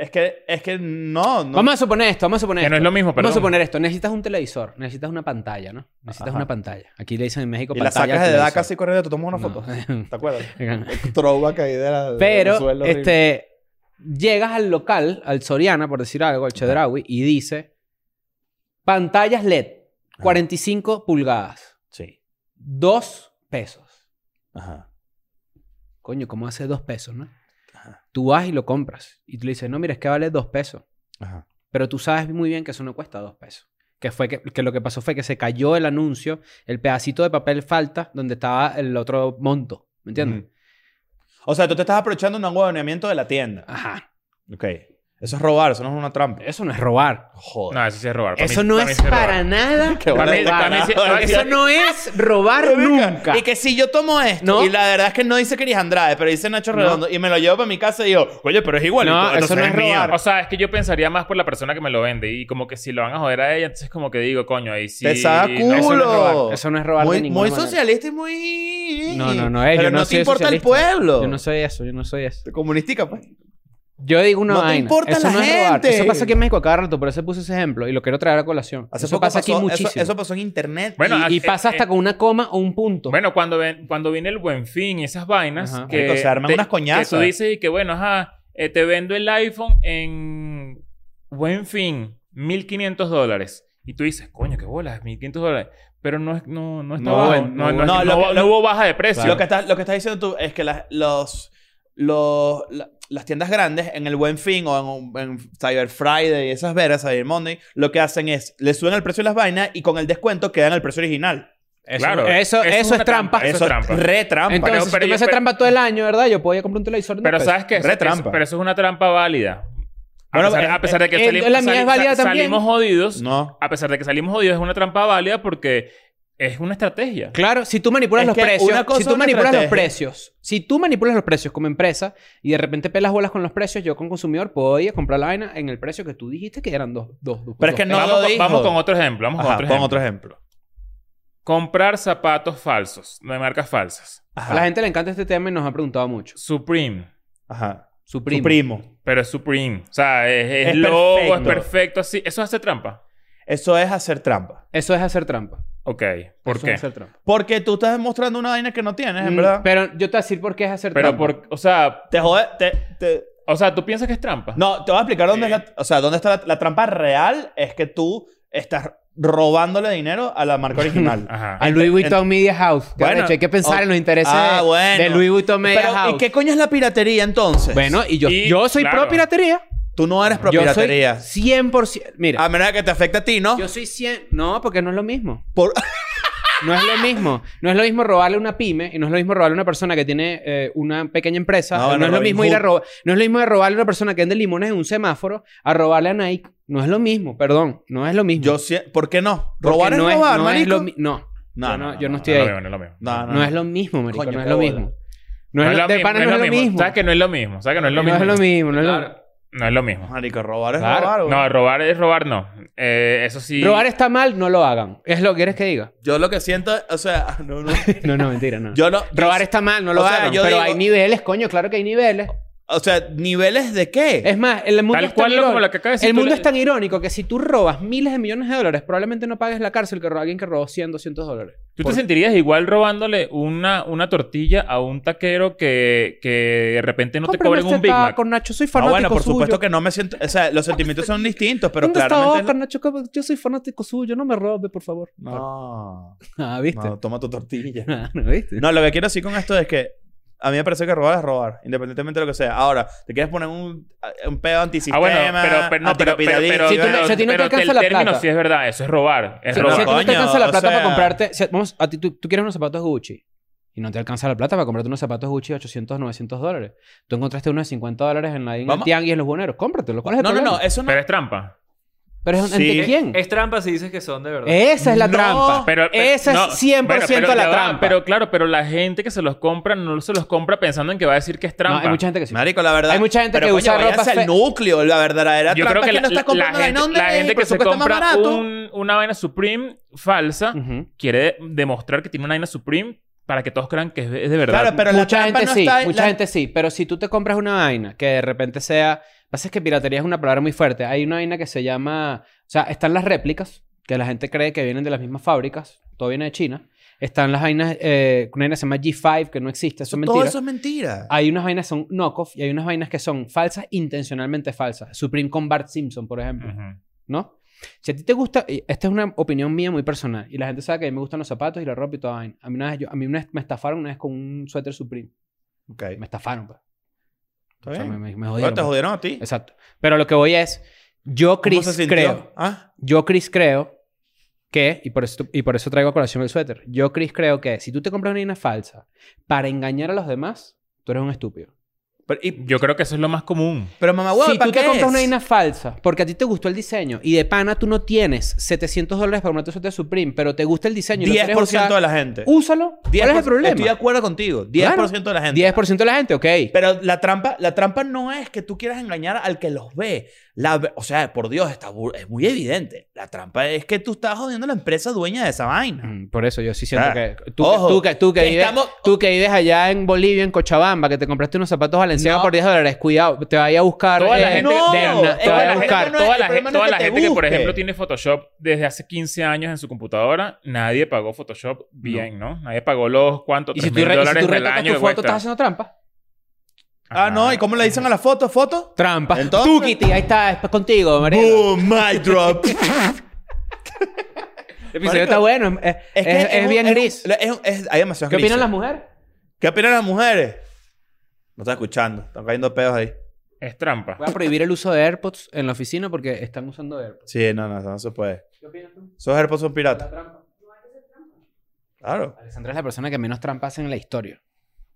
[SPEAKER 2] es que, es que no, no.
[SPEAKER 3] Vamos a suponer esto, vamos a suponer
[SPEAKER 1] Que no
[SPEAKER 3] esto.
[SPEAKER 1] es lo mismo,
[SPEAKER 3] Vamos a
[SPEAKER 1] perdón.
[SPEAKER 3] suponer esto. Necesitas un televisor, necesitas una pantalla, ¿no? Necesitas
[SPEAKER 2] Ajá.
[SPEAKER 3] una pantalla. Aquí le dicen en México
[SPEAKER 2] y la
[SPEAKER 3] pantalla.
[SPEAKER 2] sacas
[SPEAKER 3] al
[SPEAKER 2] de DACA así
[SPEAKER 3] televisor.
[SPEAKER 2] corriendo, te tomas una [LAUGHS] foto.
[SPEAKER 3] No. [LAUGHS]
[SPEAKER 2] ¿Te acuerdas? Throwback ahí de la, del
[SPEAKER 3] Pero,
[SPEAKER 2] suelo horrible.
[SPEAKER 3] este... Llegas al local, al Soriana, por decir algo, al Chedraui, y dice... Pantallas LED,
[SPEAKER 2] Ah.
[SPEAKER 3] 45 pulgadas,
[SPEAKER 2] Sí.
[SPEAKER 3] 2 pesos.
[SPEAKER 2] Ajá.
[SPEAKER 3] Coño, ¿cómo hace 2 pesos, no?
[SPEAKER 2] Ajá.
[SPEAKER 3] Tú vas y lo compras. Y tú le dices, no, mira, es que vale 2 pesos.
[SPEAKER 2] Ajá.
[SPEAKER 3] Pero tú sabes muy bien que eso no cuesta dos pesos. Que, fue que, que lo que pasó fue que se cayó el anuncio, el pedacito de papel falta donde estaba el otro monto. ¿Me entiendes?
[SPEAKER 2] Ujú. O sea, tú te estás aprovechando de un aguadoneamiento de la tienda.
[SPEAKER 3] Ajá.
[SPEAKER 2] Ah. Ok. Eso es robar, eso no es una trampa.
[SPEAKER 3] Eso no es robar.
[SPEAKER 2] Joder.
[SPEAKER 1] No, eso sí es robar. Para
[SPEAKER 3] Eso
[SPEAKER 1] mí-
[SPEAKER 3] no
[SPEAKER 1] mí
[SPEAKER 3] es
[SPEAKER 1] sí
[SPEAKER 3] para
[SPEAKER 1] robar.
[SPEAKER 2] [LAUGHS]
[SPEAKER 3] nada.
[SPEAKER 2] Qué bola
[SPEAKER 1] Para
[SPEAKER 2] de
[SPEAKER 1] mí- para mí sí-
[SPEAKER 2] tarado.
[SPEAKER 1] para mí sí-
[SPEAKER 3] Eso no es robar
[SPEAKER 2] Marica,
[SPEAKER 3] nunca.
[SPEAKER 2] Y que si yo tomo esto,
[SPEAKER 3] No.
[SPEAKER 2] y la verdad es que no dice Cris Andrade, pero dice Nacho
[SPEAKER 3] No.
[SPEAKER 2] Redondo, y me lo llevo para mi casa y digo, oye, pero es igualito.
[SPEAKER 3] No, eso
[SPEAKER 2] entonces
[SPEAKER 3] no es
[SPEAKER 2] mío.
[SPEAKER 3] robar.
[SPEAKER 1] O sea, es que yo pensaría más por la persona que me lo vende. Y como que si lo van a joder a ella, entonces como que digo, coño, ahí sí.
[SPEAKER 2] Te saca
[SPEAKER 1] no, eso no es robar.
[SPEAKER 2] culo.
[SPEAKER 3] Eso no es robar de
[SPEAKER 2] muy,
[SPEAKER 3] ninguna
[SPEAKER 2] muy
[SPEAKER 3] manera.
[SPEAKER 2] socialista y muy.
[SPEAKER 3] No, no, no. eh,
[SPEAKER 2] Pero
[SPEAKER 3] yo
[SPEAKER 2] no,
[SPEAKER 3] no
[SPEAKER 2] te
[SPEAKER 3] soy
[SPEAKER 2] importa el
[SPEAKER 3] socialista.
[SPEAKER 2] pueblo.
[SPEAKER 3] Yo no soy eso, yo no soy eso.
[SPEAKER 2] Comunistica, pues.
[SPEAKER 3] Yo digo una
[SPEAKER 2] No te
[SPEAKER 3] vaina.
[SPEAKER 2] importa
[SPEAKER 3] eso
[SPEAKER 2] la
[SPEAKER 3] no es robar.
[SPEAKER 2] gente.
[SPEAKER 3] Eso pasa aquí en México a cada rato, por eso puse ese ejemplo y lo quiero traer a colación.
[SPEAKER 2] Hace
[SPEAKER 3] eso
[SPEAKER 2] poco
[SPEAKER 3] pasa
[SPEAKER 2] pasó,
[SPEAKER 3] aquí
[SPEAKER 2] eso-
[SPEAKER 3] muchísimo.
[SPEAKER 2] Eso, pasó en internet.
[SPEAKER 1] Bueno,
[SPEAKER 2] y-
[SPEAKER 1] ah,
[SPEAKER 3] y, y
[SPEAKER 1] eh,
[SPEAKER 3] pasa hasta
[SPEAKER 1] eh,
[SPEAKER 3] con una coma o un punto.
[SPEAKER 1] Bueno, cuando, ven, cuando viene el buen fin y esas vainas,
[SPEAKER 3] Ajá.
[SPEAKER 1] que,
[SPEAKER 2] Marico, se arman
[SPEAKER 1] te-
[SPEAKER 2] unas coñazas.
[SPEAKER 1] que tú dices y que bueno, ajá, eh, te vendo el iPhone en buen fin, 1500 dólares. Y tú dices, coño, qué bolas, 1500 dólares. Pero no, es, no, no está
[SPEAKER 2] No,
[SPEAKER 1] bajo.
[SPEAKER 2] bueno,
[SPEAKER 1] No, no,
[SPEAKER 2] no,
[SPEAKER 1] es-
[SPEAKER 2] lo
[SPEAKER 1] no-
[SPEAKER 2] que-
[SPEAKER 1] no
[SPEAKER 2] lo-
[SPEAKER 1] hubo baja de precio.
[SPEAKER 2] Lo, que estás, lo que estás diciendo tú es que las, los, los, la- las tiendas grandes en el Buen Fin o en, un- en Cyber Friday y esas veras, Cyber Monday, lo que hacen es le suben el precio de las vainas y con el descuento quedan el precio original.
[SPEAKER 3] eso,
[SPEAKER 1] claro. Eso
[SPEAKER 3] eso,
[SPEAKER 1] es
[SPEAKER 3] eso es
[SPEAKER 1] una
[SPEAKER 3] trampa.
[SPEAKER 1] trampa. Ah, Eso es trampa.
[SPEAKER 2] Re trampa.
[SPEAKER 3] Entonces,
[SPEAKER 1] Pero- pero
[SPEAKER 3] si tú me
[SPEAKER 1] yo-
[SPEAKER 3] haces
[SPEAKER 1] pero-
[SPEAKER 3] trampa todo el año, ¿verdad? Yo puedo comprar un televisor. de
[SPEAKER 1] Pero
[SPEAKER 3] dos
[SPEAKER 1] ¿sabes qué?
[SPEAKER 2] Re
[SPEAKER 1] Eso- eso-
[SPEAKER 2] trampa.
[SPEAKER 1] pero eso es una trampa válida. A,
[SPEAKER 2] Bueno,
[SPEAKER 1] pesar,
[SPEAKER 2] eh,
[SPEAKER 1] a pesar de que
[SPEAKER 3] eh,
[SPEAKER 1] salimos-
[SPEAKER 3] la mía es
[SPEAKER 1] sali-
[SPEAKER 3] válida
[SPEAKER 1] sa-
[SPEAKER 3] también.
[SPEAKER 1] salimos jodidos,
[SPEAKER 2] no.
[SPEAKER 1] a pesar de que salimos jodidos, es una trampa válida porque es una estrategia.
[SPEAKER 3] pesos. Claro, si tú manipulas
[SPEAKER 2] Es
[SPEAKER 3] los
[SPEAKER 2] que
[SPEAKER 3] precios,
[SPEAKER 2] una cosa
[SPEAKER 3] si
[SPEAKER 2] es
[SPEAKER 3] tú
[SPEAKER 2] una
[SPEAKER 3] manipulas los
[SPEAKER 2] estrategia.
[SPEAKER 3] precios, si tú manipulas los precios como empresa y de repente pelas bolas con los precios, yo con consumidor puedo ir a comprar la vaina en el precio que tú dijiste que eran dos, dos, dos-
[SPEAKER 2] Pero es
[SPEAKER 3] dos
[SPEAKER 2] que no
[SPEAKER 1] vamos,
[SPEAKER 2] lo
[SPEAKER 1] con,
[SPEAKER 2] dijo.
[SPEAKER 1] vamos con otro ejemplo. Vamos con
[SPEAKER 2] Ajá,
[SPEAKER 1] otro
[SPEAKER 2] pon
[SPEAKER 1] ejemplo.
[SPEAKER 2] otro ejemplo.
[SPEAKER 1] Comprar zapatos falsos, de marcas falsas.
[SPEAKER 3] pesos. A la gente le encanta este tema y nos ha preguntado mucho.
[SPEAKER 1] Supreme.
[SPEAKER 2] Ajá.
[SPEAKER 3] Su primo.
[SPEAKER 2] Tu primo.
[SPEAKER 1] Pero es Supreme. O sea, es, es
[SPEAKER 2] Es
[SPEAKER 1] logo, es
[SPEAKER 2] perfecto.
[SPEAKER 1] perfecto, así. Eso hace trampa.
[SPEAKER 2] Eso es hacer trampa.
[SPEAKER 3] Eso es hacer trampa.
[SPEAKER 1] Ok. ¿Por
[SPEAKER 3] Eso
[SPEAKER 1] qué?
[SPEAKER 3] Es hacer trampa.
[SPEAKER 2] Porque tú estás demostrando una vaina que no tienes, Eh, en
[SPEAKER 3] Mm,
[SPEAKER 2] verdad.
[SPEAKER 3] Pero yo te voy a decir por qué es hacer
[SPEAKER 1] Pero
[SPEAKER 3] trampa.
[SPEAKER 1] por, o sea,
[SPEAKER 2] Te jode. Te, te-
[SPEAKER 1] o sea, ¿tú piensas que es trampa?
[SPEAKER 2] No, te voy a explicar dónde es la, o sea, dónde está la, la trampa real. Es que tú estás robándole dinero a la marca
[SPEAKER 3] [LAUGHS]
[SPEAKER 2] original.
[SPEAKER 1] Ajá.
[SPEAKER 3] A Louis Vuitton Media House. Qué
[SPEAKER 2] Bueno,
[SPEAKER 3] arrecho, hay que pensar
[SPEAKER 2] oh,
[SPEAKER 3] en los intereses
[SPEAKER 2] ah,
[SPEAKER 3] de-
[SPEAKER 2] bueno.
[SPEAKER 3] de Louis Vuitton Media
[SPEAKER 2] Pero,
[SPEAKER 3] House.
[SPEAKER 2] ¿y qué coño es la piratería entonces?
[SPEAKER 3] Bueno, y yo,
[SPEAKER 1] Y,
[SPEAKER 3] yo soy
[SPEAKER 1] claro.
[SPEAKER 3] pro piratería.
[SPEAKER 2] tú no eres pro
[SPEAKER 3] Yo
[SPEAKER 2] piratería.
[SPEAKER 3] soy 100%. Mira,
[SPEAKER 2] A menos que te afecte a ti, ¿no?
[SPEAKER 3] yo soy 100. No, porque no es lo mismo.
[SPEAKER 2] Por- [LAUGHS]
[SPEAKER 3] No es lo mismo. No es lo mismo robarle a una pyme y no es lo mismo robarle a una persona que tiene eh, una pequeña empresa.
[SPEAKER 2] No,
[SPEAKER 3] No,
[SPEAKER 2] bueno,
[SPEAKER 3] es lo
[SPEAKER 2] Robin
[SPEAKER 3] mismo ir a
[SPEAKER 2] Hood.
[SPEAKER 3] robar. No es lo mismo de robarle a una persona que vende limones en un semáforo a robarle a Nike. No es lo mismo, perdón. No es lo mismo.
[SPEAKER 2] Yo sí- ¿Por qué no?
[SPEAKER 3] Porque
[SPEAKER 2] Robar es
[SPEAKER 3] no
[SPEAKER 2] robar,
[SPEAKER 3] no
[SPEAKER 2] marico.
[SPEAKER 3] lo mi- no.
[SPEAKER 2] No,
[SPEAKER 3] Yo
[SPEAKER 2] no,
[SPEAKER 3] yo
[SPEAKER 2] no,
[SPEAKER 3] no
[SPEAKER 2] no,
[SPEAKER 3] estoy
[SPEAKER 1] No es lo
[SPEAKER 3] ahí.
[SPEAKER 1] mismo, no es lo mismo.
[SPEAKER 2] No, no,
[SPEAKER 3] No es lo mismo, marico.
[SPEAKER 2] Coño,
[SPEAKER 3] no es
[SPEAKER 2] qué
[SPEAKER 3] lo
[SPEAKER 2] bola.
[SPEAKER 3] mismo. No es lo, de pana no es lo mismo.
[SPEAKER 1] ¿Sabes que no es lo mismo? ¿Sabes que no es lo
[SPEAKER 3] No
[SPEAKER 1] mismo?
[SPEAKER 3] es lo mismo. No es lo mismo.
[SPEAKER 5] Claro.
[SPEAKER 1] No es lo mismo.
[SPEAKER 2] Marico, robar es
[SPEAKER 3] Claro.
[SPEAKER 2] robar, güey.
[SPEAKER 1] No, robar es robar, no. Eh, eso sí.
[SPEAKER 3] Robar está mal, no lo hagan. Es lo que quieres
[SPEAKER 2] [LAUGHS]
[SPEAKER 3] que diga.
[SPEAKER 2] Yo lo que siento, o sea, [LAUGHS] no, no.
[SPEAKER 3] No, no, mentira, no.
[SPEAKER 2] Yo no.
[SPEAKER 3] Robar está mal, no lo
[SPEAKER 2] O sea,
[SPEAKER 3] hagan.
[SPEAKER 2] yo
[SPEAKER 3] Pero
[SPEAKER 2] digo-
[SPEAKER 3] hay niveles, coño, claro que hay niveles.
[SPEAKER 2] O sea, ¿niveles de qué?
[SPEAKER 3] Es más, el mundo,
[SPEAKER 1] Tal
[SPEAKER 3] es,
[SPEAKER 1] cual
[SPEAKER 3] tan
[SPEAKER 1] lo-
[SPEAKER 3] irónico-
[SPEAKER 1] como lo que
[SPEAKER 2] Ah,
[SPEAKER 1] acabas de decir
[SPEAKER 3] el
[SPEAKER 1] tú,
[SPEAKER 3] mundo
[SPEAKER 1] le-
[SPEAKER 3] es tan irónico que si tú robas miles de millones de dólares, probablemente no pagues la cárcel que roba alguien que robó 100, 200 dólares.
[SPEAKER 1] ¿Tú
[SPEAKER 3] Por-
[SPEAKER 1] te sentirías igual robándole una, una tortilla a un taquero que, que de repente no te
[SPEAKER 3] Cómprame
[SPEAKER 1] cobren
[SPEAKER 3] este
[SPEAKER 1] un Big Mac?
[SPEAKER 3] taco, Nacho, soy
[SPEAKER 2] no,
[SPEAKER 3] fanático
[SPEAKER 2] Ah, bueno, por
[SPEAKER 3] suyo.
[SPEAKER 2] supuesto que no me siento. O sea, los sentimientos son distintos, pero
[SPEAKER 3] ¿Dónde está
[SPEAKER 2] claramente.
[SPEAKER 3] Oscar, Nacho? Yo soy fanático suyo, no me robe, por favor.
[SPEAKER 2] No,
[SPEAKER 3] [LAUGHS] Ah, ¿viste? [LAUGHS] Ah,
[SPEAKER 2] no, toma tu tortilla.
[SPEAKER 3] No, ¿viste?
[SPEAKER 2] No, lo que quiero decir con esto es que a mí me parece que robar es robar, independientemente de lo que sea. Ahora, te quieres poner un, un pedo antisistema,
[SPEAKER 1] Ah, bueno, pero, pero, no, pero, pero,
[SPEAKER 2] anticapitalista,
[SPEAKER 1] pero-
[SPEAKER 3] Si tú no-
[SPEAKER 1] pero-
[SPEAKER 3] si a ti no te
[SPEAKER 1] pero
[SPEAKER 3] alcanza
[SPEAKER 1] el
[SPEAKER 3] la
[SPEAKER 1] término
[SPEAKER 3] plata.
[SPEAKER 1] sí es verdad, eso es robar. Es
[SPEAKER 3] Si, si
[SPEAKER 1] robar.
[SPEAKER 3] a ti no te
[SPEAKER 2] Coño,
[SPEAKER 3] alcanza la
[SPEAKER 2] o
[SPEAKER 3] plata
[SPEAKER 2] sea-
[SPEAKER 3] para comprarte... si- vamos, a ti, tú, tú quieres unos zapatos Gucci. y no te alcanza la plata para comprarte unos zapatos Gucci de 800, 900 dólares. Tú encontraste unos de 50 dólares en la en el
[SPEAKER 2] Vamos-
[SPEAKER 3] tianguis en los bueneros. Cómpratelo. ¿Cuál es el
[SPEAKER 2] No, no,
[SPEAKER 3] problema?
[SPEAKER 2] no, eso no.
[SPEAKER 1] Pero es trampa.
[SPEAKER 3] Pero es
[SPEAKER 2] Sí.
[SPEAKER 3] ¿ante quién? Eh,
[SPEAKER 5] Es trampa si dices que son de verdad.
[SPEAKER 3] Esa es la
[SPEAKER 2] No.
[SPEAKER 3] trampa.
[SPEAKER 1] Pero, pero-
[SPEAKER 3] Esa
[SPEAKER 1] no,
[SPEAKER 3] es 100%
[SPEAKER 1] bueno, pero
[SPEAKER 3] la
[SPEAKER 1] ya va,
[SPEAKER 3] trampa.
[SPEAKER 1] Pero claro, pero la gente que se los compra no se los compra pensando en que va a decir que es
[SPEAKER 3] No,
[SPEAKER 1] trampa.
[SPEAKER 3] hay mucha gente que sí.
[SPEAKER 2] Marico, la verdad.
[SPEAKER 3] Hay mucha gente
[SPEAKER 2] pero,
[SPEAKER 3] que
[SPEAKER 2] coño,
[SPEAKER 3] usa ropa
[SPEAKER 2] váyanse
[SPEAKER 3] fe-
[SPEAKER 2] al núcleo, la verdadera
[SPEAKER 1] Yo
[SPEAKER 2] trampa
[SPEAKER 1] creo que
[SPEAKER 2] es
[SPEAKER 1] la,
[SPEAKER 2] no está
[SPEAKER 1] la- la
[SPEAKER 2] comprando
[SPEAKER 1] gente, la gente que se compra un- una vaina Supreme falsa
[SPEAKER 2] Mm.
[SPEAKER 3] Ujú.
[SPEAKER 1] quiere demostrar que tiene una vaina Supreme para que todos crean que es de, es de verdad.
[SPEAKER 2] Claro, pero la
[SPEAKER 3] mucha
[SPEAKER 2] trampa
[SPEAKER 3] gente
[SPEAKER 2] no
[SPEAKER 3] sí,
[SPEAKER 2] está-
[SPEAKER 3] mucha
[SPEAKER 2] la-
[SPEAKER 3] gente sí. Pero si tú te compras una vaina que de repente sea... Pasa es que piratería es una palabra muy fuerte. Hay una vaina que se llama... O sea, están las réplicas, que la gente cree que vienen de las mismas fábricas. Todo viene de China. Están las vainas... Eh, una vaina que se llama G5, que no existe. Eso es
[SPEAKER 2] Todo
[SPEAKER 3] mentira.
[SPEAKER 2] eso es mentira.
[SPEAKER 3] Hay unas vainas que son knockoff y hay unas vainas que son falsas, intencionalmente falsas. Supreme con Bart Simpson, por ejemplo.
[SPEAKER 1] Ujú.
[SPEAKER 3] ¿no? Si a ti te gusta, y esta es una opinión mía muy personal, y la gente sabe que a mí me gustan los zapatos y la ropa y toda vaina. A mí una vez, yo- a mí una vez me estafaron una vez con un suéter Supreme.
[SPEAKER 2] Ok.
[SPEAKER 3] Me estafaron, pues.
[SPEAKER 2] Está
[SPEAKER 3] O sea,
[SPEAKER 2] bien.
[SPEAKER 3] me, me- me
[SPEAKER 2] Bueno,
[SPEAKER 3] jodieron.
[SPEAKER 2] te
[SPEAKER 3] pues.
[SPEAKER 2] jodieron a ti.
[SPEAKER 3] Exacto. Pero lo que voy es, yo
[SPEAKER 2] ¿Cómo se
[SPEAKER 3] Chris
[SPEAKER 2] sintió?
[SPEAKER 3] creo,
[SPEAKER 2] Ah,
[SPEAKER 3] yo Chris creo que, y por eso, y por eso traigo a colación el suéter, yo Chris creo que si tú te compras una vaina falsa para engañar a los demás, tú eres un estúpido.
[SPEAKER 2] pero, y-
[SPEAKER 1] Yo creo que eso es lo más común.
[SPEAKER 2] pero mamá, Ah, huevo,
[SPEAKER 3] si
[SPEAKER 2] ¿para
[SPEAKER 3] tú te
[SPEAKER 2] qué
[SPEAKER 3] compras
[SPEAKER 2] es?
[SPEAKER 3] una vaina falsa porque a ti te gustó el diseño y de pana tú no tienes 700 dólares para comprarte un suéter Supreme, pero te gusta el diseño y lo quieres
[SPEAKER 2] 10%
[SPEAKER 3] usar,
[SPEAKER 2] de la gente.
[SPEAKER 3] úsalo. Uh, ¿Cuál es el
[SPEAKER 2] 10%,
[SPEAKER 3] problema?
[SPEAKER 2] Estoy de acuerdo contigo. 10% de la gente.
[SPEAKER 3] 10% de la gente, ok.
[SPEAKER 2] Pero la trampa, la trampa no es que tú quieras engañar al que los ve. La ve- o sea, por Dios, está bur- es muy evidente. La trampa es que tú estás jodiendo a la empresa dueña de esa vaina.
[SPEAKER 3] Mm, Por eso yo sí siento
[SPEAKER 2] Ah,
[SPEAKER 3] que... Tú,
[SPEAKER 2] ojo,
[SPEAKER 3] tú que, tú que
[SPEAKER 2] que
[SPEAKER 3] vives,
[SPEAKER 2] estamos-
[SPEAKER 3] tú que vives allá en Bolivia, en Cochabamba, que te compraste unos zapatos valencianos
[SPEAKER 2] No.
[SPEAKER 3] por 10 dólares, cuidado, te vaya a buscar...
[SPEAKER 1] Toda la
[SPEAKER 3] eh,
[SPEAKER 1] gente-
[SPEAKER 3] de-
[SPEAKER 2] No,
[SPEAKER 3] na- te
[SPEAKER 2] es
[SPEAKER 3] vaya
[SPEAKER 2] que
[SPEAKER 3] a
[SPEAKER 2] la gente
[SPEAKER 3] buscar.
[SPEAKER 2] no-
[SPEAKER 1] toda
[SPEAKER 2] el
[SPEAKER 1] la,
[SPEAKER 2] problema
[SPEAKER 1] gente,
[SPEAKER 2] no es
[SPEAKER 1] toda
[SPEAKER 2] que
[SPEAKER 1] la
[SPEAKER 2] te
[SPEAKER 1] gente que, por
[SPEAKER 2] busque.
[SPEAKER 1] ejemplo, tiene Photoshop desde hace 15 años en su computadora, nadie pagó Photoshop bien, ¿no? Nadie pagó los cuantos,
[SPEAKER 3] Y si
[SPEAKER 1] 3
[SPEAKER 3] tú,
[SPEAKER 1] mil
[SPEAKER 3] re- y si
[SPEAKER 1] dólares
[SPEAKER 3] tú
[SPEAKER 1] del
[SPEAKER 3] retocas
[SPEAKER 1] año
[SPEAKER 3] tu
[SPEAKER 1] que
[SPEAKER 3] foto,
[SPEAKER 1] cuesta.
[SPEAKER 3] estás haciendo trampa.
[SPEAKER 2] Ah, no, ¿y cómo le dicen a la foto? ¿Foto?
[SPEAKER 3] Trampa.
[SPEAKER 2] Entonces-
[SPEAKER 3] Tú, Kitty, ahí está, es contigo, María.
[SPEAKER 2] Boom, my [LAUGHS] drop.
[SPEAKER 3] El episodio está bueno, es, es- es
[SPEAKER 2] un-
[SPEAKER 3] bien
[SPEAKER 2] es un-
[SPEAKER 3] gris.
[SPEAKER 2] es- es- hay demasiados
[SPEAKER 3] ¿Qué
[SPEAKER 2] grises.
[SPEAKER 3] opinan las mujeres?
[SPEAKER 2] ¿Qué opinan las mujeres? No está escuchando. Están cayendo pedos ahí.
[SPEAKER 1] Es trampa.
[SPEAKER 3] Voy a prohibir el uso de AirPods en la oficina porque están usando AirPods.
[SPEAKER 2] Sí, no, no, eso no se puede.
[SPEAKER 3] ¿Qué opinas tú?
[SPEAKER 2] Esos AirPods son piratas.
[SPEAKER 3] trampa.
[SPEAKER 2] Claro.
[SPEAKER 3] Alexandra es la persona que menos trampas hace en la historia.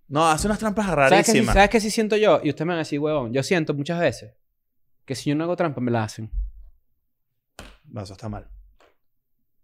[SPEAKER 2] No, hace unas trampas
[SPEAKER 3] ¿Sabes qué, sí-
[SPEAKER 2] rarísimas.
[SPEAKER 3] ¿Sabes qué sí siento yo? Y ustedes me van a decir, huevón, yo siento muchas veces que si yo no hago trampa me la hacen.
[SPEAKER 2] No, eso está mal.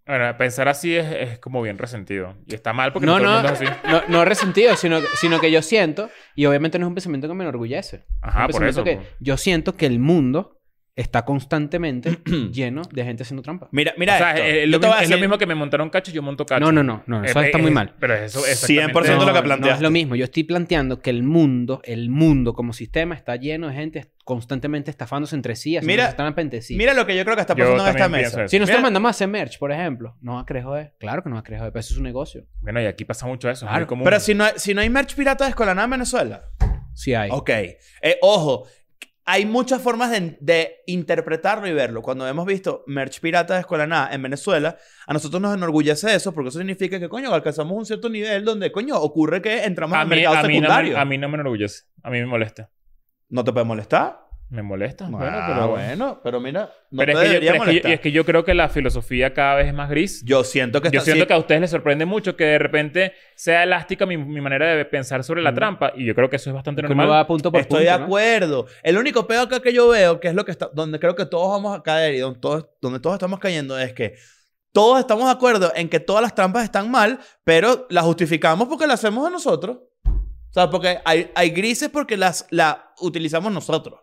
[SPEAKER 1] Bueno, pensar así es, es como bien resentido. Y está mal porque no,
[SPEAKER 3] No,
[SPEAKER 1] todo
[SPEAKER 3] no,
[SPEAKER 1] el mundo es así.
[SPEAKER 3] no, no resentido, sino, sino que yo siento, y obviamente no es un pensamiento que me enorgullece. Es un
[SPEAKER 1] Ajá, por
[SPEAKER 3] pensamiento
[SPEAKER 1] eso,
[SPEAKER 3] que
[SPEAKER 1] pues.
[SPEAKER 3] yo siento que el mundo está constantemente
[SPEAKER 1] [CLEARS THROAT]
[SPEAKER 3] lleno de gente haciendo trampa.
[SPEAKER 2] Mira, mira
[SPEAKER 1] O sea,
[SPEAKER 2] esto.
[SPEAKER 1] es, es
[SPEAKER 2] Yo
[SPEAKER 1] lo
[SPEAKER 2] te
[SPEAKER 1] mismo,
[SPEAKER 2] voy a
[SPEAKER 1] es lo
[SPEAKER 2] decir-
[SPEAKER 1] mismo que me montaron cacho, yo monto cacho.
[SPEAKER 3] No, no, no, no, eso
[SPEAKER 1] Eh,
[SPEAKER 3] está
[SPEAKER 1] eh,
[SPEAKER 3] muy mal.
[SPEAKER 1] Pero eso
[SPEAKER 2] 100%
[SPEAKER 1] exactamente-
[SPEAKER 2] lo que
[SPEAKER 3] No,
[SPEAKER 2] planteaste.
[SPEAKER 3] No es lo mismo. Yo estoy planteando que el mundo, el mundo como sistema está lleno de gente constantemente estafándose entre sí, haciendo
[SPEAKER 2] Mira-
[SPEAKER 3] que se están entre sí.
[SPEAKER 2] Mira lo que yo creo que está
[SPEAKER 1] Yo
[SPEAKER 2] pasando en esta
[SPEAKER 1] también pienso
[SPEAKER 2] mesa.
[SPEAKER 1] eso.
[SPEAKER 3] si nosotros
[SPEAKER 2] mira-
[SPEAKER 3] mandamos a hacer merch, por ejemplo, no va a querer joder. Claro que no va a querer joder, pero eso es un negocio.
[SPEAKER 1] Bueno, y aquí pasa mucho eso. es
[SPEAKER 3] Claro,
[SPEAKER 1] muy común.
[SPEAKER 2] Pero si no, si no hay merch pirata de Escolanada en Venezuela.
[SPEAKER 3] Sí hay.
[SPEAKER 2] Ok. Eh, ojo, hay muchas formas de, de interpretarlo y verlo. Cuando hemos visto merch pirata de Escolanada en Venezuela, a nosotros nos enorgullece eso porque eso significa que, coño, alcanzamos un cierto nivel donde, coño, ocurre que entramos
[SPEAKER 1] a
[SPEAKER 2] al
[SPEAKER 1] mí,
[SPEAKER 2] mercado
[SPEAKER 1] a, mí no
[SPEAKER 2] secundario.
[SPEAKER 1] me, a mí no me enorgullece. A mí me molesta.
[SPEAKER 2] ¿No te puede molestar?
[SPEAKER 1] Me molesta.
[SPEAKER 2] Ah,
[SPEAKER 1] pero
[SPEAKER 2] bueno, pero mira, no
[SPEAKER 1] Pero es
[SPEAKER 2] te
[SPEAKER 1] que yo- pero
[SPEAKER 2] debería
[SPEAKER 1] es que yo,
[SPEAKER 2] molestar.
[SPEAKER 1] y es que yo creo que la filosofía cada vez es más gris.
[SPEAKER 2] Yo siento que
[SPEAKER 1] Yo
[SPEAKER 2] está-
[SPEAKER 1] siento
[SPEAKER 2] sí,
[SPEAKER 1] que a ustedes les sorprende mucho que de repente sea elástica mi, mi manera de pensar sobre
[SPEAKER 2] Mm.
[SPEAKER 1] la trampa. Y yo creo que eso es bastante
[SPEAKER 3] Que uno
[SPEAKER 1] normal.
[SPEAKER 3] va punto por
[SPEAKER 2] Estoy
[SPEAKER 3] punto,
[SPEAKER 2] de
[SPEAKER 3] ¿no?
[SPEAKER 2] acuerdo. El único peor acá que yo veo, que es lo que está, donde creo que todos vamos a caer y donde todos, donde todos estamos cayendo, es que todos estamos de acuerdo en que todas las trampas están mal, pero las justificamos porque las hacemos a nosotros. O sea, porque hay, hay grises porque las la utilizamos nosotros.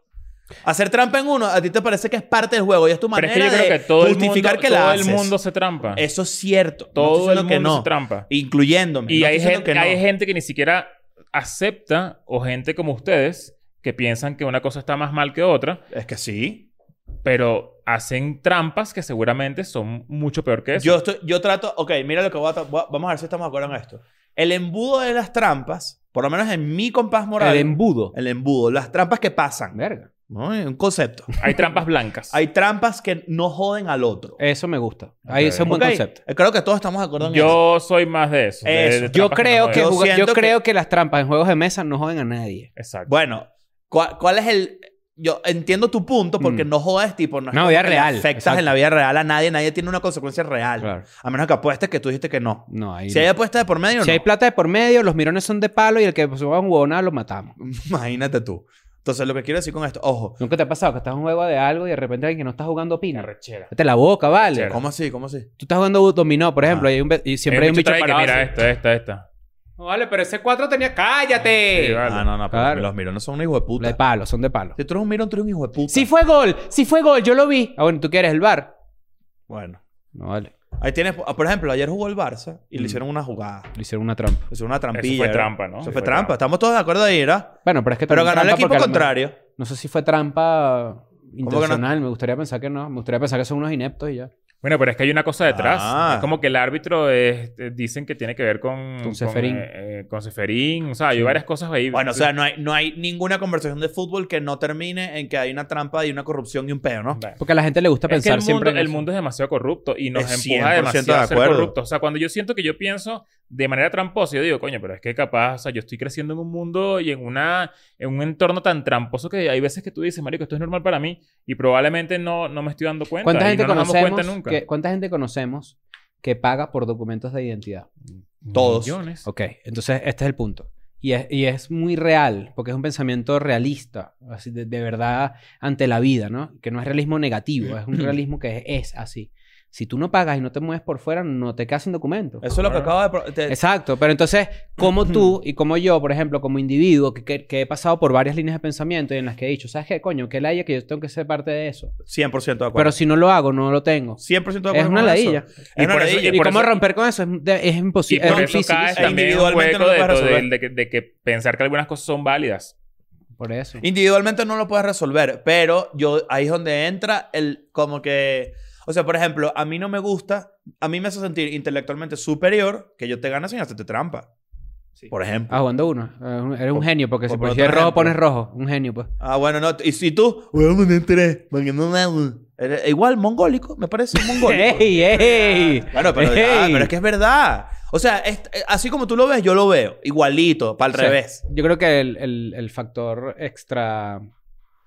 [SPEAKER 2] Hacer trampa en uno, a ti te parece que es parte del juego y es tu
[SPEAKER 1] Pero es que yo
[SPEAKER 2] manera
[SPEAKER 1] creo
[SPEAKER 2] de
[SPEAKER 1] que todo el mundo,
[SPEAKER 2] justificar que la
[SPEAKER 1] todo el
[SPEAKER 2] haces.
[SPEAKER 1] mundo se trampa.
[SPEAKER 2] Eso es cierto. No
[SPEAKER 1] todo
[SPEAKER 2] estoy
[SPEAKER 1] el
[SPEAKER 2] diciendo que
[SPEAKER 1] mundo
[SPEAKER 2] no,
[SPEAKER 1] se trampa.
[SPEAKER 2] Incluyéndome.
[SPEAKER 1] Y
[SPEAKER 2] No
[SPEAKER 1] hay,
[SPEAKER 2] estoy diciendo
[SPEAKER 1] gente,
[SPEAKER 2] que no.
[SPEAKER 1] hay gente que ni siquiera acepta o gente como ustedes que piensan que una cosa está más mal que otra,
[SPEAKER 2] Es que sí.
[SPEAKER 1] pero hacen trampas que seguramente son mucho peor que eso.
[SPEAKER 2] Yo, estoy- yo trato, ok, mira lo que voy a, tra- voy a- Vamos a ver si estamos de acuerdo en esto. El embudo de las trampas, por lo menos en mi compás moral.
[SPEAKER 3] El embudo.
[SPEAKER 2] El embudo, las trampas que pasan.
[SPEAKER 3] Verga.
[SPEAKER 2] ¿no? Es Un concepto.
[SPEAKER 1] Hay trampas
[SPEAKER 2] [LAUGHS]
[SPEAKER 1] blancas.
[SPEAKER 2] Hay trampas que no joden al otro.
[SPEAKER 3] Eso me gusta. Ahí
[SPEAKER 1] Ok.
[SPEAKER 3] ese es un buen
[SPEAKER 2] Ok,
[SPEAKER 3] concepto.
[SPEAKER 2] eh, Creo que todos estamos de acuerdo en eso.
[SPEAKER 1] Yo soy más de eso. de-
[SPEAKER 2] Eso.
[SPEAKER 1] de
[SPEAKER 3] Yo
[SPEAKER 1] trampas
[SPEAKER 3] creo
[SPEAKER 1] no
[SPEAKER 3] que,
[SPEAKER 1] veo.
[SPEAKER 2] Yo
[SPEAKER 3] juga- yo,
[SPEAKER 2] siento que-
[SPEAKER 3] creo que las trampas en juegos de mesa no joden a nadie.
[SPEAKER 1] Exacto.
[SPEAKER 2] Bueno, ¿cuál, cuál es el. yo entiendo tu punto porque
[SPEAKER 3] Mm.
[SPEAKER 2] no jodas, tipo, no es
[SPEAKER 3] Una
[SPEAKER 2] como
[SPEAKER 3] vida
[SPEAKER 2] que le
[SPEAKER 3] real,
[SPEAKER 2] afectas
[SPEAKER 3] exacto.
[SPEAKER 2] en la vida real a nadie, nadie tiene una consecuencia real.
[SPEAKER 3] Claro.
[SPEAKER 2] A menos que apuestes que tú dijiste que no.
[SPEAKER 3] No, ahí.
[SPEAKER 2] Si hay apuesta de por medio,
[SPEAKER 3] Si
[SPEAKER 2] no. [LAUGHS]
[SPEAKER 3] hay plata de por medio, los mirones son de palo y el que suba un huevonada lo matamos.
[SPEAKER 2] Imagínate tú. Entonces, lo que quiero decir con esto, ojo,
[SPEAKER 3] ¿Nunca te ha pasado que estás en un juego de algo y de repente alguien que no está jugando opina?
[SPEAKER 1] Arrechera.
[SPEAKER 3] Vete la boca, vale.
[SPEAKER 1] Chera.
[SPEAKER 2] ¿cómo así? ¿Cómo así?
[SPEAKER 3] Tú estás jugando dominó, por ejemplo, y, hay un be- y siempre
[SPEAKER 1] El
[SPEAKER 3] hay un bicho
[SPEAKER 1] trae que
[SPEAKER 3] parado.
[SPEAKER 1] mira
[SPEAKER 3] así.
[SPEAKER 1] esta, esta, esta.
[SPEAKER 3] No, vale, pero ese 4 tenía... ¡Cállate!
[SPEAKER 1] Sí, vale.
[SPEAKER 2] Ah, no, no, pero
[SPEAKER 3] Claro.
[SPEAKER 2] los mirones son un hijo de puta.
[SPEAKER 3] De palo, son de palo.
[SPEAKER 2] Si tú eres un mirón, tú eres un hijo de puta.
[SPEAKER 3] Si fue gol, si fue gol, yo lo vi. Ah, bueno, ¿tú quieres el bar?
[SPEAKER 2] Bueno.
[SPEAKER 3] No, vale.
[SPEAKER 2] Ahí tienes, por ejemplo, ayer jugó el Barça y
[SPEAKER 3] Mm.
[SPEAKER 2] le hicieron una jugada.
[SPEAKER 3] Le hicieron una trampa.
[SPEAKER 2] Le hicieron una trampilla.
[SPEAKER 1] Eso fue
[SPEAKER 2] ¿verdad?
[SPEAKER 1] trampa, ¿no?
[SPEAKER 2] Eso fue trampa. Estamos todos de acuerdo ahí, ¿verdad?
[SPEAKER 3] Bueno, pero es que
[SPEAKER 2] Pero
[SPEAKER 3] también
[SPEAKER 2] ganó el
[SPEAKER 3] trampa
[SPEAKER 2] equipo
[SPEAKER 3] porque al-
[SPEAKER 2] contrario.
[SPEAKER 3] No sé si fue trampa
[SPEAKER 2] que no?
[SPEAKER 3] intencional. Me gustaría pensar que no. Me gustaría pensar que son unos ineptos y ya.
[SPEAKER 1] Bueno, pero es que hay una cosa detrás.
[SPEAKER 2] Ah.
[SPEAKER 1] Es como que el árbitro es- eh, dicen que tiene que ver con...
[SPEAKER 3] Ceferín.
[SPEAKER 1] Con, eh, eh, con Ceferín. O sea, hay varias cosas ahí.
[SPEAKER 2] Bueno, o sea, no hay, no hay ninguna conversación de fútbol que no termine en que hay una trampa y una corrupción y un peo, ¿no?
[SPEAKER 1] Bueno.
[SPEAKER 3] Porque a la gente le gusta
[SPEAKER 1] Es que
[SPEAKER 3] pensar
[SPEAKER 1] el mundo,
[SPEAKER 3] siempre en
[SPEAKER 1] el
[SPEAKER 3] eso.
[SPEAKER 1] mundo es demasiado corrupto y nos
[SPEAKER 2] Es
[SPEAKER 1] empuja
[SPEAKER 2] 100%
[SPEAKER 1] demasiado
[SPEAKER 2] de
[SPEAKER 1] a ser
[SPEAKER 2] acuerdo.
[SPEAKER 1] corruptos. O sea, cuando yo siento que yo pienso de manera tramposa, yo digo, coño, pero es que capaz, o sea, yo estoy creciendo en un mundo y en una en un entorno tan tramposo que hay veces que tú dices, marico, esto es normal para mí y probablemente no, no me estoy dando cuenta.
[SPEAKER 3] ¿Cuánta
[SPEAKER 1] y
[SPEAKER 3] gente,
[SPEAKER 1] no nos damos cuenta
[SPEAKER 3] conocemos
[SPEAKER 1] nunca.
[SPEAKER 3] que, ¿Cuánta gente conocemos que paga por documentos de identidad?
[SPEAKER 2] Todos.
[SPEAKER 1] Millones.
[SPEAKER 3] Ok, entonces este es el punto. Y es, y es muy real, porque es un pensamiento realista, así de, de verdad ante la vida, ¿no? Que no es realismo negativo, es un realismo que es, es así. Si tú no pagas y no te mueves por fuera, no te quedas sin documento.
[SPEAKER 2] Eso es lo que
[SPEAKER 1] Claro.
[SPEAKER 2] acabo de... pro- te-
[SPEAKER 3] Exacto, pero entonces, como tú y como yo, por ejemplo, como individuo, que, que- que he pasado por varias líneas de pensamiento y en las que he dicho, ¿sabes qué, coño? Que la haya que yo tengo que ser parte de eso.
[SPEAKER 2] 100% de acuerdo.
[SPEAKER 3] Pero si no lo hago, no lo tengo.
[SPEAKER 2] 100% de acuerdo
[SPEAKER 3] Es una
[SPEAKER 2] con eso.
[SPEAKER 3] ladilla.
[SPEAKER 2] Es
[SPEAKER 1] Y
[SPEAKER 2] una
[SPEAKER 1] por eso-
[SPEAKER 2] ladilla.
[SPEAKER 3] ¿Y,
[SPEAKER 1] por
[SPEAKER 3] cómo
[SPEAKER 1] eso-
[SPEAKER 3] romper con eso? Es, de- es
[SPEAKER 1] Y
[SPEAKER 3] imposible.
[SPEAKER 1] por
[SPEAKER 3] Es
[SPEAKER 1] eso
[SPEAKER 3] difícil.
[SPEAKER 1] caes
[SPEAKER 3] sí,
[SPEAKER 1] también en un
[SPEAKER 2] Individualmente
[SPEAKER 1] hueco
[SPEAKER 2] no lo
[SPEAKER 1] de,
[SPEAKER 2] puedes
[SPEAKER 1] de-
[SPEAKER 2] resolver.
[SPEAKER 1] de que, de que pensar que algunas cosas son válidas.
[SPEAKER 3] Por eso.
[SPEAKER 2] Individualmente no lo puedes resolver, pero yo ahí es donde entra el como que, o sea, por ejemplo, a mí no me gusta, a mí me hace sentir intelectualmente superior que yo te gane sin hacerte trampa. Por ejemplo.
[SPEAKER 3] Ah, jugando uno. Eh, un- Eres un
[SPEAKER 2] Por-
[SPEAKER 3] genio, porque si
[SPEAKER 2] por
[SPEAKER 3] por
[SPEAKER 2] otro
[SPEAKER 3] si es rojo,
[SPEAKER 2] ejemplo.
[SPEAKER 3] pones rojo. Un genio, pues.
[SPEAKER 2] Ah, bueno, no, y si tú, bueno, me enteré, porque no me hago. Eres Igual mongólico, me parece un [LAUGHS] mongólico.
[SPEAKER 3] ¡Ey, ey!
[SPEAKER 2] Bueno, pero, ah,
[SPEAKER 3] ¡Ey!
[SPEAKER 2] pero es que es verdad. O sea, es- eh, así como tú lo ves, yo lo veo. Igualito, para
[SPEAKER 3] O
[SPEAKER 2] el
[SPEAKER 3] sea,
[SPEAKER 2] revés.
[SPEAKER 3] Yo creo que el, el- el factor extra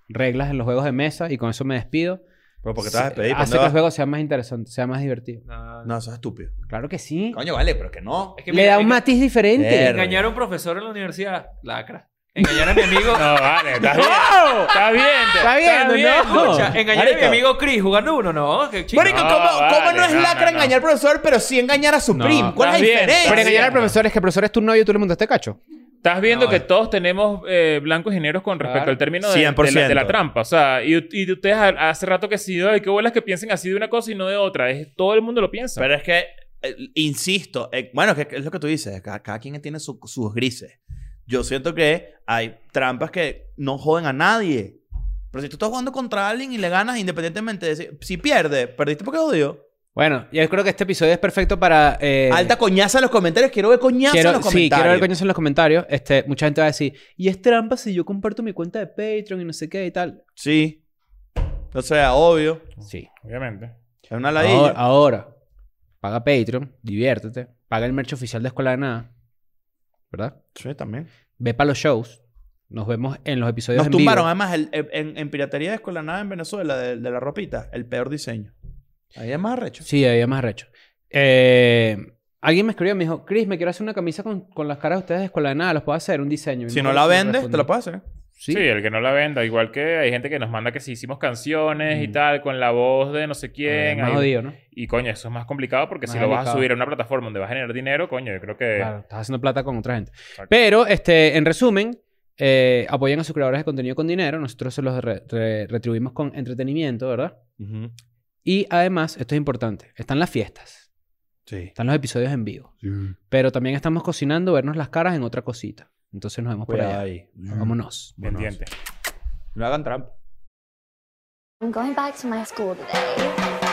[SPEAKER 3] reglas en los juegos de mesa, y con eso me despido,
[SPEAKER 2] Pero porque te vas a despedir. ¿Para
[SPEAKER 3] hace
[SPEAKER 2] dónde
[SPEAKER 3] que los
[SPEAKER 2] vas?
[SPEAKER 3] juegos sean más interesantes, sean más divertidos.
[SPEAKER 5] No,
[SPEAKER 2] No, eso es estúpido.
[SPEAKER 3] Claro que sí.
[SPEAKER 2] Coño, vale, pero que no.
[SPEAKER 5] Es que
[SPEAKER 3] Le
[SPEAKER 5] mira,
[SPEAKER 3] da
[SPEAKER 5] enga-
[SPEAKER 3] un matiz diferente.
[SPEAKER 2] Verga.
[SPEAKER 5] Engañar a un profesor en la universidad, lacra. Engañar a mi amigo.
[SPEAKER 1] [LAUGHS] No, vale, está bien.
[SPEAKER 3] ¡Wow!
[SPEAKER 1] Está bien.
[SPEAKER 3] Está viendo, ¿no?
[SPEAKER 5] Escucha, engañar a mi
[SPEAKER 2] Marico.
[SPEAKER 5] amigo Chris jugando uno, no. Qué chido.
[SPEAKER 2] Marico,
[SPEAKER 1] No,
[SPEAKER 2] ¿cómo, cómo
[SPEAKER 1] vale,
[SPEAKER 2] no es
[SPEAKER 1] no,
[SPEAKER 2] lacra
[SPEAKER 1] no, no.
[SPEAKER 2] engañar al profesor, pero sí engañar a su
[SPEAKER 3] No,
[SPEAKER 2] primo? ¿Cuál es la
[SPEAKER 1] estás bien,
[SPEAKER 2] diferencia?
[SPEAKER 3] Pero engañar al
[SPEAKER 1] Haciendo.
[SPEAKER 3] profesor es que el profesor es tu novio y tú le montaste cacho.
[SPEAKER 1] Estás viendo
[SPEAKER 5] No,
[SPEAKER 1] que
[SPEAKER 5] es-
[SPEAKER 1] todos tenemos eh, blancos y negros con respecto
[SPEAKER 3] Claro.
[SPEAKER 1] al término de, de la- de, la,
[SPEAKER 2] 100%.
[SPEAKER 1] trampa. O sea, y, y ustedes a- hace rato que sí, ay, qué bolas que piensen así de una cosa y no de otra. Es, todo el mundo lo piensa.
[SPEAKER 2] Pero es que, eh, insisto, eh, bueno, que, que es lo que tú dices, cada, cada quien tiene su- sus grises. Yo siento que hay trampas que no joden a nadie. Pero si tú estás jugando contra alguien y le ganas independientemente de si, si pierde, perdiste porque jodió.
[SPEAKER 3] Bueno, yo creo que este episodio es perfecto para... eh,
[SPEAKER 2] Alta coñaza en los comentarios, quiero ver coñaza
[SPEAKER 3] Quiero,
[SPEAKER 2] en los
[SPEAKER 3] sí,
[SPEAKER 2] comentarios.
[SPEAKER 3] quiero ver coñazo en los comentarios. Este, mucha gente va a decir, y es trampa si yo comparto mi cuenta de Patreon y no sé qué y tal.
[SPEAKER 2] Sí. O sea, obvio.
[SPEAKER 3] Sí.
[SPEAKER 1] Obviamente.
[SPEAKER 2] Es una ladilla.
[SPEAKER 3] Ahora, ahora, paga Patreon, diviértete, paga el merch oficial de Escuela de Nada, ¿verdad?
[SPEAKER 2] Sí, también.
[SPEAKER 3] Ve para los shows. Nos vemos en los episodios
[SPEAKER 2] Nos
[SPEAKER 3] en
[SPEAKER 2] tumbaron ¿ah?
[SPEAKER 3] vivo.
[SPEAKER 2] además el- en, en piratería de escuela nada en Venezuela de, de la ropita, el peor diseño. Ahí es más arrecho.
[SPEAKER 3] Sí, había más recho. Eh, alguien me escribió y me dijo, Chris, me quiero hacer una camisa con, con las caras de ustedes de Escuela de Nada. ¿Los puedo hacer? Un diseño. Y
[SPEAKER 2] Si
[SPEAKER 3] me
[SPEAKER 2] no
[SPEAKER 3] acuerdo
[SPEAKER 2] la
[SPEAKER 3] si
[SPEAKER 2] vendes,
[SPEAKER 3] me
[SPEAKER 2] te
[SPEAKER 3] respondió.
[SPEAKER 2] la puedes hacer.
[SPEAKER 1] Sí.
[SPEAKER 3] Sí.
[SPEAKER 1] el que no la venda. Igual que hay gente que nos manda que si hicimos canciones y
[SPEAKER 3] Mm.
[SPEAKER 1] tal, con la voz de no sé quién.
[SPEAKER 3] eh, Más
[SPEAKER 1] ahí-
[SPEAKER 3] jodido, ¿no?
[SPEAKER 1] y coño, eso es más complicado porque
[SPEAKER 3] Más
[SPEAKER 1] si lo vas a
[SPEAKER 3] delicado.
[SPEAKER 1] subir a una plataforma donde vas a generar dinero, coño, yo creo que.
[SPEAKER 3] Claro, estás haciendo plata con otra gente.
[SPEAKER 1] Exacto.
[SPEAKER 3] Pero, este, en resumen, eh, apoyan a sus creadores de contenido con dinero. Nosotros se los re- re- retribuimos con entretenimiento, ¿verdad? Y además, esto es importante, están las fiestas.
[SPEAKER 2] Sí.
[SPEAKER 3] Están los episodios en vivo. Pero también estamos cocinando, vernos las caras en otra cosita. Entonces nos vemos por
[SPEAKER 2] Cuidado
[SPEAKER 3] allá.
[SPEAKER 2] ahí.
[SPEAKER 3] Vámonos.
[SPEAKER 1] pendiente.
[SPEAKER 2] No hagan trampa.
[SPEAKER 6] I'm going back to my school today.